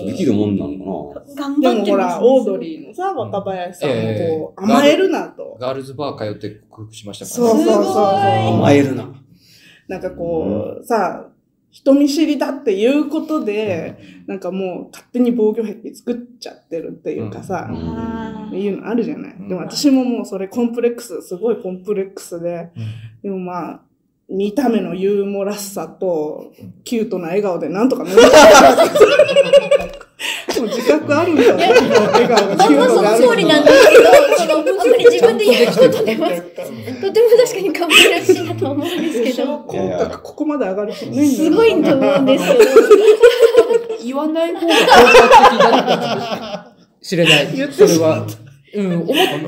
[SPEAKER 5] できるもんなのか
[SPEAKER 4] もほら、オードリーのさ、若林さんもこう、
[SPEAKER 3] ええ
[SPEAKER 4] 甘えるなと。
[SPEAKER 3] ガールズバー通って克服しましたから
[SPEAKER 4] そ
[SPEAKER 3] ね。
[SPEAKER 4] うそう
[SPEAKER 1] す
[SPEAKER 4] そう
[SPEAKER 1] ご
[SPEAKER 5] な
[SPEAKER 4] そう。
[SPEAKER 5] 甘えるな。
[SPEAKER 4] なんかこう、さ、人見知りだっていうことで、なんかもう勝手に防御壁作っちゃってるっていうかさ、いうのあるじゃない。
[SPEAKER 3] うん
[SPEAKER 4] でも私ももうそれコンプレックス、すごいコンプレックスで、
[SPEAKER 3] うん
[SPEAKER 4] でもまあ、見た目のユーモラスさと、キュートな笑顔でなんとか乗り切った。 <laughs> でも自覚あるんだよ。笑顔がキュートである
[SPEAKER 1] とても確かに頑張らしいなと思うんですけど、
[SPEAKER 4] 口角がここまで上がる人ね。
[SPEAKER 1] すごいんだと思うんですよ。
[SPEAKER 3] 言わない方が効果的だったかもしれない。
[SPEAKER 4] 言って
[SPEAKER 3] それは。うん、思っ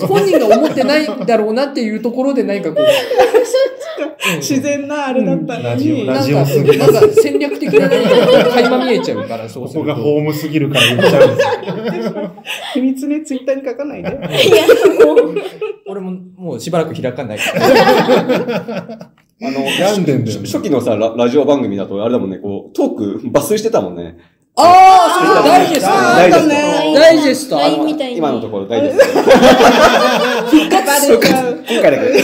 [SPEAKER 3] 本人が思ってないだろうなっていうところで何かこう。うん
[SPEAKER 4] 自然なあれだったの
[SPEAKER 2] ラ
[SPEAKER 4] に。
[SPEAKER 2] ジオ、
[SPEAKER 4] な
[SPEAKER 2] ラ
[SPEAKER 4] ん
[SPEAKER 2] ジオすぎる
[SPEAKER 3] な。んか戦略的な何かが垣間見えちゃうから、そう
[SPEAKER 2] <laughs> こ
[SPEAKER 3] する
[SPEAKER 2] ことがホームすぎるから言っちゃうんですよ。
[SPEAKER 4] 秘密ね、ツイッターに書かないで。
[SPEAKER 1] いや、もう、
[SPEAKER 3] 俺ももうしばらく開かないから。
[SPEAKER 5] あの、
[SPEAKER 2] 病んでんだよね
[SPEAKER 5] 初期のさ、ララジオ番組だと、あれだもんね、こう、トーク抜粋してたもんね。
[SPEAKER 3] ああ、それダイジェスト
[SPEAKER 4] あ
[SPEAKER 3] だ。
[SPEAKER 4] ー
[SPEAKER 5] 大丈夫
[SPEAKER 4] ね
[SPEAKER 3] ダイジェスト
[SPEAKER 1] ラ
[SPEAKER 3] あ
[SPEAKER 1] イン
[SPEAKER 3] の
[SPEAKER 1] みたいに。
[SPEAKER 5] 今のところ大丈夫。
[SPEAKER 4] バレちゃう。
[SPEAKER 5] 今回だけ。
[SPEAKER 3] あれ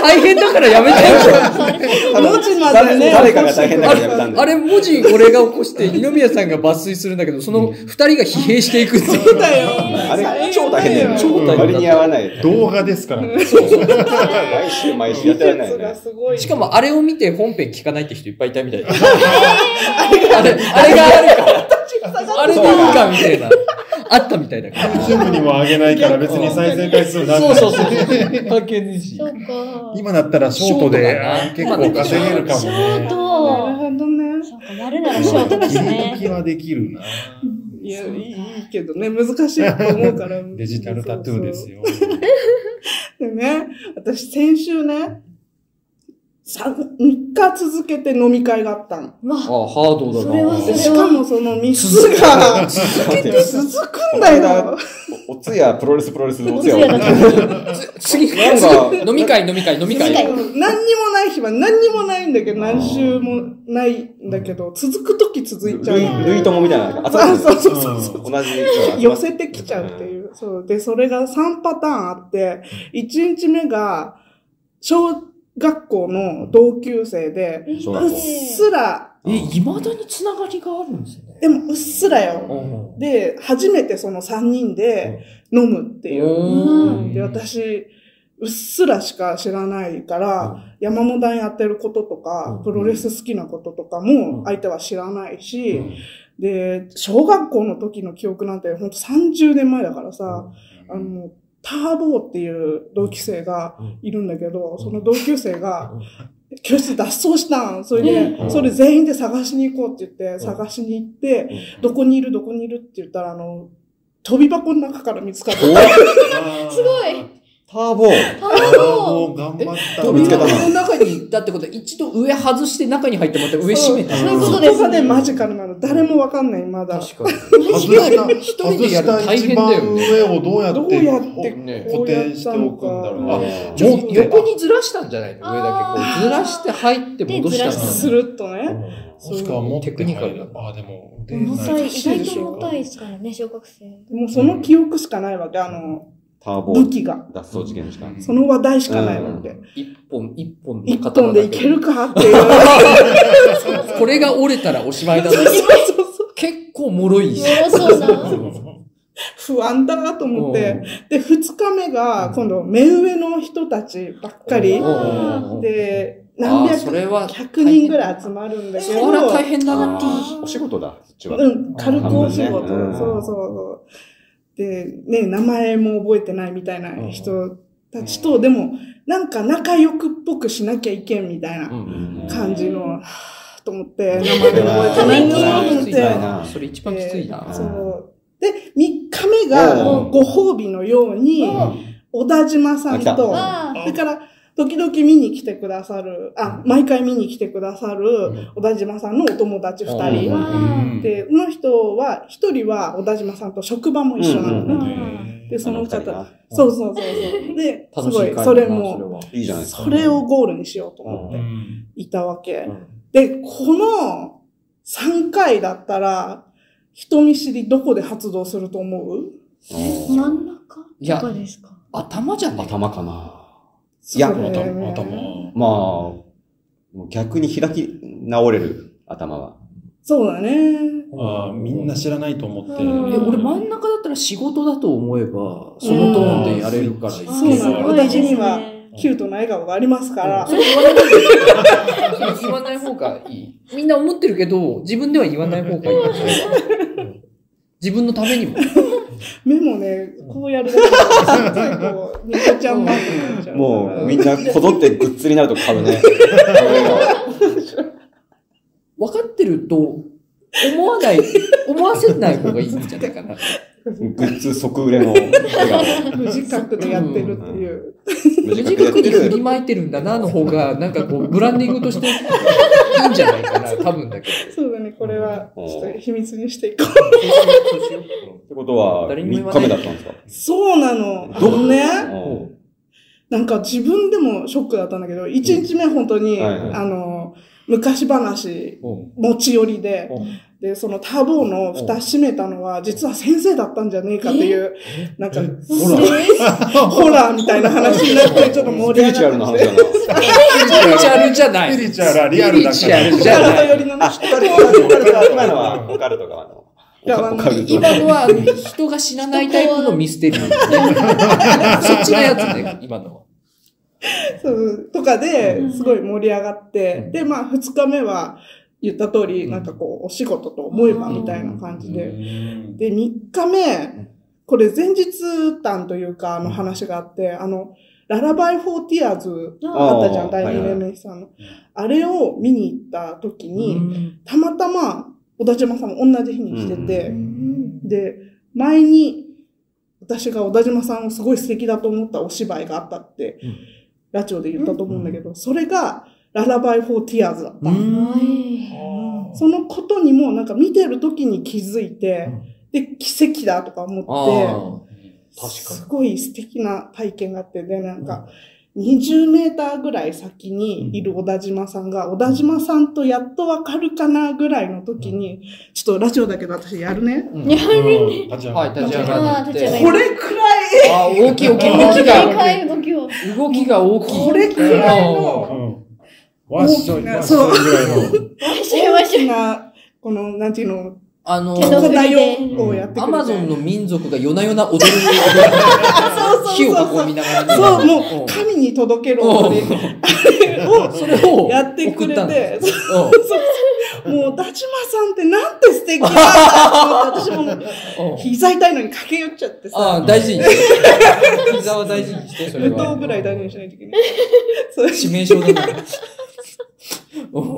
[SPEAKER 3] 大変だからやめてよ。
[SPEAKER 4] 文字まで
[SPEAKER 5] 誰
[SPEAKER 4] ね。
[SPEAKER 5] 誰かが大変だからやめたんだ
[SPEAKER 3] あ
[SPEAKER 5] よ。
[SPEAKER 3] れ文字俺が起こして二宮さんが抜粋するんだけど、その二人が疲弊していくっていう
[SPEAKER 4] そうだよ。
[SPEAKER 5] あれ、超大変だよね。
[SPEAKER 3] 超大変だった
[SPEAKER 5] 割に合わない。
[SPEAKER 2] 動画ですから。
[SPEAKER 5] 毎週毎週やってられないよね。
[SPEAKER 4] すごい。
[SPEAKER 3] しかもあれを見て本編聞かないって人いっぱいいたみたいだあれ、あれがあるから。あれでいいかみたいな。あったみたいだから。
[SPEAKER 2] YouTube にも上げないから別に再生回数なん
[SPEAKER 3] そう
[SPEAKER 2] て
[SPEAKER 3] そうそう。関係ねえし
[SPEAKER 1] そ。うか。
[SPEAKER 2] 今だったらショート
[SPEAKER 3] ショー
[SPEAKER 2] で
[SPEAKER 3] トだな
[SPEAKER 2] あー結構稼げるかも
[SPEAKER 1] ショー
[SPEAKER 4] な
[SPEAKER 2] ね。
[SPEAKER 4] る
[SPEAKER 1] ト。
[SPEAKER 4] ほどね。
[SPEAKER 1] そうか、やるならショートです
[SPEAKER 2] 今時
[SPEAKER 1] ね。
[SPEAKER 2] はできるな。
[SPEAKER 4] いや、いいいいけどね、難しいと思うから。
[SPEAKER 2] デジタルタトゥーです
[SPEAKER 4] よ。
[SPEAKER 2] よ。
[SPEAKER 4] でね、私先週ね、3, 3日続けて飲み会があったの。
[SPEAKER 3] あ、
[SPEAKER 1] まあ、
[SPEAKER 3] ハードだな。
[SPEAKER 1] それはそ
[SPEAKER 4] で
[SPEAKER 1] れ
[SPEAKER 4] しかもその3つが
[SPEAKER 5] 続け
[SPEAKER 4] 続くんだよ。
[SPEAKER 5] お通夜、プロレスプロレスのお通
[SPEAKER 1] お通
[SPEAKER 5] 夜
[SPEAKER 1] 夜だった
[SPEAKER 3] 次、
[SPEAKER 5] なんか
[SPEAKER 3] 飲み会、飲み会、飲み
[SPEAKER 1] 飲み
[SPEAKER 3] 会。
[SPEAKER 4] 何にもない日は何にもないんだけど、何週もないんだけど、続くとき続いちゃう
[SPEAKER 5] ル
[SPEAKER 4] の
[SPEAKER 5] イ、ルイ友みたいなのが集ま
[SPEAKER 4] あ、
[SPEAKER 5] ってる
[SPEAKER 4] そうそうそう。
[SPEAKER 2] う
[SPEAKER 5] 同じ人が
[SPEAKER 4] 寄せてきちゃうっていう。そう。で、それが3パターンあって、1日目が、小学校の同級生で、
[SPEAKER 5] 小
[SPEAKER 4] う
[SPEAKER 5] 学
[SPEAKER 4] っ
[SPEAKER 5] 校
[SPEAKER 4] すら、
[SPEAKER 3] え、未だにつながりがあるんですね。
[SPEAKER 4] でもうっすらよ。で、初めてその3人で飲むっていう。
[SPEAKER 1] うん
[SPEAKER 4] で、私、うっすらしか知らないから、山本さんやってることとか
[SPEAKER 3] う、ん
[SPEAKER 4] プロレス好きなこととか
[SPEAKER 3] う
[SPEAKER 4] も
[SPEAKER 3] ん
[SPEAKER 4] 相手は知らない
[SPEAKER 3] うん
[SPEAKER 4] し、で、小学校の時の記憶なんてほんと30年前だからさ、あの、ターボーっていう同級生がいるんだけど、その同級生が
[SPEAKER 3] うん、
[SPEAKER 4] 教室脱走したん。それで、
[SPEAKER 3] うん
[SPEAKER 4] それ全員で探しに行こうって言って、探しに行って、
[SPEAKER 5] うん
[SPEAKER 4] どこにいるどこにいるって言ったら、あの、飛び箱の中から見つかった。
[SPEAKER 5] お
[SPEAKER 2] すご
[SPEAKER 1] い。
[SPEAKER 5] ターボー
[SPEAKER 1] あの
[SPEAKER 2] 頑張った
[SPEAKER 5] え
[SPEAKER 2] な。
[SPEAKER 5] 見つけた
[SPEAKER 4] 飛び箱の中に
[SPEAKER 3] だってことは一度上外して中に入ってまた上閉めた。
[SPEAKER 1] そういうこと
[SPEAKER 4] そ
[SPEAKER 1] で
[SPEAKER 4] こ
[SPEAKER 1] す
[SPEAKER 4] がね、マジカルなの。誰もわかんない、まだ。
[SPEAKER 3] 確かに。
[SPEAKER 2] 外
[SPEAKER 3] 確か
[SPEAKER 2] した
[SPEAKER 3] に。一人でやるの
[SPEAKER 2] 外
[SPEAKER 3] 大変
[SPEAKER 2] した一
[SPEAKER 3] だ
[SPEAKER 2] 番
[SPEAKER 3] よね。
[SPEAKER 2] 上をどうやって
[SPEAKER 4] どうやって
[SPEAKER 3] ね
[SPEAKER 2] 固定しておくんだろ
[SPEAKER 4] こ
[SPEAKER 2] う
[SPEAKER 4] うやったのか
[SPEAKER 2] ね。
[SPEAKER 5] あ
[SPEAKER 3] ちょっと
[SPEAKER 2] 持って
[SPEAKER 3] 横にずらしたんじゃないの上だけこ
[SPEAKER 1] あ
[SPEAKER 3] う
[SPEAKER 1] ー
[SPEAKER 3] ずらして入って戻した
[SPEAKER 1] でずら
[SPEAKER 4] ス
[SPEAKER 1] し
[SPEAKER 3] の。
[SPEAKER 4] ルッとね。
[SPEAKER 2] もしくは持って
[SPEAKER 3] テクニカルな
[SPEAKER 2] ああ、でも、で
[SPEAKER 1] 重たい、意外と重
[SPEAKER 2] い。
[SPEAKER 1] たいですからね、小学生。
[SPEAKER 4] もうその記憶しかないわけ、あの、
[SPEAKER 5] ターボ
[SPEAKER 4] 武器が。
[SPEAKER 5] 脱走事件しか。
[SPEAKER 3] うん
[SPEAKER 4] その話題しかないわけ。
[SPEAKER 3] 一本、一本の
[SPEAKER 4] 一
[SPEAKER 3] 刀
[SPEAKER 4] 本でい
[SPEAKER 3] だ
[SPEAKER 4] けるかっ
[SPEAKER 3] <laughs>
[SPEAKER 4] ていう。
[SPEAKER 3] これが折れたらおしまいだね。結構脆いし。
[SPEAKER 1] 脆そうな。
[SPEAKER 4] 不安だなと思って。で、二日目が、今度、目上の人たちばっかり
[SPEAKER 3] うん。うんうん
[SPEAKER 4] で、
[SPEAKER 3] あ
[SPEAKER 4] 何
[SPEAKER 3] ー
[SPEAKER 4] 百
[SPEAKER 3] それは
[SPEAKER 4] 100人ぐらい集まるんだけ
[SPEAKER 3] それは大
[SPEAKER 4] ど、
[SPEAKER 3] 変だな。
[SPEAKER 5] あーお仕事だ、そっちは。
[SPEAKER 4] うん、軽くお仕
[SPEAKER 5] 半
[SPEAKER 4] 事。
[SPEAKER 5] 分ねうん
[SPEAKER 4] そうそうそう。で、ね、名前も覚えてないみたいな人たちと、でも、なんか仲良くっぽくしなきゃいけんみたいな
[SPEAKER 5] うん
[SPEAKER 4] 感じの、はぁと思って、名
[SPEAKER 5] そ
[SPEAKER 4] 前
[SPEAKER 5] れ
[SPEAKER 4] も
[SPEAKER 5] は
[SPEAKER 4] 覚えてないなと思っ
[SPEAKER 5] きつい
[SPEAKER 4] て。
[SPEAKER 5] な
[SPEAKER 3] それ一番きついな。
[SPEAKER 5] え
[SPEAKER 4] そう。で、3日目が、
[SPEAKER 5] うん
[SPEAKER 4] ご褒美のように、小田島さん
[SPEAKER 5] あ来た
[SPEAKER 4] と、
[SPEAKER 1] わあ
[SPEAKER 4] だから、時々見に来てくださる、あ、毎回見に来てくださる、小田島さんのお友達二
[SPEAKER 3] うん
[SPEAKER 4] 人。で、この人は、一人は小田島さんと職場も一緒なの
[SPEAKER 5] うん
[SPEAKER 4] ね。
[SPEAKER 5] う
[SPEAKER 4] で、その二
[SPEAKER 5] あ二人
[SPEAKER 4] 方
[SPEAKER 5] が。
[SPEAKER 4] そうそうそうそう。で、す
[SPEAKER 3] 楽し
[SPEAKER 4] ご
[SPEAKER 3] い会
[SPEAKER 4] い、
[SPEAKER 3] だな
[SPEAKER 4] それも、
[SPEAKER 5] いいじゃないですか。
[SPEAKER 4] それをゴールにしようと思
[SPEAKER 5] う
[SPEAKER 4] って
[SPEAKER 2] ん
[SPEAKER 4] いたわけ
[SPEAKER 3] それ。は
[SPEAKER 4] で、この3回だったら、人見知りどこで発動すると思う
[SPEAKER 1] 真ん中
[SPEAKER 3] いや
[SPEAKER 1] とかですか
[SPEAKER 3] 頭じゃね
[SPEAKER 5] 頭かな。
[SPEAKER 4] い
[SPEAKER 5] いや
[SPEAKER 2] 頭、頭。
[SPEAKER 5] まあ、もう逆に開き直れる、頭は。
[SPEAKER 4] そうだね。
[SPEAKER 2] ああ、みんな知らないと思って。
[SPEAKER 1] うん
[SPEAKER 3] え俺真ん中だったら仕事だと思えば、そのトーンでやれるからいける
[SPEAKER 4] そうなの
[SPEAKER 1] あーすごいですね
[SPEAKER 4] 私にはキュートな笑顔がありますから。
[SPEAKER 3] それ言わない方がいい。言わない方がいい。 <laughs> みんな思ってるけど、自分では言わない方がいい。自分のためにも。
[SPEAKER 4] 目もね、こうやるだけで、結構、ニコちゃんマークになっちゃうから。
[SPEAKER 5] もうみんなこぞってグッズになると買う <laughs> ね。
[SPEAKER 3] 分かってると思わない、思わせない方がいいんじゃないかな。
[SPEAKER 5] グッズ即売れの笑顔。
[SPEAKER 4] 無自覚でやってるっていう。
[SPEAKER 5] 無
[SPEAKER 3] 無自
[SPEAKER 5] 自覚でや
[SPEAKER 3] 覚
[SPEAKER 5] って
[SPEAKER 3] に振り
[SPEAKER 5] る。
[SPEAKER 3] まいてるんだなの方が、なんかこう、ブランディングとしていいんじゃないかな、多分だけ
[SPEAKER 4] そうだね、これは、ちょっと秘密にしていこう。
[SPEAKER 3] ど。
[SPEAKER 5] ってことは、
[SPEAKER 3] 誰にも言
[SPEAKER 5] 3
[SPEAKER 3] わない
[SPEAKER 5] 日目だったんですか
[SPEAKER 4] そうなの。あ
[SPEAKER 5] ど
[SPEAKER 4] のね、
[SPEAKER 5] うん
[SPEAKER 4] なんか自分でもショックだったんだけど、1日目本当に、
[SPEAKER 5] はいはい
[SPEAKER 4] あの、昔話、持ち寄りで、で、そのターボーの蓋閉めたのは、実は先生だったんじゃねえかっていう、なんか、
[SPEAKER 2] ほら。
[SPEAKER 4] ホラーみたいな話になって、ちょっと
[SPEAKER 5] ス
[SPEAKER 4] 盛
[SPEAKER 5] ピ
[SPEAKER 4] り
[SPEAKER 5] リチュアル
[SPEAKER 4] 上
[SPEAKER 5] な
[SPEAKER 4] がっ
[SPEAKER 5] 話
[SPEAKER 4] て。 <laughs>
[SPEAKER 5] だな。
[SPEAKER 3] スピリチュアルじゃない。
[SPEAKER 2] スピリチュアルはリアルだから
[SPEAKER 3] スピリチュアルじゃ
[SPEAKER 4] 体
[SPEAKER 3] ない。
[SPEAKER 4] 寄りの
[SPEAKER 5] <laughs>
[SPEAKER 4] ね
[SPEAKER 5] あ、オカルト、オカルトが今 <laughs> のは、オカルトがあの、オカルト。
[SPEAKER 3] 今のは人が死なないタイプのミステリー。 <laughs> そっちのやつね、今のは。
[SPEAKER 4] そうとか
[SPEAKER 1] う
[SPEAKER 4] で
[SPEAKER 1] ん
[SPEAKER 4] すごい盛り上がって、
[SPEAKER 3] うん
[SPEAKER 4] で、まあ、2日目は言った通り、
[SPEAKER 3] うん
[SPEAKER 4] なんかこう、お仕事と思えばみたいな感じで。で、3日
[SPEAKER 3] ん
[SPEAKER 4] 目、これ前日談というか、あの話があって、あの、ララバイ・フォー・ティアーズあったじゃ
[SPEAKER 5] あー
[SPEAKER 4] ん、第
[SPEAKER 5] はいは
[SPEAKER 4] 2
[SPEAKER 5] い
[SPEAKER 4] 名さんの。あれを見に行った時に、たまたま、小田島さんも同じ日に来てて、で、前に、私が小田島さんをすごい素敵だと思ったお芝居があったって、
[SPEAKER 3] うん
[SPEAKER 4] ラジオで言ったと思うんだけど、それが、ララバイ・フォー・ティアーズだった。
[SPEAKER 1] はい
[SPEAKER 4] そのことにも、なんか見てる時に気づいて、で、奇跡だとか思って、すごい素敵な体験があって、で、なんか、20メーターぐらい先にいる小田島さんが、小田島さんとやっとわかるかなぐらいの時に、ちょっとラジオだけど私やるね。
[SPEAKER 1] やるね。
[SPEAKER 2] 立ち上
[SPEAKER 3] はい、
[SPEAKER 2] がる
[SPEAKER 3] 立ち上がっ
[SPEAKER 1] 立ち上が
[SPEAKER 3] て。
[SPEAKER 1] る
[SPEAKER 4] これくらい、
[SPEAKER 3] あ、大きい大きい。動
[SPEAKER 1] 大
[SPEAKER 3] き
[SPEAKER 1] きい
[SPEAKER 3] が、
[SPEAKER 1] 回動きを。
[SPEAKER 3] 動きが大きい。
[SPEAKER 4] これくらいの、
[SPEAKER 2] うん。わっしょい、わっしょいぐらいの。
[SPEAKER 1] わしゃわ
[SPEAKER 4] 大
[SPEAKER 1] し
[SPEAKER 4] きな、この、なんていうの、
[SPEAKER 3] あの、
[SPEAKER 1] 手の振り
[SPEAKER 4] 古代をやってくれて。
[SPEAKER 3] アマゾンの民族が夜な夜な踊る火を囲みながら。
[SPEAKER 4] そう、もう、神に届けるお金を
[SPEAKER 3] それを
[SPEAKER 4] やってくれて、もう、田島さんってなんて素敵なんだと思って、私ももう、膝痛いのに駆け寄っちゃってさ、
[SPEAKER 3] ああ、大事にして。膝は大事にして、それ
[SPEAKER 4] 舞
[SPEAKER 3] は。
[SPEAKER 4] 踏ぐらい大事にしないといけない。そう
[SPEAKER 3] 致命傷だから。うん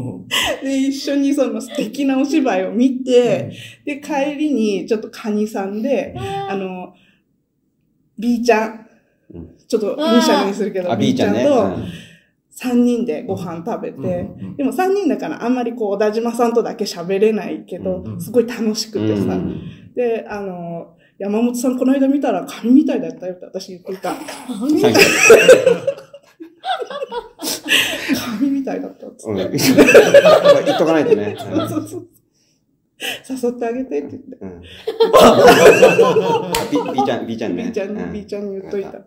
[SPEAKER 4] で、一緒にその素敵なお芝居を見て、で、帰りに、ちょっとカニさんで、あ
[SPEAKER 1] ゃ。
[SPEAKER 4] の、B ちゃん
[SPEAKER 5] うん。
[SPEAKER 4] ちょっと、ミシャルにするけど、
[SPEAKER 5] あ、B ちゃんね。
[SPEAKER 4] と、
[SPEAKER 5] うん
[SPEAKER 4] 3人でご飯食べて、でも3人だからあんまりこう、小田島さんとだけ喋れないけど、すごい楽しくてさ。で、あの、山本さんこの間見たら紙みたいだったよって私言っていた。紙みたいだった。紙みたいだったっつって。
[SPEAKER 5] <laughs> 言っとかないとね。
[SPEAKER 4] 誘ってあげてって言って。
[SPEAKER 5] <laughs> B, B ちゃん、B ちゃんね。。
[SPEAKER 4] B ちゃんに、B ちゃんに言っといた。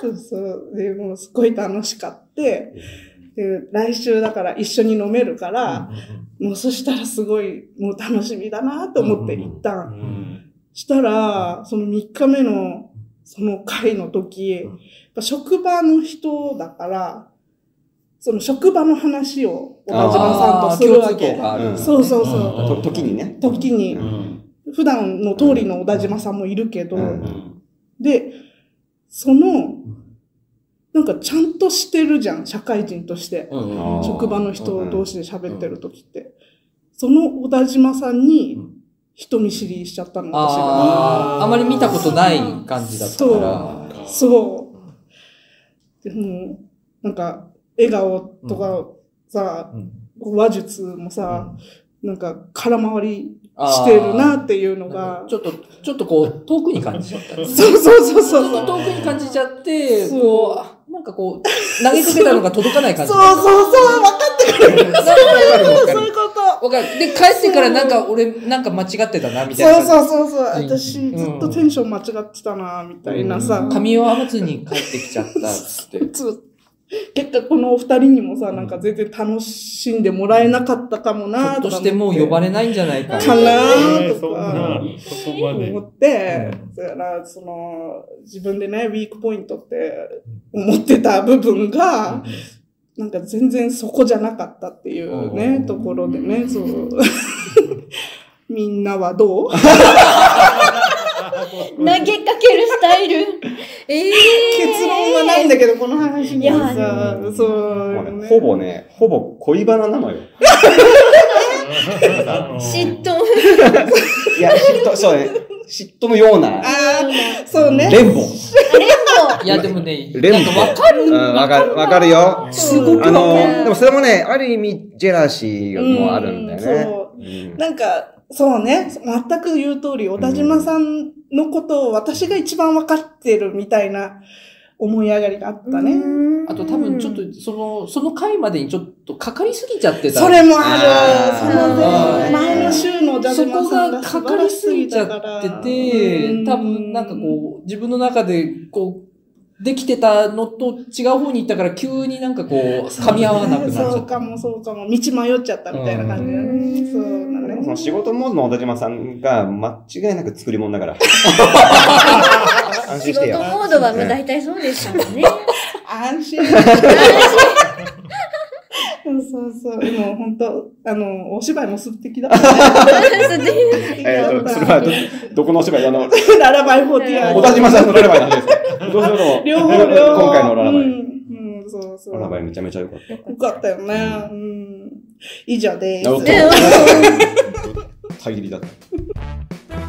[SPEAKER 4] そうそう。で、もうすごい楽しかって、で、来週だから一緒に飲めるから、もうそしたらすごい、もう楽しみだなと思って一旦。したら、その3日目の、その会の時、職場の人だから、その職場の話を岡島さんとするわけ。そうそうそう
[SPEAKER 5] 時にね。
[SPEAKER 4] 時に。普段の通りの小田島さんもいるけど、で、その、なんかちゃんとしてるじゃん、社会人として。職場の人同士で喋ってる時って。その小田島さんに人見知りしちゃったの、私
[SPEAKER 3] が。あまり見たことない感じだったから。
[SPEAKER 4] そう。でも、なんか、笑顔とかさ、話術もさ、なんか空回りしてるなっていうのが。
[SPEAKER 3] ちょっと、ちょっとこう、遠くに感じちゃった。そう。
[SPEAKER 4] そうそうそう
[SPEAKER 3] 遠くに感じちゃって、こう、なんかこう、投げつけたのが届かない感じ。
[SPEAKER 4] そうそうそう、分かってくれる。そういうこと。
[SPEAKER 3] わかる。で、帰ってからなんか俺、なんか間違ってたな、みたい
[SPEAKER 4] な。そうそうそうそう。私、ずっとテンション間違ってたな、みたいなさ。
[SPEAKER 3] 髪を編まずに帰ってきちゃった、つって。
[SPEAKER 4] 結果このお二人にもさ、なんか全然楽しんでもらえなかったかもな
[SPEAKER 3] ととしてもう呼ばれないんじゃないかな
[SPEAKER 4] かなとか、思って、だからその、自分でね、ウィークポイントって思ってた部分が、なんか全然そこじゃなかったっていうね、ところでね、そう。 <laughs> みんなは <laughs> どう
[SPEAKER 1] 投げかけるスタイル。ええ
[SPEAKER 4] ー、結論はないんだけど、この話にはさ、そう、
[SPEAKER 5] ね、ほぼね、ほぼ恋バナなのよ。
[SPEAKER 1] 嫉妬。
[SPEAKER 5] いや、嫉妬、 <laughs> そうね。嫉妬のような。あ
[SPEAKER 4] あ、そうね。
[SPEAKER 5] 連母。連
[SPEAKER 3] 母。いや、でもね、連母。
[SPEAKER 5] わかるわかる、わかるよ。すごくあの、でもそれもね、ある意味、ジェラシーもあるんだよ
[SPEAKER 4] ね。なんか、そうね。全く言う通り、小田島さんのことを私が一番分かってるみたいな思い上がりがあったね。
[SPEAKER 3] あと多分ちょっと、その、その回までにちょっとかかりすぎちゃってた。
[SPEAKER 4] それもある。そのね、前の週の
[SPEAKER 3] そこがかかりすぎちゃってて、多分なんかこう、自分の中でこう、できてたのと違う方に行ったから急になんかこう、噛み合わなくなっちゃった。
[SPEAKER 4] そうかもそうかも。道迷っちゃったみたいな感じだね。そうな
[SPEAKER 5] ね。その仕事モードの小田島さんが間違いなく作り物だから。、
[SPEAKER 1] 安心してよ。仕事モードは大体そうでしたもんね。
[SPEAKER 4] 安心。安心。そうそう。でも本当、あの、お芝居も素敵だった <laughs>
[SPEAKER 5] ね。えっと、それはど、どこのお芝居あの、
[SPEAKER 4] ララバイフォーティア。
[SPEAKER 5] 小田島さんのララバイなんですか <laughs> どうしよ
[SPEAKER 4] 両方、両、
[SPEAKER 5] 方。今回のララバイ。うん
[SPEAKER 4] うん、そうそう。
[SPEAKER 5] ララバイめちゃめちゃ良かった。よ
[SPEAKER 4] かったよね。うん。以上です。
[SPEAKER 5] 限りだった。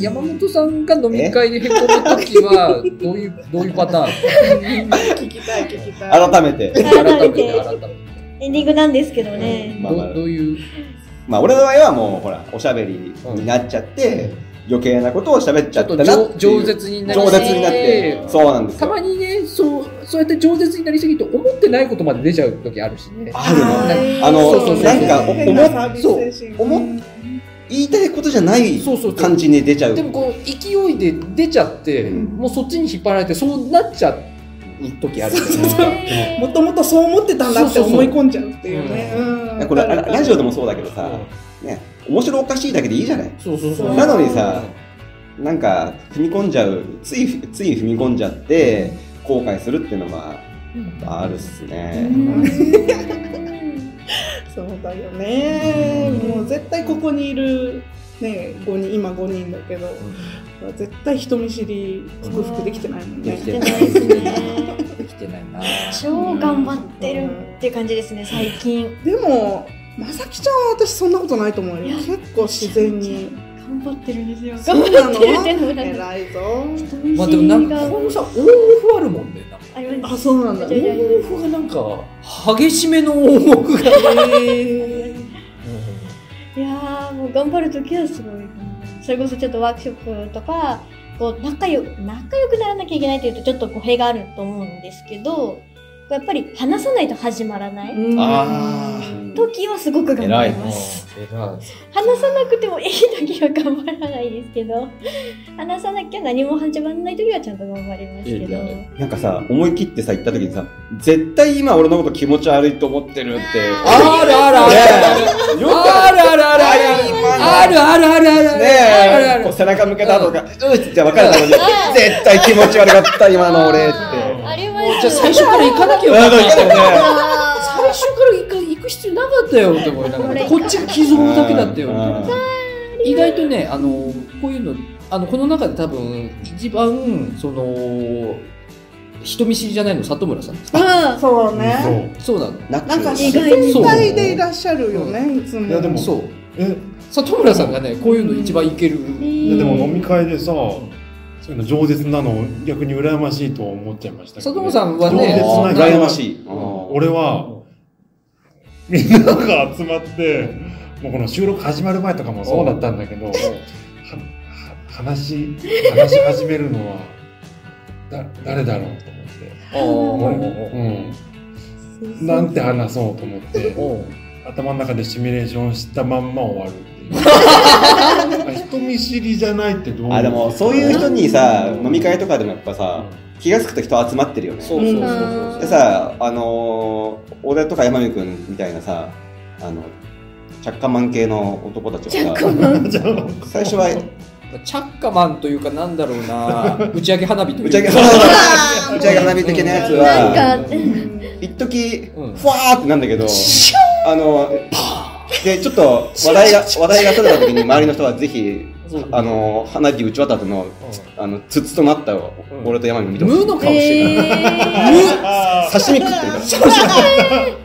[SPEAKER 3] 山本さんが飲み会でへこむときは、どういう、 <laughs> どういうパター
[SPEAKER 4] ン聞きたい、聞きた
[SPEAKER 5] い。改めて。
[SPEAKER 1] 改めて、改めて。エンディングなんですけどね。
[SPEAKER 3] まあ、まあ、どういう。
[SPEAKER 5] まあ、俺の場合はもう、ほら、おしゃべりになっちゃって、余計なことを喋っちゃったなって
[SPEAKER 3] 饒舌にな
[SPEAKER 5] り饒舌になって。そうなんです
[SPEAKER 3] たまにね、そう、そうやって饒舌になりすぎて思ってないことまで出ちゃう時あるしね。
[SPEAKER 5] あるの。あの、なんか、思っ、思っ、言いたいことじゃない感じに出ちゃう
[SPEAKER 3] でもこう勢いで出ちゃって、うん、もうそっちに引っ張られてそうなっちゃう時ある
[SPEAKER 4] もともとそう思ってたんだって思い込んじゃうっていうね
[SPEAKER 5] これラジオでもそうだけどさ、ね、面白おかしいだけでいいじゃないなのにさなんか踏み込んじゃうついつい踏み込んじゃって後悔するっていうのがあるっすね。
[SPEAKER 4] そうだよね、もう絶対ここにいる、ね、5人今5人だけど、絶対人見知り克服できてないもんね。
[SPEAKER 3] できて
[SPEAKER 1] な
[SPEAKER 3] ないい
[SPEAKER 1] で
[SPEAKER 3] ですす
[SPEAKER 1] ね
[SPEAKER 3] ね。できてないな。
[SPEAKER 1] 超頑張ってるって感じですね、最近。
[SPEAKER 4] でもまさきちゃんは私そんなことないと思う
[SPEAKER 1] いや
[SPEAKER 4] よ結構自然に
[SPEAKER 1] 頑張ってるんですよ。
[SPEAKER 4] そ
[SPEAKER 1] 頑
[SPEAKER 4] うな
[SPEAKER 1] 張っ
[SPEAKER 4] の
[SPEAKER 1] てるってのもなんか
[SPEAKER 4] 偉いぞ
[SPEAKER 1] 人見
[SPEAKER 3] まあ
[SPEAKER 1] 知
[SPEAKER 3] でも
[SPEAKER 1] りが
[SPEAKER 3] なんか、このさ、オンオフあるもんね。なんか
[SPEAKER 1] ありま
[SPEAKER 4] あ
[SPEAKER 1] す。
[SPEAKER 4] そうなんだ
[SPEAKER 3] オンオフがなんか、激しめのオンオフが。
[SPEAKER 1] いやーもう頑張るときはすごい。それこそちょっとワークショップとか、こう仲良仲良くならなきゃいけないというとちょっと語弊があると思うんですけど、やっぱり話さないと始まらない
[SPEAKER 4] うん
[SPEAKER 5] あ
[SPEAKER 1] 時はすごく頑張ります。話さなくてもいい時は頑張らないですけど、話さなきゃ何も始まらない時はちゃんと頑張りますけど。
[SPEAKER 3] 偉い
[SPEAKER 5] なんかさ、思い切ってさ、行った時にさ、絶対今俺のこと気持ち悪いと思ってるって。
[SPEAKER 1] あ
[SPEAKER 3] あるあるある
[SPEAKER 5] ねえよく
[SPEAKER 3] あるあるあるある
[SPEAKER 5] ある今の
[SPEAKER 3] あるあるあるあるあるあ
[SPEAKER 5] ね
[SPEAKER 3] るあ
[SPEAKER 5] え、
[SPEAKER 3] る
[SPEAKER 5] こう背中向けた後とか、うっじゃ分かるだろうね。絶対気持ち悪かった今の俺って。
[SPEAKER 1] あありま
[SPEAKER 3] じゃあ
[SPEAKER 1] す。
[SPEAKER 3] 最初から行かなきゃよ
[SPEAKER 5] うん
[SPEAKER 3] かった
[SPEAKER 5] いけたよね。
[SPEAKER 1] あ
[SPEAKER 3] 最初から行く行く必要なかったよって思いながらこっちが傷を負うだけだったよみたいな
[SPEAKER 5] うん
[SPEAKER 3] 意外とねあのこういうのあのこの中で多分一番その人見知りじゃないの里村さんですか
[SPEAKER 1] ーうん。
[SPEAKER 4] そう
[SPEAKER 2] そ
[SPEAKER 4] ね
[SPEAKER 2] う。
[SPEAKER 3] そうなの
[SPEAKER 4] なんか
[SPEAKER 5] 意
[SPEAKER 4] 自
[SPEAKER 5] 外
[SPEAKER 4] 然体でいらっしゃるよねいつも
[SPEAKER 2] いやでも
[SPEAKER 3] そう
[SPEAKER 2] え、
[SPEAKER 3] 里村さんがねこういうの一番いける
[SPEAKER 2] ででも飲み会でさ、そういうの饒舌なの逆に羨ましいと思っちゃいましたけ
[SPEAKER 3] 里
[SPEAKER 2] ど、
[SPEAKER 3] 村さんはね
[SPEAKER 2] そんな
[SPEAKER 5] 羨ましい。
[SPEAKER 2] 俺は、みんなが集まって、もうこの収録始まる前とかもそうだったんだけど、はは話、話し始めるのは、だ、誰だろうと
[SPEAKER 3] あー
[SPEAKER 2] 思って。うん。なんて話そうと思って、頭の中でシミュレーションしたまんま終わるっていう。人見知りじゃないってどう
[SPEAKER 5] あ、でもそういう人にさ、
[SPEAKER 2] うん
[SPEAKER 5] 飲み会とかでもやっぱさ、気がつくと人集まってるよね。
[SPEAKER 3] そうそうそう
[SPEAKER 1] う
[SPEAKER 5] でさ、あのー俺とか山見くんみたいなさ、あの、着火マン系の男たちがさ、
[SPEAKER 2] じゃあ
[SPEAKER 5] 最初は
[SPEAKER 3] そうチャッカマンというかなんだろう <laughs> な打ち上げ花火という
[SPEAKER 5] 打ち上げ
[SPEAKER 3] か
[SPEAKER 5] 花火、打ち上げ花火的なやつ
[SPEAKER 1] なん
[SPEAKER 5] は、
[SPEAKER 1] か
[SPEAKER 4] <laughs>
[SPEAKER 5] 一時
[SPEAKER 3] うん
[SPEAKER 5] ふわーってなんだけど、あの、で、ちょっと話題が、話題が取れた時に周りの人はぜひ、あの、花火打ち渡ったの、あの、筒となったを
[SPEAKER 3] うん
[SPEAKER 5] 俺と山見見てほしい
[SPEAKER 3] 無の顔してる、
[SPEAKER 1] えー。
[SPEAKER 2] あー
[SPEAKER 5] 刺身食ってるから。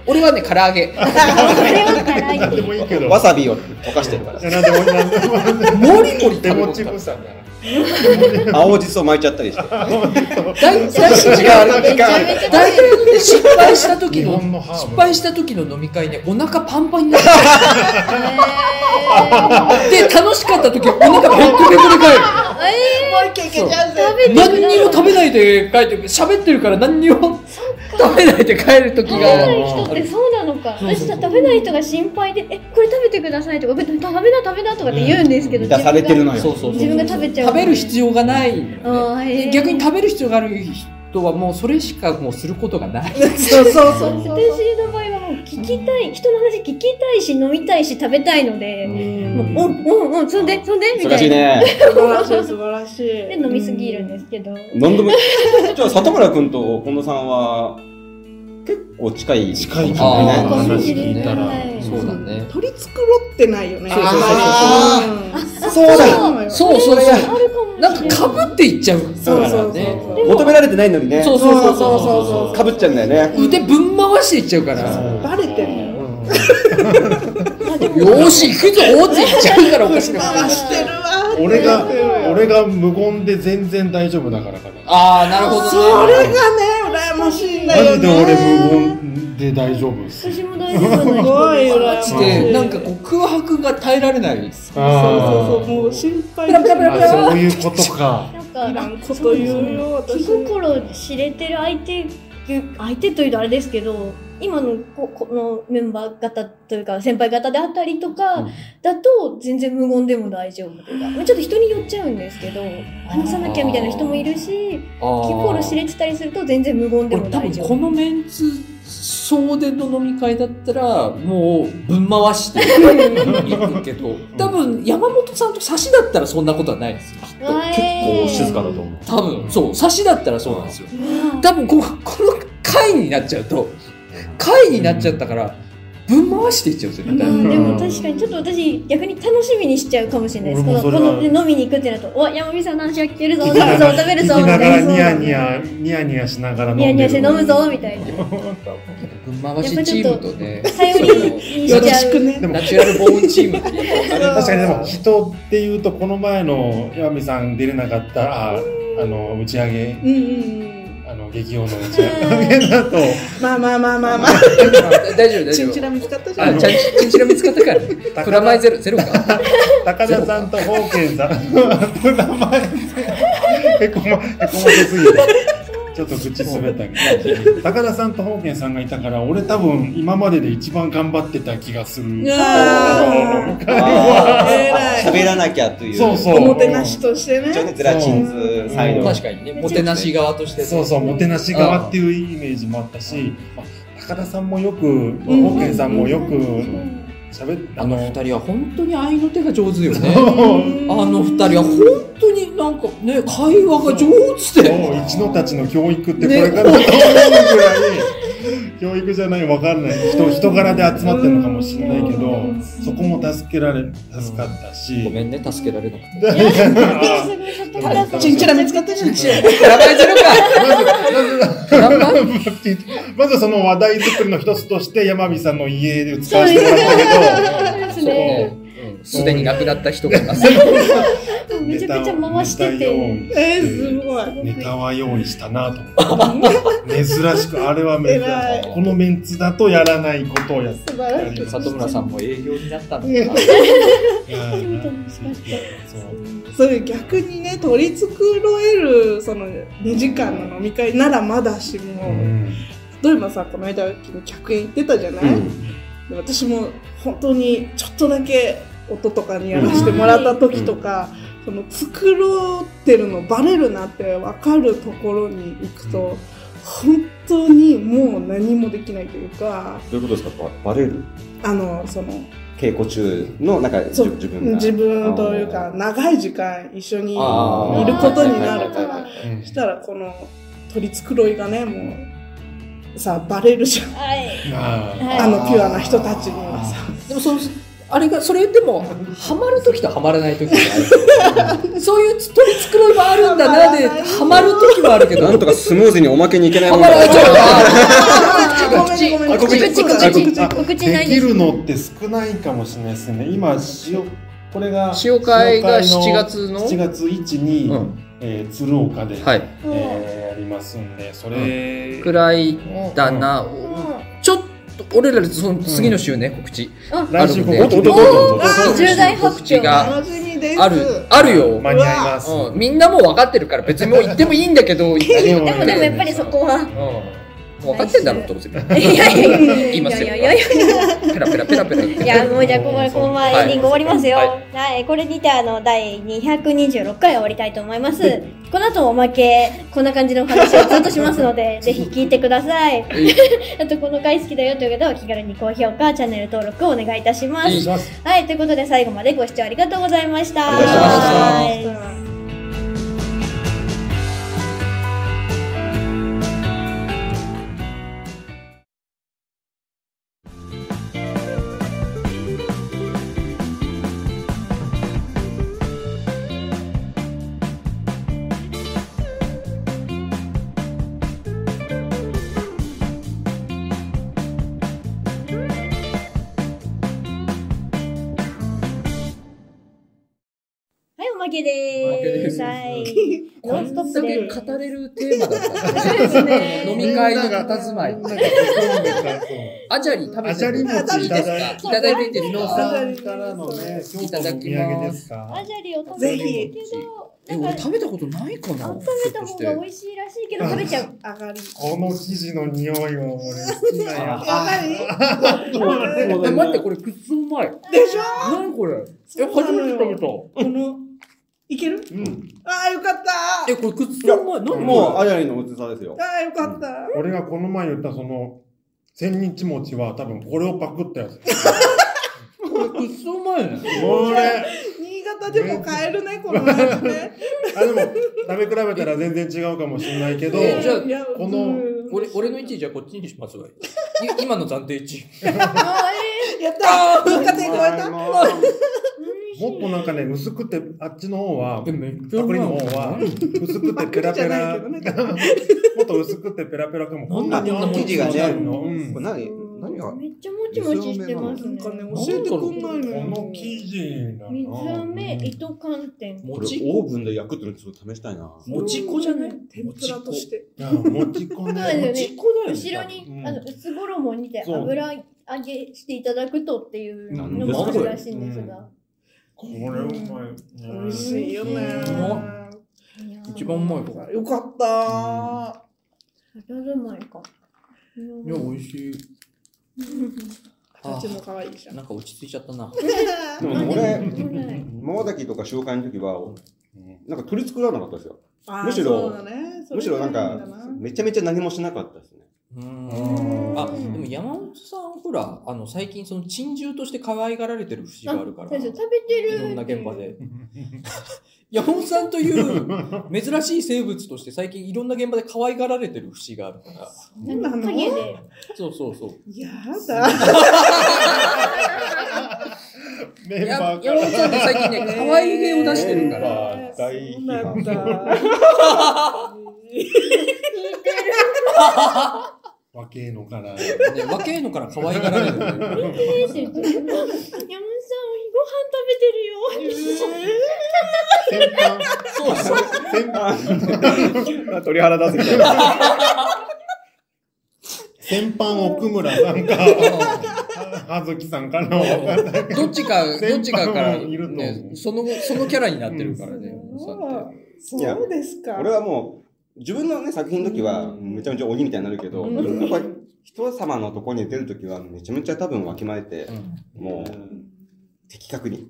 [SPEAKER 3] 俺はね唐揚 <laughs> げ
[SPEAKER 1] それは辛い
[SPEAKER 2] なんでもいいけど。
[SPEAKER 5] わさびを溶かしてるから
[SPEAKER 2] い。やなんでもいいなんでもいい
[SPEAKER 3] もりもり食
[SPEAKER 2] 手
[SPEAKER 3] べ
[SPEAKER 2] 持
[SPEAKER 3] 物
[SPEAKER 2] ち
[SPEAKER 3] だ
[SPEAKER 2] 無さから。
[SPEAKER 5] 青じそ巻いちゃったり <laughs> して。
[SPEAKER 3] 大体
[SPEAKER 5] 違う
[SPEAKER 1] めちゃめ
[SPEAKER 5] 違う
[SPEAKER 1] ちゃ
[SPEAKER 3] 大体ね失敗した時
[SPEAKER 2] 日
[SPEAKER 3] の
[SPEAKER 2] 本のハーブ
[SPEAKER 3] 失敗した時の飲み会ねお腹パンパンになってで楽しかった時はお腹ペコペコで帰る
[SPEAKER 1] <laughs>
[SPEAKER 4] もう一回いけちゃうぜ
[SPEAKER 3] 何にも食べないで帰って喋ってるから何にも食べないで帰る時
[SPEAKER 1] 食べ
[SPEAKER 3] が
[SPEAKER 1] ない人ってそうなのか
[SPEAKER 3] そう
[SPEAKER 1] 私
[SPEAKER 3] そうそう
[SPEAKER 1] 食べない人が心配で「えこれ食べてください」とか「食べな食べな」とかって言うんですけど
[SPEAKER 5] 満たされてるのよ。
[SPEAKER 3] そうそうそう
[SPEAKER 1] 自分が食べちゃう
[SPEAKER 3] 食べる必要がない、
[SPEAKER 1] あーへー
[SPEAKER 3] 逆に食べる必要がある人はもうそれしかもうすることがない
[SPEAKER 4] そうそうそ
[SPEAKER 1] 自分が私の場合はもう聞きたい人の話聞きたいし飲みたいし食べたいので「もうう
[SPEAKER 4] う
[SPEAKER 1] んうんうんそんでそんで」み
[SPEAKER 5] 忙
[SPEAKER 1] た
[SPEAKER 5] し
[SPEAKER 1] い
[SPEAKER 5] い
[SPEAKER 1] な
[SPEAKER 5] ね。
[SPEAKER 4] 素晴らしい素晴らしい
[SPEAKER 1] で飲みすぎるんですけど
[SPEAKER 5] 何でも。 <laughs> じゃあ、里村くんと近藤さんは、結構近い。
[SPEAKER 2] 近いかもね
[SPEAKER 3] あー
[SPEAKER 2] 話聞いたら
[SPEAKER 1] はい
[SPEAKER 3] そうだね
[SPEAKER 4] 取り繕ってないよね
[SPEAKER 3] そうそう
[SPEAKER 5] そうそうそ
[SPEAKER 4] そう
[SPEAKER 1] だ
[SPEAKER 5] う
[SPEAKER 4] だそ
[SPEAKER 3] そ
[SPEAKER 4] う
[SPEAKER 3] うそうそう
[SPEAKER 1] あるかもしれ
[SPEAKER 3] ないんかかぶっていっちゃう
[SPEAKER 4] そうそ
[SPEAKER 3] だ
[SPEAKER 4] うそう
[SPEAKER 3] からね
[SPEAKER 5] 求められてないのにね。
[SPEAKER 3] そうそうそうそう
[SPEAKER 4] そうそうそう
[SPEAKER 5] かぶっちゃうんだよね。
[SPEAKER 3] 腕ぶん回していっちゃうから
[SPEAKER 2] そ
[SPEAKER 3] よ
[SPEAKER 2] う
[SPEAKER 4] バレてんのよ
[SPEAKER 3] ーし行くぞーって言っちゃうからおかしなこと
[SPEAKER 4] 回
[SPEAKER 3] になる
[SPEAKER 4] してるわーって
[SPEAKER 2] 俺が
[SPEAKER 4] 俺
[SPEAKER 2] 俺が無言で全然大丈夫だからかな
[SPEAKER 3] ああなるほどね
[SPEAKER 4] それがね、羨ましいんだ
[SPEAKER 2] マ
[SPEAKER 4] よ
[SPEAKER 2] ジで
[SPEAKER 4] ね。
[SPEAKER 2] 俺無言で大丈夫っす
[SPEAKER 1] 私も大丈夫な人
[SPEAKER 4] すごい
[SPEAKER 1] です
[SPEAKER 4] 羨まし
[SPEAKER 3] し
[SPEAKER 4] い
[SPEAKER 3] てなんかこう空白が耐えられない
[SPEAKER 4] そうそうそう、もう
[SPEAKER 2] う
[SPEAKER 4] 心配
[SPEAKER 3] ペラペラペラペラ
[SPEAKER 2] そういうことか
[SPEAKER 1] なん
[SPEAKER 4] いら
[SPEAKER 1] か
[SPEAKER 4] んこと言うよ、私。
[SPEAKER 1] 気心知れてる相手相手というとあれですけど今のここのメンバー方というか先輩方であったりとかだと全然無言でも大丈夫というかまあちょっと人によっちゃうんですけど話さなきゃみたいな人もいるし気
[SPEAKER 3] あー
[SPEAKER 1] 心知れてたりすると全然無言で
[SPEAKER 3] 俺
[SPEAKER 1] も
[SPEAKER 3] 多
[SPEAKER 1] 大
[SPEAKER 3] 分
[SPEAKER 1] 丈
[SPEAKER 3] こ
[SPEAKER 1] 夫。
[SPEAKER 3] のメンツ総出の飲み会だったらもうぶん回していくけど多分山本さんと差しだったらそんなことはないですよ
[SPEAKER 5] 結構静かだと思う。
[SPEAKER 3] 多分そう差しだったらそうなんですよ多分ここの会になっちゃうと会になっちゃったからぶん回していっちゃうんですよ
[SPEAKER 1] う
[SPEAKER 3] ね。
[SPEAKER 1] ん、でも確かにちょっと私逆に楽しみにしちゃうかもしれないです。こ
[SPEAKER 2] 俺
[SPEAKER 1] の
[SPEAKER 2] も
[SPEAKER 1] こ
[SPEAKER 2] それは
[SPEAKER 1] の飲みに行くってなると、お山美さん何しやってるぞ、
[SPEAKER 2] 生
[SPEAKER 1] 飲
[SPEAKER 2] き
[SPEAKER 1] む
[SPEAKER 2] な
[SPEAKER 1] ぞ
[SPEAKER 2] が、
[SPEAKER 1] 食べるぞ、
[SPEAKER 2] 生きながら
[SPEAKER 1] みたいな
[SPEAKER 2] ニヤニヤ、ニヤニヤしながら飲ん
[SPEAKER 1] ニ
[SPEAKER 2] で
[SPEAKER 1] ヤ
[SPEAKER 2] る。
[SPEAKER 1] ニヤして飲むぞみたいな。
[SPEAKER 3] ぶん回しチームとね、
[SPEAKER 1] 頼りに
[SPEAKER 4] よ
[SPEAKER 1] し
[SPEAKER 4] ろ
[SPEAKER 1] ちゃ
[SPEAKER 4] し
[SPEAKER 1] う。
[SPEAKER 4] くね。
[SPEAKER 3] ナチュラルボーンチームって
[SPEAKER 2] <laughs>
[SPEAKER 3] いう
[SPEAKER 2] あれ確かにでも人っていうとこの前の岩見さん出れなかったああの打ち上げ
[SPEAKER 4] うんうんうん。
[SPEAKER 2] あの劇用の打ち上げだと
[SPEAKER 4] まあまあまあまあまあ。
[SPEAKER 3] 大丈夫、大
[SPEAKER 4] チ
[SPEAKER 3] 丈
[SPEAKER 4] ンチ
[SPEAKER 3] 夫。
[SPEAKER 4] ラ見つかったじゃ
[SPEAKER 3] あ、
[SPEAKER 4] ん。
[SPEAKER 3] チャンチンチラ見つかったから、プラマイゼロ、ゼロか。
[SPEAKER 2] <laughs> 高田さんと宝健さん <laughs> の名前へこまへこませすぎてちょっと口滑ったけど高田さんと宝健さんがいたから俺多分今までで一番頑張ってた気がする
[SPEAKER 4] い。や
[SPEAKER 5] <laughs>
[SPEAKER 4] ー
[SPEAKER 5] あー
[SPEAKER 4] 偉い
[SPEAKER 5] 喋らなきゃという。
[SPEAKER 2] そうそう
[SPEAKER 4] おもてなしとして
[SPEAKER 5] 一応
[SPEAKER 4] ね。
[SPEAKER 5] ね、ゼラチンズサイド。
[SPEAKER 3] 確かにね、もてなし側として。
[SPEAKER 2] そうそうもてなし側っていうイメージもあったしまあ高田さんもよく宝健さんもよく喋っ
[SPEAKER 3] あ
[SPEAKER 2] た
[SPEAKER 3] の二人は本当に愛の手が上手よね。
[SPEAKER 4] うん
[SPEAKER 2] <laughs>
[SPEAKER 3] あの二人は本当になんかね、会話が上手だ
[SPEAKER 2] も
[SPEAKER 3] よ。
[SPEAKER 2] う一のたちの教育ってこれからどうなるぐらい教育じゃないわかんない人人柄で集まってるのかもしれないけどそこも助けられ助かった <laughs>
[SPEAKER 3] ご
[SPEAKER 2] し
[SPEAKER 3] めんね、助けられなくて。
[SPEAKER 2] だ
[SPEAKER 1] いや
[SPEAKER 2] から
[SPEAKER 1] すごいちょっと高田さ
[SPEAKER 4] チ
[SPEAKER 1] ん
[SPEAKER 4] ンチラ見つかったじゃん。チンチ
[SPEAKER 3] プラマイゼロか。
[SPEAKER 2] まずまずまずその話題作りの一つとして山火さんの家で使わせてもらったけど
[SPEAKER 1] そうで
[SPEAKER 3] うんすでに亡くなった人がいます。
[SPEAKER 1] めちゃくちゃ回してて。
[SPEAKER 4] ラえー、すごい。
[SPEAKER 2] ネタは用意したなと思って珍しくあれは珍
[SPEAKER 4] 偉
[SPEAKER 2] しいこのメンツだとやらないことをやって
[SPEAKER 4] 素晴らしい。
[SPEAKER 2] やりました
[SPEAKER 3] 里村さんも営業になったんだ
[SPEAKER 2] ね
[SPEAKER 3] な。
[SPEAKER 1] 楽しか
[SPEAKER 2] そう
[SPEAKER 4] そういう逆にね、取り繕える、その、2時間の飲み会ならまだしも、例えばさ、この間、100円行ってたじゃない、で私も本当にちょっとだけ音とかにやらせてもらった時とか、その繕ってるのバレるなって分かるところに行くと、本当にもう何もできないというか
[SPEAKER 5] どういうことですかババレる
[SPEAKER 4] あのその
[SPEAKER 5] 稽古中の、なんか、じ
[SPEAKER 4] そ
[SPEAKER 5] ゅ
[SPEAKER 4] う
[SPEAKER 5] 自分が。
[SPEAKER 4] 自分というか
[SPEAKER 5] あー
[SPEAKER 4] 長い時間一緒にい
[SPEAKER 3] あー
[SPEAKER 4] ることになるか
[SPEAKER 1] あ
[SPEAKER 4] ら
[SPEAKER 1] ー
[SPEAKER 2] うん
[SPEAKER 4] したらこの取り繕いがねもうさバレるじゃん
[SPEAKER 1] はい。
[SPEAKER 2] ああ
[SPEAKER 4] あのピュアな人たちにはさ。
[SPEAKER 3] でもそのあれがそれでもハマる時とハマらない時がある。そういう取り繕いもあるんだなでハマる時はあるけど。
[SPEAKER 5] なんとかスムーズにおまけにいけない
[SPEAKER 3] ハ
[SPEAKER 5] もん
[SPEAKER 3] マら
[SPEAKER 5] だ
[SPEAKER 3] れち
[SPEAKER 4] ご
[SPEAKER 3] ゃうな。
[SPEAKER 4] <laughs> めんごめん
[SPEAKER 3] あ告知
[SPEAKER 1] 告知
[SPEAKER 3] 告
[SPEAKER 1] 告
[SPEAKER 3] 知
[SPEAKER 1] 知
[SPEAKER 2] あ
[SPEAKER 1] 告
[SPEAKER 2] で
[SPEAKER 1] 知ない
[SPEAKER 2] き
[SPEAKER 1] です。
[SPEAKER 2] るのって少ないかもしれないですね。今塩これが
[SPEAKER 3] 塩会が
[SPEAKER 2] 塩会
[SPEAKER 3] 7月の
[SPEAKER 2] 7月1に、
[SPEAKER 3] うん
[SPEAKER 2] えー鶴岡で、
[SPEAKER 3] はい。
[SPEAKER 2] えー、やりますんでそれ
[SPEAKER 3] くらい
[SPEAKER 2] を
[SPEAKER 3] だな。ちょっと俺らその次の週ね告知
[SPEAKER 2] うん来週
[SPEAKER 3] あるんで
[SPEAKER 2] おっとおっとおっとおっ
[SPEAKER 4] あ
[SPEAKER 2] と
[SPEAKER 4] ー
[SPEAKER 1] 重大発
[SPEAKER 3] 告知
[SPEAKER 1] 表。
[SPEAKER 3] が
[SPEAKER 4] 楽しみです
[SPEAKER 3] あるあるよ。
[SPEAKER 2] 間に合います。
[SPEAKER 3] うんみんなもう分かってるから別にもう言ってもいいんだけど。 <laughs> 言って
[SPEAKER 1] で
[SPEAKER 3] も
[SPEAKER 1] もでもやっぱりそこは。
[SPEAKER 3] うんもう分かってんだろうどうせ。
[SPEAKER 1] いやいやいや
[SPEAKER 3] 言います
[SPEAKER 1] いや。
[SPEAKER 3] よ
[SPEAKER 1] いやいや
[SPEAKER 3] ペラペラペラペラ言って
[SPEAKER 1] いや、もうじゃあ、この、このままエンディング終わりますよ。
[SPEAKER 3] は
[SPEAKER 1] はいい、これにて、あの、第226回終わりたいと思います。この後おまけ、こんな感じのお話をずっとしますので、ぜひ聞いてください。あと、この回好きだよという方は、お気軽に高評価、チャンネル登録をお願いいたしま
[SPEAKER 2] お願い
[SPEAKER 1] す。
[SPEAKER 2] します
[SPEAKER 1] はい、ということで、最後までご視聴ありがとうございました。
[SPEAKER 5] ありがとうございま
[SPEAKER 1] はいはい、おまけ
[SPEAKER 3] おまけ
[SPEAKER 1] で。
[SPEAKER 3] ですす
[SPEAKER 1] はい。
[SPEAKER 3] こ
[SPEAKER 1] ノン
[SPEAKER 3] ん
[SPEAKER 1] ストッ
[SPEAKER 3] だ
[SPEAKER 1] プ
[SPEAKER 3] け
[SPEAKER 1] で。
[SPEAKER 3] 語れるテーマだったね。
[SPEAKER 1] ですね
[SPEAKER 3] 飲み会の佇まい
[SPEAKER 2] みんなが喜んでたそう
[SPEAKER 3] アジャリ食べて
[SPEAKER 2] アジャリ
[SPEAKER 3] い
[SPEAKER 2] 餅いただい
[SPEAKER 3] いただいていいです
[SPEAKER 2] 日野
[SPEAKER 3] か
[SPEAKER 2] さんからのね、京
[SPEAKER 3] い
[SPEAKER 2] 都
[SPEAKER 3] た
[SPEAKER 2] のお
[SPEAKER 3] だ
[SPEAKER 2] 土
[SPEAKER 3] き
[SPEAKER 2] 産
[SPEAKER 3] ま
[SPEAKER 2] ですす
[SPEAKER 1] ア
[SPEAKER 2] か
[SPEAKER 1] ジャリを食べ
[SPEAKER 4] ぜ
[SPEAKER 1] る
[SPEAKER 4] ひ
[SPEAKER 1] け
[SPEAKER 3] え、
[SPEAKER 1] ど、なん
[SPEAKER 3] 俺
[SPEAKER 1] か、
[SPEAKER 3] 食べたことないかな
[SPEAKER 1] 温めた方
[SPEAKER 3] ひょっ
[SPEAKER 1] が
[SPEAKER 3] と
[SPEAKER 1] 美味しいらしいけど、食べちゃう。
[SPEAKER 4] 上がり
[SPEAKER 2] この生地の匂いは俺好きだよ。
[SPEAKER 3] してえ、待って、これ、くっつうまい。
[SPEAKER 4] でしょ
[SPEAKER 3] 何これえ、
[SPEAKER 4] そうな
[SPEAKER 3] 初
[SPEAKER 4] の
[SPEAKER 3] めて
[SPEAKER 4] よ
[SPEAKER 3] 食べた。
[SPEAKER 4] この、いける
[SPEAKER 2] うん、
[SPEAKER 4] ああ、よかった
[SPEAKER 3] え、これ、くっつうまい。何
[SPEAKER 5] もう、
[SPEAKER 3] こ
[SPEAKER 5] アジャリの薄さですよ。
[SPEAKER 4] ああ、よかった
[SPEAKER 2] 俺がこの前言ったその千日餅は多分これをパクったやつ。
[SPEAKER 3] れこれ、くっつうまいね。
[SPEAKER 2] これ。
[SPEAKER 4] 新潟でも買えるね、このやつね。
[SPEAKER 2] あでも食べ比べたら全然違うかもしれないけど
[SPEAKER 3] えじゃあ
[SPEAKER 4] いや
[SPEAKER 2] この
[SPEAKER 4] うん
[SPEAKER 3] 俺、俺の位置じゃあこっちにしますわ。い今の暫定位置。
[SPEAKER 1] あ、
[SPEAKER 4] やったー文化点超えた
[SPEAKER 2] もっとなんかね、薄くて、あっちの方は、
[SPEAKER 3] えめっちゃ
[SPEAKER 2] パ
[SPEAKER 3] う
[SPEAKER 2] ク
[SPEAKER 3] まい
[SPEAKER 2] リの方は、薄くてペラペラ、
[SPEAKER 4] パク
[SPEAKER 2] も
[SPEAKER 4] リ
[SPEAKER 2] っ
[SPEAKER 4] じゃない
[SPEAKER 2] と薄くてペラペラかも。
[SPEAKER 3] なんでこんなもん
[SPEAKER 2] 生地がね、う
[SPEAKER 5] これ
[SPEAKER 2] んこ
[SPEAKER 5] 何何が
[SPEAKER 1] めっちゃもちもちしてます
[SPEAKER 4] なん
[SPEAKER 1] ね。
[SPEAKER 4] かね、教えてくんないのよ。
[SPEAKER 2] の生地な
[SPEAKER 1] 水
[SPEAKER 2] の。
[SPEAKER 1] 飴、糸寒天。
[SPEAKER 5] これ
[SPEAKER 3] 餅
[SPEAKER 5] オーブンで焼くっていうのちょっと試したいな。
[SPEAKER 3] もち粉じゃない
[SPEAKER 4] 天ぷらとして。
[SPEAKER 2] あもち粉
[SPEAKER 1] そうですよ
[SPEAKER 2] ね。
[SPEAKER 1] ね
[SPEAKER 3] もち粉だよね。
[SPEAKER 1] 後ろに、
[SPEAKER 2] うん
[SPEAKER 1] あの、薄衣にて
[SPEAKER 2] そう
[SPEAKER 1] 油揚げしていただくとっていうのもあるらしいんですが。
[SPEAKER 2] これうまい。
[SPEAKER 4] 美味しいよね
[SPEAKER 3] う。
[SPEAKER 1] いやー
[SPEAKER 3] 一番うまいか。
[SPEAKER 4] よかった
[SPEAKER 1] 肌住まいか。いや
[SPEAKER 3] いや、美味しい。
[SPEAKER 4] ー。形も可愛いじゃん。
[SPEAKER 3] なんか落ち着いちゃったな。
[SPEAKER 5] で
[SPEAKER 1] あ
[SPEAKER 5] も
[SPEAKER 1] で
[SPEAKER 5] 俺、
[SPEAKER 1] もそうなんや
[SPEAKER 5] まばたきとか紹介の時は、
[SPEAKER 2] うん
[SPEAKER 5] なんか取り繕わなかったですよ。
[SPEAKER 4] あー
[SPEAKER 5] むしろ
[SPEAKER 4] そうだねそれ
[SPEAKER 5] むしろなん
[SPEAKER 4] がいい
[SPEAKER 5] か
[SPEAKER 4] だ、
[SPEAKER 5] めちゃめちゃ何もしなかったですね。
[SPEAKER 3] うー。
[SPEAKER 1] うんん
[SPEAKER 3] あ、でも山本さん、ほら、あの、最近その珍獣として可愛がられてる節があるから、
[SPEAKER 1] 最初
[SPEAKER 3] い
[SPEAKER 1] 食べてる。
[SPEAKER 3] ろんな現場。で。山本さんという珍しい生物として最近いろんな現場で可愛がられてる節があるから。
[SPEAKER 4] そうな
[SPEAKER 1] なんか
[SPEAKER 4] の
[SPEAKER 1] 影
[SPEAKER 3] <laughs>
[SPEAKER 1] で。
[SPEAKER 3] そうそうそう。
[SPEAKER 4] やだ。
[SPEAKER 2] メン
[SPEAKER 3] や
[SPEAKER 2] バ
[SPEAKER 3] 山
[SPEAKER 2] ーから
[SPEAKER 3] 本さんって最近ね、可愛げを出してる
[SPEAKER 2] <laughs>
[SPEAKER 3] か
[SPEAKER 2] メ
[SPEAKER 3] ら。
[SPEAKER 2] ンバー大
[SPEAKER 4] そう
[SPEAKER 2] 批
[SPEAKER 4] なん
[SPEAKER 2] 判
[SPEAKER 4] だ。
[SPEAKER 2] 若えのから。
[SPEAKER 3] ね、若えのから可愛がられてる。
[SPEAKER 1] えーって言って山本さん、ご飯食べてるよ。
[SPEAKER 2] 先端。
[SPEAKER 3] そうそう。
[SPEAKER 2] 先端。
[SPEAKER 5] 鳥肌出せた。
[SPEAKER 2] 先般奥村さんか、はずきさんかの、
[SPEAKER 3] どっちか、どっちかから、
[SPEAKER 2] 先輩もいると
[SPEAKER 3] ね、その、そのキャラになってるからね、山本さんって。
[SPEAKER 4] そうですか。
[SPEAKER 5] 俺はもう、自分のね、作品の時は、めちゃめちゃ鬼みたいになるけど、
[SPEAKER 3] う
[SPEAKER 5] やっぱり人様のとこに出る時は、めちゃめちゃ多分わきまえて、もう、的確に。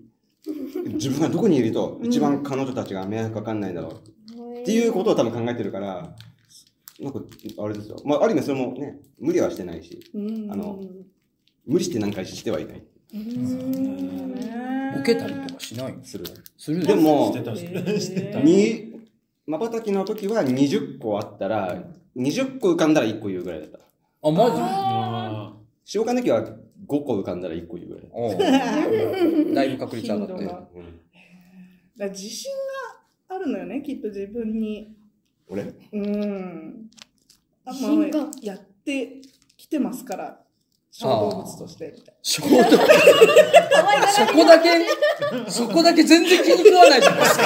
[SPEAKER 5] 自分がどこにいると、一番彼女たちが迷惑かかんないだろう
[SPEAKER 1] <laughs>
[SPEAKER 5] っていうことを多分考えてるから、なんか、あれですよ。まあ、ある意味それもね、無理はしてないし、
[SPEAKER 4] うん
[SPEAKER 5] あの無理して何回してはいない。
[SPEAKER 3] ボケたりとかしない
[SPEAKER 5] する。
[SPEAKER 3] する
[SPEAKER 5] でも
[SPEAKER 2] して、たしてしてた。
[SPEAKER 5] に、瞬きの時は20個あったら、20個浮かんだら1個言うぐらいだった。
[SPEAKER 3] あ、マ
[SPEAKER 2] あ
[SPEAKER 5] 塩化の時は5個浮かんだら1個言うぐらい。
[SPEAKER 3] ジうんだいぶ確率上がって
[SPEAKER 4] 頻
[SPEAKER 3] る。
[SPEAKER 4] 度が
[SPEAKER 5] うん
[SPEAKER 4] だから自信があるのよね、きっと自分に。
[SPEAKER 5] 俺
[SPEAKER 4] うん。あ
[SPEAKER 1] 自信が
[SPEAKER 4] まあやってきてますから、小動物としてみたい
[SPEAKER 3] そこだけ、そこだけ全然気に食わないじゃないですか。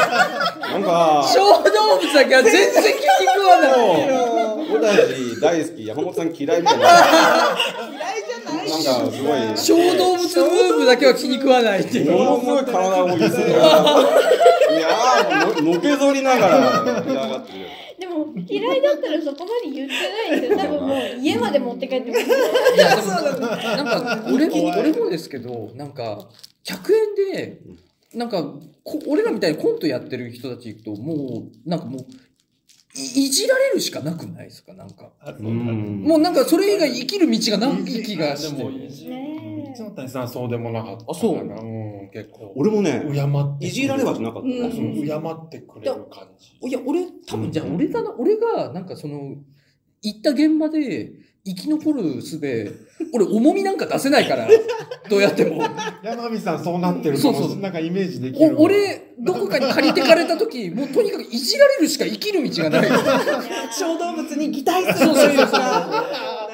[SPEAKER 5] なんか、
[SPEAKER 3] 小動物だけは全然気に食わない。
[SPEAKER 5] 小田尻大好き、山本さん嫌いみたいな。
[SPEAKER 4] な。嫌いじゃない
[SPEAKER 5] なんかすごい
[SPEAKER 3] 小動物ムーブだけは気に食わないっていう。
[SPEAKER 5] ものすごい体を揺するから。いやー、ののけぞりながら、上がってるよ。
[SPEAKER 1] でも、嫌いだったらそこまで言ってない
[SPEAKER 3] <laughs>
[SPEAKER 1] ですよ。多分もう家まで持って帰ってます。
[SPEAKER 3] いや、でも、なんか、俺も、俺もですけど、なんか、100円で、なんか、こ俺らみたいにコントやってる人たち行くと、もう、なんかもう、いいじられるしかなくないですかなんか。
[SPEAKER 2] あ。
[SPEAKER 3] もうなんか、それ以外生きる道がない気が
[SPEAKER 2] で
[SPEAKER 3] し
[SPEAKER 2] も、
[SPEAKER 3] て。
[SPEAKER 2] 一の谷さんそうでもなかった。うん、結構。
[SPEAKER 5] 俺も
[SPEAKER 2] 敬
[SPEAKER 5] ね、
[SPEAKER 2] って。
[SPEAKER 5] いじられはしなかった
[SPEAKER 4] う
[SPEAKER 5] ね。
[SPEAKER 4] ん
[SPEAKER 2] 敬ってくれる感じ。
[SPEAKER 3] いや、俺、多分、じゃあ俺だな、俺が、なんかその、行った現場で、生き残る術、俺、重みなんか出せない <laughs> から、どうやっても。
[SPEAKER 2] 山美さんそうなってるかもなんかイメージできる。
[SPEAKER 3] お、俺、どこかに借りてかれた時、もうとにかくいじられるしか生きる道がない。
[SPEAKER 4] 小動物に擬態するというか。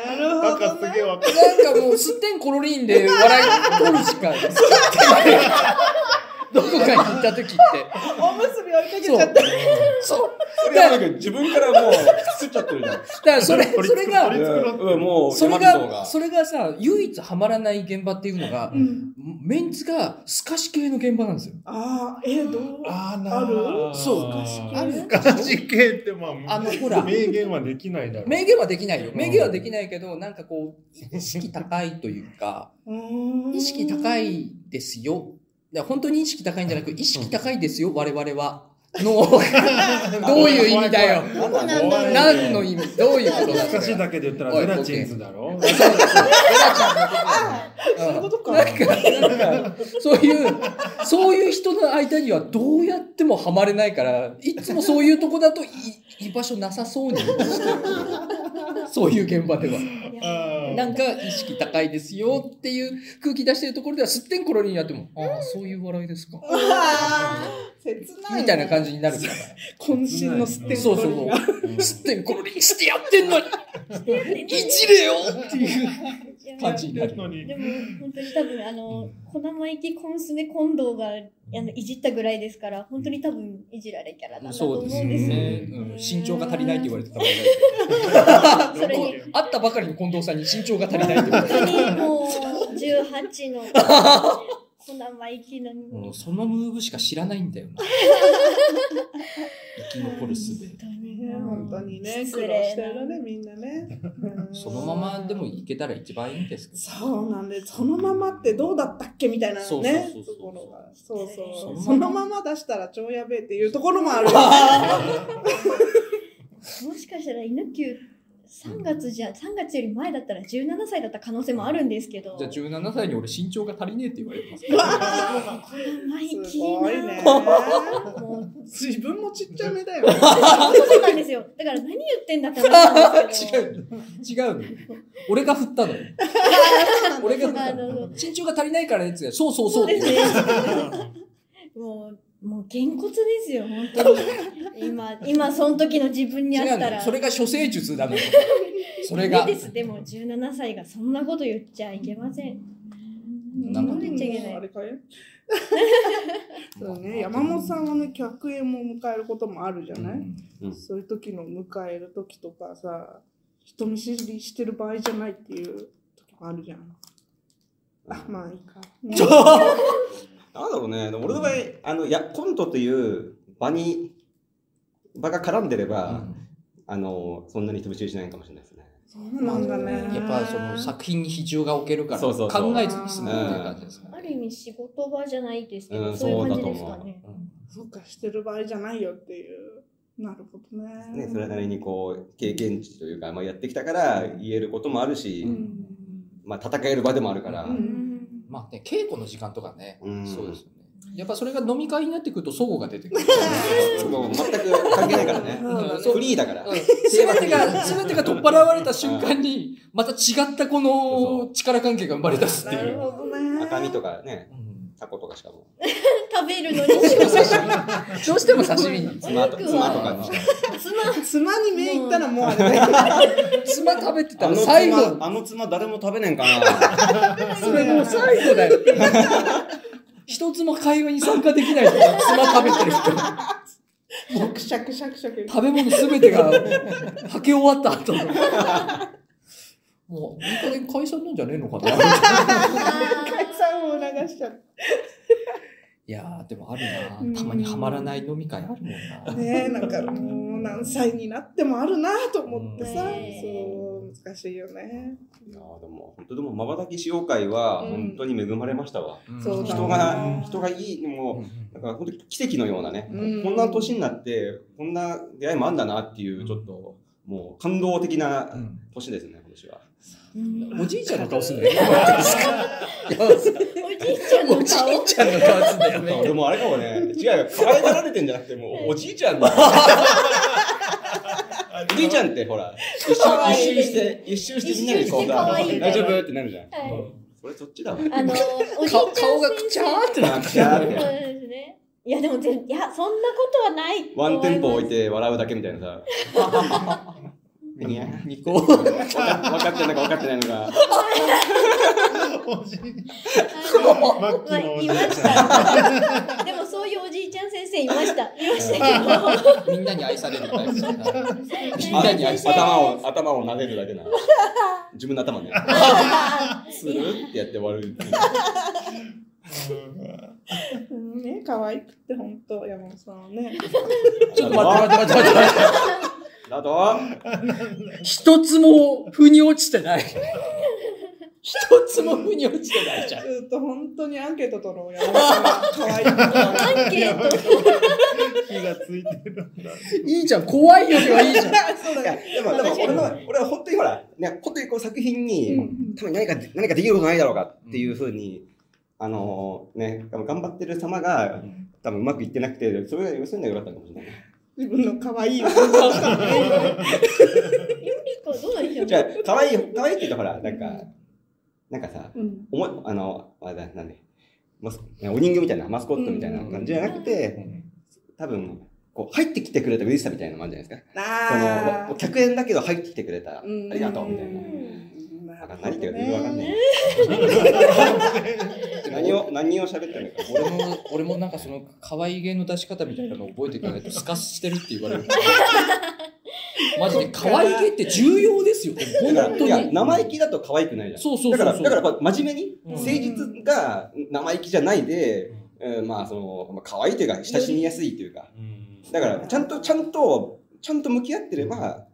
[SPEAKER 4] なる
[SPEAKER 2] な
[SPEAKER 4] ほ
[SPEAKER 2] んか
[SPEAKER 4] ど
[SPEAKER 2] す
[SPEAKER 4] ね
[SPEAKER 2] げえ。わかる。
[SPEAKER 3] なんかもう、すってんころりんで笑い取るし <laughs> か、すってんでどこかに行った時って。
[SPEAKER 4] おむすび追いかけちゃった。
[SPEAKER 3] そう。
[SPEAKER 5] それはなんか自分からもう、作っちゃってるじゃん。
[SPEAKER 3] だからそれ、それ
[SPEAKER 2] 取
[SPEAKER 3] が、
[SPEAKER 2] り繕ってる
[SPEAKER 5] うんもう、
[SPEAKER 3] それ
[SPEAKER 5] 山本
[SPEAKER 3] が、
[SPEAKER 5] さ
[SPEAKER 3] それがさ、唯一ハマらない現場っていうのが、メンツがスカシ系の現場なんですよ。
[SPEAKER 4] ああ、えー、どう
[SPEAKER 2] あー
[SPEAKER 4] あ
[SPEAKER 2] な
[SPEAKER 4] る
[SPEAKER 3] そう
[SPEAKER 2] あ
[SPEAKER 4] る
[SPEAKER 2] ガチ系ってまあ、
[SPEAKER 3] あの、ほら、
[SPEAKER 2] 名言はできないだろう。
[SPEAKER 3] 名言はできないよ。名言はできないけど、なんかこう、意識高いというか、意識高
[SPEAKER 4] い。
[SPEAKER 3] いですよ。だから本当に意識高いんじゃなく、意識高いですよ、我々は。の、 <laughs> どういう意味だよ。
[SPEAKER 5] ん
[SPEAKER 1] な
[SPEAKER 5] が
[SPEAKER 1] んだろう
[SPEAKER 3] 何の意味どういうことだ
[SPEAKER 2] 難しいだけで言ったらゼラチンズだろ
[SPEAKER 3] そうそうそうベラちゃんのことだよ
[SPEAKER 4] そういうことか
[SPEAKER 3] なんか、なんか、そういう、そういう人の間にはどうやってもはまれないから、いつもそういうとこだとい居場所なさそうにしてるそういう現場では。
[SPEAKER 1] いや
[SPEAKER 2] あー
[SPEAKER 3] なんか意識高いですよっていう空気出してるところではすってんころりになっても、ああ、そういう笑いですか。
[SPEAKER 4] 切ない、
[SPEAKER 3] みたいな感じになるから。
[SPEAKER 4] 渾身のすってんころりが。
[SPEAKER 3] そうそうそう。すってんころりしてやってんのに、いじれよっていう感じにな
[SPEAKER 1] で
[SPEAKER 3] る。
[SPEAKER 1] も、本当に多分、あの、小生意気コンスネ近藤が、あの、いじったぐらいですから、本当に多分、いじられキャラなんだと
[SPEAKER 3] そ
[SPEAKER 1] 思う
[SPEAKER 3] うんで
[SPEAKER 1] ですす
[SPEAKER 3] ね。
[SPEAKER 1] よ
[SPEAKER 3] うん身長が足りないって言われてたもんね。
[SPEAKER 1] それに
[SPEAKER 3] 会ったばかりの近藤さんに身長が足りないって言われて
[SPEAKER 1] 本当にもう、18の、小生意気の、
[SPEAKER 3] うんそのムーブしか知らないんだよな。生き残る術。
[SPEAKER 1] 本当に
[SPEAKER 4] ね
[SPEAKER 1] もう
[SPEAKER 4] 本当にね、
[SPEAKER 1] 失
[SPEAKER 4] 苦
[SPEAKER 1] 礼
[SPEAKER 4] 労
[SPEAKER 1] な
[SPEAKER 4] してるね、みん
[SPEAKER 3] <laughs>
[SPEAKER 4] なね。うん
[SPEAKER 3] そのままでもいけたら一番いいんですけど。
[SPEAKER 4] そうなんです。そのままってどうだったっけみたいな
[SPEAKER 3] そうそう
[SPEAKER 4] ね
[SPEAKER 3] そう、
[SPEAKER 4] と
[SPEAKER 3] そう
[SPEAKER 4] ころが。そうそう。
[SPEAKER 3] そ
[SPEAKER 4] そ
[SPEAKER 3] の
[SPEAKER 4] の
[SPEAKER 3] ま
[SPEAKER 4] まま出したら超やべえっていうところ
[SPEAKER 3] <laughs>
[SPEAKER 4] もある。
[SPEAKER 1] もしかしたら犬級3月じゃ、3月より前だったら17歳だった可能性もあるんですけど。
[SPEAKER 3] じゃあ17歳に俺身長が足りねえって言われてます。
[SPEAKER 1] これマイキ
[SPEAKER 4] す
[SPEAKER 1] ー
[SPEAKER 4] ごい
[SPEAKER 1] な
[SPEAKER 4] ね。
[SPEAKER 1] もう
[SPEAKER 4] 自分もちっちゃめだよ。
[SPEAKER 1] そうなんですよ。だから何言ってんだって思ったんですけ
[SPEAKER 3] <laughs> 違
[SPEAKER 1] ど。
[SPEAKER 3] うの違うの俺が振っ
[SPEAKER 1] <laughs>
[SPEAKER 3] たのよ。俺が振った
[SPEAKER 1] なるほ
[SPEAKER 3] の。身長が足りないからねって言ってそうそうそう
[SPEAKER 1] そ
[SPEAKER 3] っ
[SPEAKER 1] う
[SPEAKER 3] て
[SPEAKER 1] で
[SPEAKER 3] 言
[SPEAKER 1] す
[SPEAKER 3] われ
[SPEAKER 1] ね
[SPEAKER 3] て。。
[SPEAKER 1] もう、もう、げんこつですよ、本当に。今、今、その時の自分にあ
[SPEAKER 3] 違う
[SPEAKER 1] った
[SPEAKER 3] のよ
[SPEAKER 1] ら。
[SPEAKER 3] それが処世
[SPEAKER 1] <laughs>
[SPEAKER 3] 術なのよ。それ
[SPEAKER 1] ダ
[SPEAKER 3] が
[SPEAKER 1] メ。です。でも、17歳がそんなこと言っちゃいけません。
[SPEAKER 3] なんか
[SPEAKER 1] 言っちゃいけない
[SPEAKER 4] あ。れかよ。 <laughs> そうね、山本さんはね、客演も迎えることもあるじゃ
[SPEAKER 3] う
[SPEAKER 4] ない、
[SPEAKER 3] ん
[SPEAKER 5] うん
[SPEAKER 4] そういう時の迎える時とかさ、人見知りしてる場合じゃないっていう時もあるじゃん。あ、まあいいか。
[SPEAKER 3] ちょ
[SPEAKER 5] なんだろうね、でも俺の場合、あの、や、コントという場に、場が絡んでれば、あの、そんなに人見知りしないかもしれないですね。
[SPEAKER 4] そうなんだね。
[SPEAKER 3] やっぱその作品に比重が置けるから
[SPEAKER 5] そう
[SPEAKER 3] 考
[SPEAKER 5] そうそう
[SPEAKER 3] えずに済むっていう感じですか
[SPEAKER 1] あ
[SPEAKER 3] ね。
[SPEAKER 1] る意味、仕事場じゃないですけ
[SPEAKER 5] う
[SPEAKER 1] ど、
[SPEAKER 5] ん
[SPEAKER 1] そういう感
[SPEAKER 5] そうだ
[SPEAKER 1] じ
[SPEAKER 5] と
[SPEAKER 1] です
[SPEAKER 5] 思う
[SPEAKER 1] かね。
[SPEAKER 4] そうか、してる場合じゃないよっていう。なるほどね。
[SPEAKER 5] ね、それなりにこう、経験値というか、まあ、やってきたから言えることもあるし、
[SPEAKER 4] うん。
[SPEAKER 5] まあ、戦える場でもあるから、
[SPEAKER 4] うん
[SPEAKER 1] うん
[SPEAKER 3] まあね、稽古の時間とかね、
[SPEAKER 5] うん
[SPEAKER 3] そうですよね。やっぱそれが飲み会になってくると、齟齬が出
[SPEAKER 1] <laughs>
[SPEAKER 3] てくる。
[SPEAKER 5] もう全く関係ないから
[SPEAKER 4] <laughs>
[SPEAKER 5] ね。
[SPEAKER 3] うん
[SPEAKER 5] フリーだから。
[SPEAKER 3] すべてが、すべてが取っ払われた瞬間に、また違ったこの力関係が生まれ出すって
[SPEAKER 4] ないる
[SPEAKER 3] う。
[SPEAKER 4] ほどね。
[SPEAKER 5] 赤身とかね、
[SPEAKER 3] うん
[SPEAKER 5] タコとかしかも。
[SPEAKER 1] 食べるのに仕事しない。
[SPEAKER 3] <laughs> どうしても刺身に。
[SPEAKER 5] 妻と
[SPEAKER 1] お肉
[SPEAKER 5] 妻
[SPEAKER 1] は
[SPEAKER 5] とかにしか。
[SPEAKER 4] 妻に目いったらもうあれだよ。
[SPEAKER 3] 妻食べてた
[SPEAKER 5] あの
[SPEAKER 3] ら
[SPEAKER 5] 妻
[SPEAKER 3] 最後、
[SPEAKER 5] あの妻誰も食べねえんかな。
[SPEAKER 3] それもう最後だよ。 <laughs> 一つも会話に参加できない人が妻食べてる人。
[SPEAKER 4] シャクシャクシャク
[SPEAKER 3] <laughs>
[SPEAKER 4] シャク。
[SPEAKER 3] 食べ物すべてが、はけ終わった後の。もう、いい加減解散なんじゃねえのかな。
[SPEAKER 4] 解散を促しちゃっ
[SPEAKER 3] いやー、でもある
[SPEAKER 4] うん
[SPEAKER 3] な。たまにはまらない飲み会あるもんな。 <laughs>
[SPEAKER 4] た。ねなんかもう何歳になってもあるなと思ってさ、
[SPEAKER 1] うん
[SPEAKER 4] そう、難しいよね。
[SPEAKER 5] いやーでも、本当でも、まばたき塩会は、
[SPEAKER 4] うん
[SPEAKER 5] 本当に恵まれましたわ。
[SPEAKER 3] うん
[SPEAKER 4] そうだ
[SPEAKER 5] 人が、人がいい、もう、なんか本当に奇跡のようなね、
[SPEAKER 4] うん
[SPEAKER 5] こんな年になって、こんな出会いもあんだなっていう、ちょっと、もう感動的な
[SPEAKER 3] うん
[SPEAKER 5] 年ですね、今年は。
[SPEAKER 1] うん
[SPEAKER 3] おじいちゃんの顔すんだよ。おじ
[SPEAKER 1] おじいちゃんの
[SPEAKER 3] い
[SPEAKER 1] 顔。
[SPEAKER 3] ちゃんの顔すんだよね。
[SPEAKER 5] でもあれかもね、違うよ、可愛がられてんじゃなくて、もうおじいちゃんだ。おじいちゃんってほら、一
[SPEAKER 1] 可
[SPEAKER 5] 周
[SPEAKER 1] 愛
[SPEAKER 5] 一
[SPEAKER 1] い
[SPEAKER 5] 周して、一周してみんなにこ
[SPEAKER 1] 一周し
[SPEAKER 5] うさ、
[SPEAKER 1] て可愛いみたい
[SPEAKER 5] 大
[SPEAKER 1] な
[SPEAKER 5] 丈夫ってなるじゃん。
[SPEAKER 1] はい
[SPEAKER 5] それそっちだわ。
[SPEAKER 1] あの、おじいちゃん
[SPEAKER 3] 顔顔がくちゃーってな
[SPEAKER 5] なんか
[SPEAKER 1] そうですね。いや、でも全、いや、そんなことはない。
[SPEAKER 5] ワンテンポ置い。て笑うだけみたいなさ。いや、ニコ。分かってないのか分かってないのか。
[SPEAKER 2] おじい
[SPEAKER 1] あ
[SPEAKER 2] マッ
[SPEAKER 1] の
[SPEAKER 2] キーのお
[SPEAKER 1] い
[SPEAKER 2] じい
[SPEAKER 1] ま
[SPEAKER 2] ち
[SPEAKER 1] し
[SPEAKER 2] ゃん。
[SPEAKER 1] た。でも、そういうおじいちゃん先生いました。いましたけど。
[SPEAKER 3] みんなに愛されるタイプだな。みん
[SPEAKER 5] あ
[SPEAKER 3] なに愛される。
[SPEAKER 5] 頭を、頭を撫でるだけな。自分の頭ね。スルーってやって終わる。
[SPEAKER 4] うんね、可愛くて本当山本さんはね。
[SPEAKER 3] ちょっと待って待って待って待っ
[SPEAKER 5] だと、
[SPEAKER 3] て。一つも腑に落ちてない。一つも腑に落ちてないじゃん。
[SPEAKER 4] ずっと本当にアンケート取ろう山本さんは可愛い
[SPEAKER 1] アンケート。
[SPEAKER 2] 火がついてるんだ。
[SPEAKER 3] いいじゃん。怖いよりはいいじゃん。
[SPEAKER 4] そう
[SPEAKER 5] い
[SPEAKER 4] だ
[SPEAKER 5] や、
[SPEAKER 4] よ。
[SPEAKER 5] でも、でも俺の、俺は本当にほら、ね、本当にこう作品に、
[SPEAKER 4] うんうん
[SPEAKER 5] 多分何か、何かできることないだろうかっていうふうに、あのね、多分頑張ってる様が、多分うまくいってなくて、それが、そういうのが良かったかもしれない。
[SPEAKER 4] 自分の可愛い。
[SPEAKER 1] ゆりこ、どうなんでししょ。
[SPEAKER 5] じゃあ、可愛い、可愛いっていうか、ほら、なんか、なんかさ、
[SPEAKER 4] うん。
[SPEAKER 5] おも、あの、あれだ、なんで、マスお人形みたいな、マスコットみたいな感じじゃなくて、多分、こう、入ってきてくれた嬉しさみたいなのもあるんじゃないですか。こ
[SPEAKER 4] ああ
[SPEAKER 5] の、。客円だけど入ってきてくれた、あ
[SPEAKER 4] うん
[SPEAKER 5] りがとう、みたいな。
[SPEAKER 4] な
[SPEAKER 5] わかん
[SPEAKER 4] るほ
[SPEAKER 5] ない
[SPEAKER 4] ど
[SPEAKER 5] 何言ってるか全然わかんな
[SPEAKER 4] ね
[SPEAKER 3] <laughs>
[SPEAKER 5] い。何を、何を喋ってるのか。
[SPEAKER 3] 俺も、俺もなんかその、可愛い芸の出し方みたいなの覚えていかないと、スカしてるって言われ <laughs> る。マジで、可愛い芸って重要ですよ、でも
[SPEAKER 5] だか
[SPEAKER 3] 本
[SPEAKER 5] ら、い
[SPEAKER 3] 当
[SPEAKER 5] や、
[SPEAKER 3] に。
[SPEAKER 5] 生意気だと可愛くないじゃん。
[SPEAKER 3] そうそうそうそう。
[SPEAKER 5] だから、だからやっぱ真面目に、
[SPEAKER 3] うん
[SPEAKER 5] 誠実が生意気じゃないで、うんまあ、その、まあ、可愛いというか、親しみやすいというか、
[SPEAKER 2] うん
[SPEAKER 5] だから、ちゃんと、ちゃんと、ちゃんと向き合ってれば、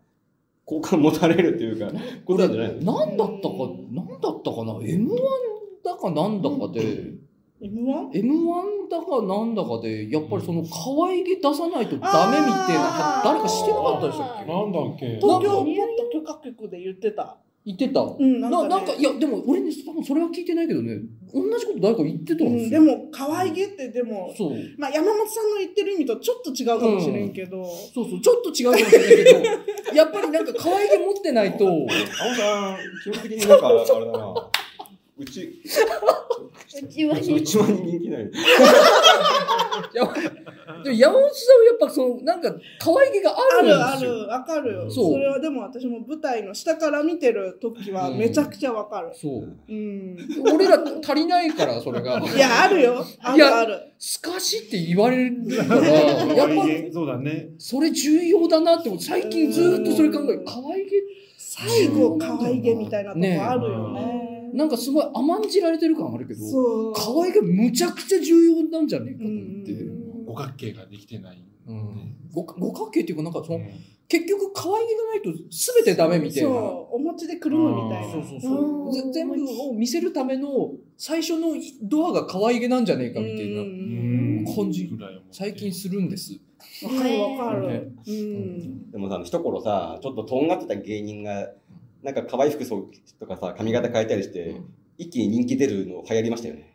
[SPEAKER 5] 好感持たれるとい
[SPEAKER 3] <laughs>
[SPEAKER 5] うか、ことなんじゃないの
[SPEAKER 3] なんだったか、なんだったかな ?M1 だかなんだかで、
[SPEAKER 4] M1?
[SPEAKER 3] M1 だかなんだかで、やっぱりその可愛げ出さないとダメみたいな
[SPEAKER 4] あ、ー
[SPEAKER 3] 誰かしてなかったでしたっけ
[SPEAKER 2] なんだっけ
[SPEAKER 4] 東京もっと許可局で言ってた。
[SPEAKER 3] 言ってた。
[SPEAKER 4] うん、
[SPEAKER 3] な
[SPEAKER 4] な
[SPEAKER 3] か、
[SPEAKER 4] んん
[SPEAKER 3] な
[SPEAKER 4] か
[SPEAKER 3] ん
[SPEAKER 4] ね、
[SPEAKER 3] か、いや、でも俺ね、多分それは聞いてないけどね、同じこと誰か言ってた
[SPEAKER 4] うん
[SPEAKER 3] で
[SPEAKER 4] ん、
[SPEAKER 3] す
[SPEAKER 4] で
[SPEAKER 3] よ。
[SPEAKER 4] も、可愛げってでも、
[SPEAKER 3] そう。
[SPEAKER 4] まあ、山本さんの言ってる意味とちょっと違うかもしれんけど、
[SPEAKER 3] そうそう、ちょっと違うかもしれないけど、 <laughs> やっぱりなんか可愛げ持ってないと、
[SPEAKER 5] 青さん、基本的になんか、あれだな。うち、
[SPEAKER 1] うちは
[SPEAKER 5] うちは人気ない。
[SPEAKER 3] でも山本さんはやっぱその、なんか可愛げがあ
[SPEAKER 4] あ
[SPEAKER 3] るんです
[SPEAKER 4] る
[SPEAKER 3] よ。
[SPEAKER 4] ある、わかるよ。
[SPEAKER 3] そう
[SPEAKER 4] それはでも私も舞台の下から見てる時はめちゃくちゃわかる。
[SPEAKER 3] そう。
[SPEAKER 4] うん。
[SPEAKER 3] 俺ら足りないから、それが。
[SPEAKER 4] いや、あるよ。あ
[SPEAKER 3] い
[SPEAKER 4] る
[SPEAKER 3] や
[SPEAKER 4] ある。
[SPEAKER 3] すかしって言われるから、やっぱ
[SPEAKER 2] そうだね。
[SPEAKER 3] それ重要だなって思う最近ずーっとそれ考える。可愛げ
[SPEAKER 4] 最後、可愛げみたいなとこあるよね。
[SPEAKER 3] なんかすごい甘んじられてる感あるけど、
[SPEAKER 4] そう。
[SPEAKER 3] 可愛げむちゃくちゃ重要なんじゃねえかと思って。
[SPEAKER 4] うん
[SPEAKER 2] 五角形ができてない。
[SPEAKER 3] うんご五角形っていうか、なんかその、
[SPEAKER 2] うん
[SPEAKER 3] 結局可愛げがないと全てダメみたいな。
[SPEAKER 4] そう。お餅でくるむみたいな。
[SPEAKER 2] そう
[SPEAKER 3] そう
[SPEAKER 1] そう
[SPEAKER 3] ぜ全部を見せるための最初のドアが可愛げなんじゃねえか
[SPEAKER 4] うん
[SPEAKER 3] みたいな
[SPEAKER 2] うん
[SPEAKER 3] 感じ
[SPEAKER 2] ぐらい思って
[SPEAKER 3] 最近するんです。
[SPEAKER 4] わかるわか
[SPEAKER 3] ね
[SPEAKER 4] る。うん。
[SPEAKER 5] でもさ、一頃さ、ちょっととんがってた芸人が、なんか可愛い服装とかさ、髪型変えたりして、一気に人気出るの流行りましたよね。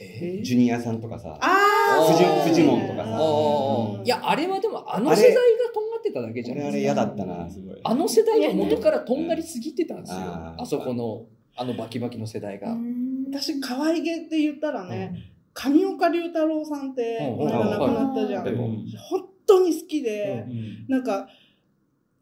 [SPEAKER 3] え
[SPEAKER 5] ジュニアさんとかさ。
[SPEAKER 4] あ
[SPEAKER 3] フジ
[SPEAKER 4] あ
[SPEAKER 3] フジモ
[SPEAKER 5] ンとかさ
[SPEAKER 3] ー、
[SPEAKER 4] うん
[SPEAKER 3] いやあれはでもあの世代がとんがってただけじゃ
[SPEAKER 5] 俺
[SPEAKER 3] な
[SPEAKER 5] あ
[SPEAKER 3] い
[SPEAKER 5] れ
[SPEAKER 3] です
[SPEAKER 5] 嫌
[SPEAKER 3] か。
[SPEAKER 5] だったな、すごい。
[SPEAKER 3] あの世代が元からとんがりすぎてたんですよ。
[SPEAKER 5] あ
[SPEAKER 3] あ
[SPEAKER 5] ー
[SPEAKER 3] そこのあのバキバキの世代が。
[SPEAKER 4] 私、可愛げって言ったらね、上岡龍太郎さんって、
[SPEAKER 3] うん
[SPEAKER 4] この間亡くなったじゃん
[SPEAKER 5] で。も、
[SPEAKER 4] 本当に好きで
[SPEAKER 2] う、ん
[SPEAKER 4] なんか、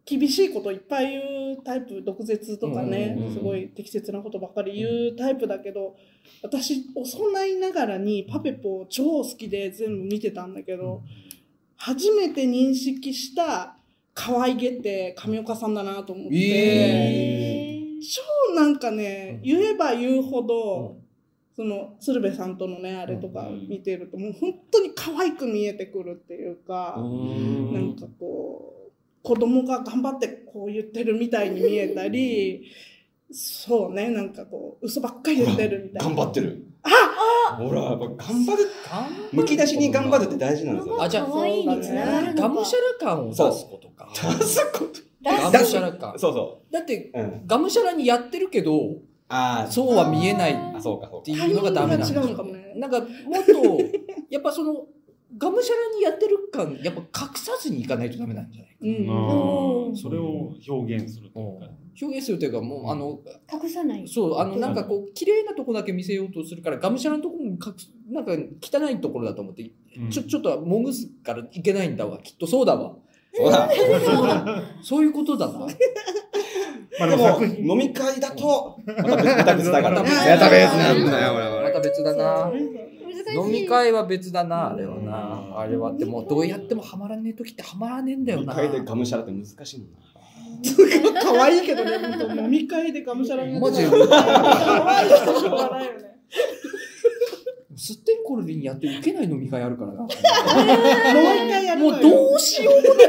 [SPEAKER 4] 厳しいこといっぱい言うタイプ、毒舌とかね
[SPEAKER 3] うんうんうん、
[SPEAKER 4] すごい適切なことばっかり言うタイプだけど、私、幼いながらにパペポ超好きで全部見てたんだけど、初めて認識した可愛げって上岡さんだなと思って、
[SPEAKER 3] え
[SPEAKER 4] 超なんかね、言えば言うほど、
[SPEAKER 3] う
[SPEAKER 4] その鶴瓶さんとのねあれとか見てるともう本当に可愛く見えてくるっていうか、
[SPEAKER 3] ん
[SPEAKER 4] なんかこう子供が頑張ってこう言ってるみたいに見えたり、そうねなんかこう嘘ばっかり言ってるみたい
[SPEAKER 5] 頑
[SPEAKER 4] な。
[SPEAKER 5] 張ってる。あほら、やっぱ頑張る。む
[SPEAKER 3] む
[SPEAKER 5] き出しに頑張るって大事なんですよ。
[SPEAKER 3] あじゃあ
[SPEAKER 1] 可愛いにつながるのか。
[SPEAKER 3] がむしゃら感を出すことか。が
[SPEAKER 1] 出
[SPEAKER 3] む
[SPEAKER 1] す
[SPEAKER 3] しゃら感。
[SPEAKER 5] <laughs> そうそ
[SPEAKER 3] だって
[SPEAKER 5] う。うん。
[SPEAKER 3] がむしゃらにやってるけど
[SPEAKER 5] あ
[SPEAKER 3] そうは見えないっ
[SPEAKER 5] あ、そうか、そう
[SPEAKER 3] て
[SPEAKER 5] か。
[SPEAKER 3] いうのがダメなんで
[SPEAKER 4] タイ
[SPEAKER 3] す
[SPEAKER 4] ミングが違うのか
[SPEAKER 3] よ
[SPEAKER 4] もね。
[SPEAKER 3] なんかもっと <laughs> やっぱそのがむしゃらにやってる感やっぱ隠さずにいかないとダメなんじゃないか。
[SPEAKER 4] うん
[SPEAKER 2] うんそれを表現するというか。
[SPEAKER 3] 表現するというかもうあの
[SPEAKER 1] 隠さない。
[SPEAKER 3] そう、あの、なんかこう、綺麗なとこだけ見せようとするから、がむしゃらのとこも隠す、なんか汚いところだと思って、
[SPEAKER 2] うん
[SPEAKER 3] ちょ、ちょっともぐすからいけないんだわ。きっとそうだわ。
[SPEAKER 5] そうだ。
[SPEAKER 3] そうだ。そういうことだな。
[SPEAKER 2] まあ
[SPEAKER 5] で
[SPEAKER 2] でも
[SPEAKER 5] も、
[SPEAKER 2] 作品
[SPEAKER 5] 飲み会だと、ま <laughs> た別また別だから。
[SPEAKER 3] また別
[SPEAKER 5] いやた別なんだよ、俺
[SPEAKER 3] また別だな。
[SPEAKER 1] 難し
[SPEAKER 3] 飲
[SPEAKER 1] い。 <laughs>
[SPEAKER 3] み会は別だな、あれは
[SPEAKER 2] う
[SPEAKER 3] な。
[SPEAKER 2] ん
[SPEAKER 3] あれはって、もうどうやってもハマらねえ時ってハマらねえんだよ
[SPEAKER 5] 飲み
[SPEAKER 3] な。
[SPEAKER 5] 会でがむしゃらって難しいもんな。
[SPEAKER 4] 可愛いけどね、飲み会でがむしゃらに。
[SPEAKER 3] マジで
[SPEAKER 4] 可愛い人しょうがないよね。
[SPEAKER 3] すってんころでにやって受けない飲み会あるからな。
[SPEAKER 4] もう一回やる
[SPEAKER 3] も
[SPEAKER 4] の
[SPEAKER 3] う
[SPEAKER 4] よ。
[SPEAKER 3] どうしようもない。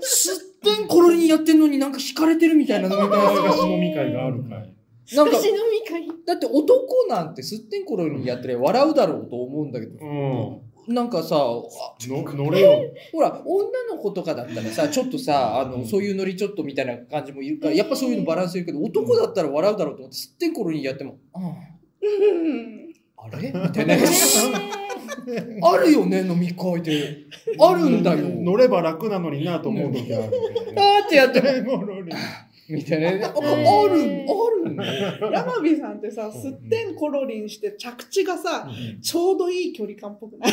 [SPEAKER 3] すってんころりにやってんのになんか惹かれてるみたいな飲み会あるから
[SPEAKER 2] 昔飲み会があるかい。
[SPEAKER 3] なんか
[SPEAKER 1] 私飲み会。
[SPEAKER 3] だって男なんてすってんころにやってりゃ笑うだろうと思うんだけど
[SPEAKER 2] うん。の
[SPEAKER 3] なんかさあほ
[SPEAKER 2] 乗れよ。
[SPEAKER 3] ら女の子とかだったらさちょっとさあのそういうノリちょっとみたいな感じもいるからやっぱそういうのバランスいるけど男だったら笑うだろうと思ってすってんころにやっても「あ
[SPEAKER 4] うん
[SPEAKER 3] ああ <laughs> れ?」みたいなあるよね飲み会であるんだよ。
[SPEAKER 2] 乗れば楽なのになと思う時あるんだよね。
[SPEAKER 3] あーってやっても
[SPEAKER 2] もろに。
[SPEAKER 3] みたいなね。あ、あ
[SPEAKER 1] ー
[SPEAKER 3] る、ある
[SPEAKER 4] 山火さんってさ、すってんころりんして着地がさ、ちょうどいい距離感っぽくない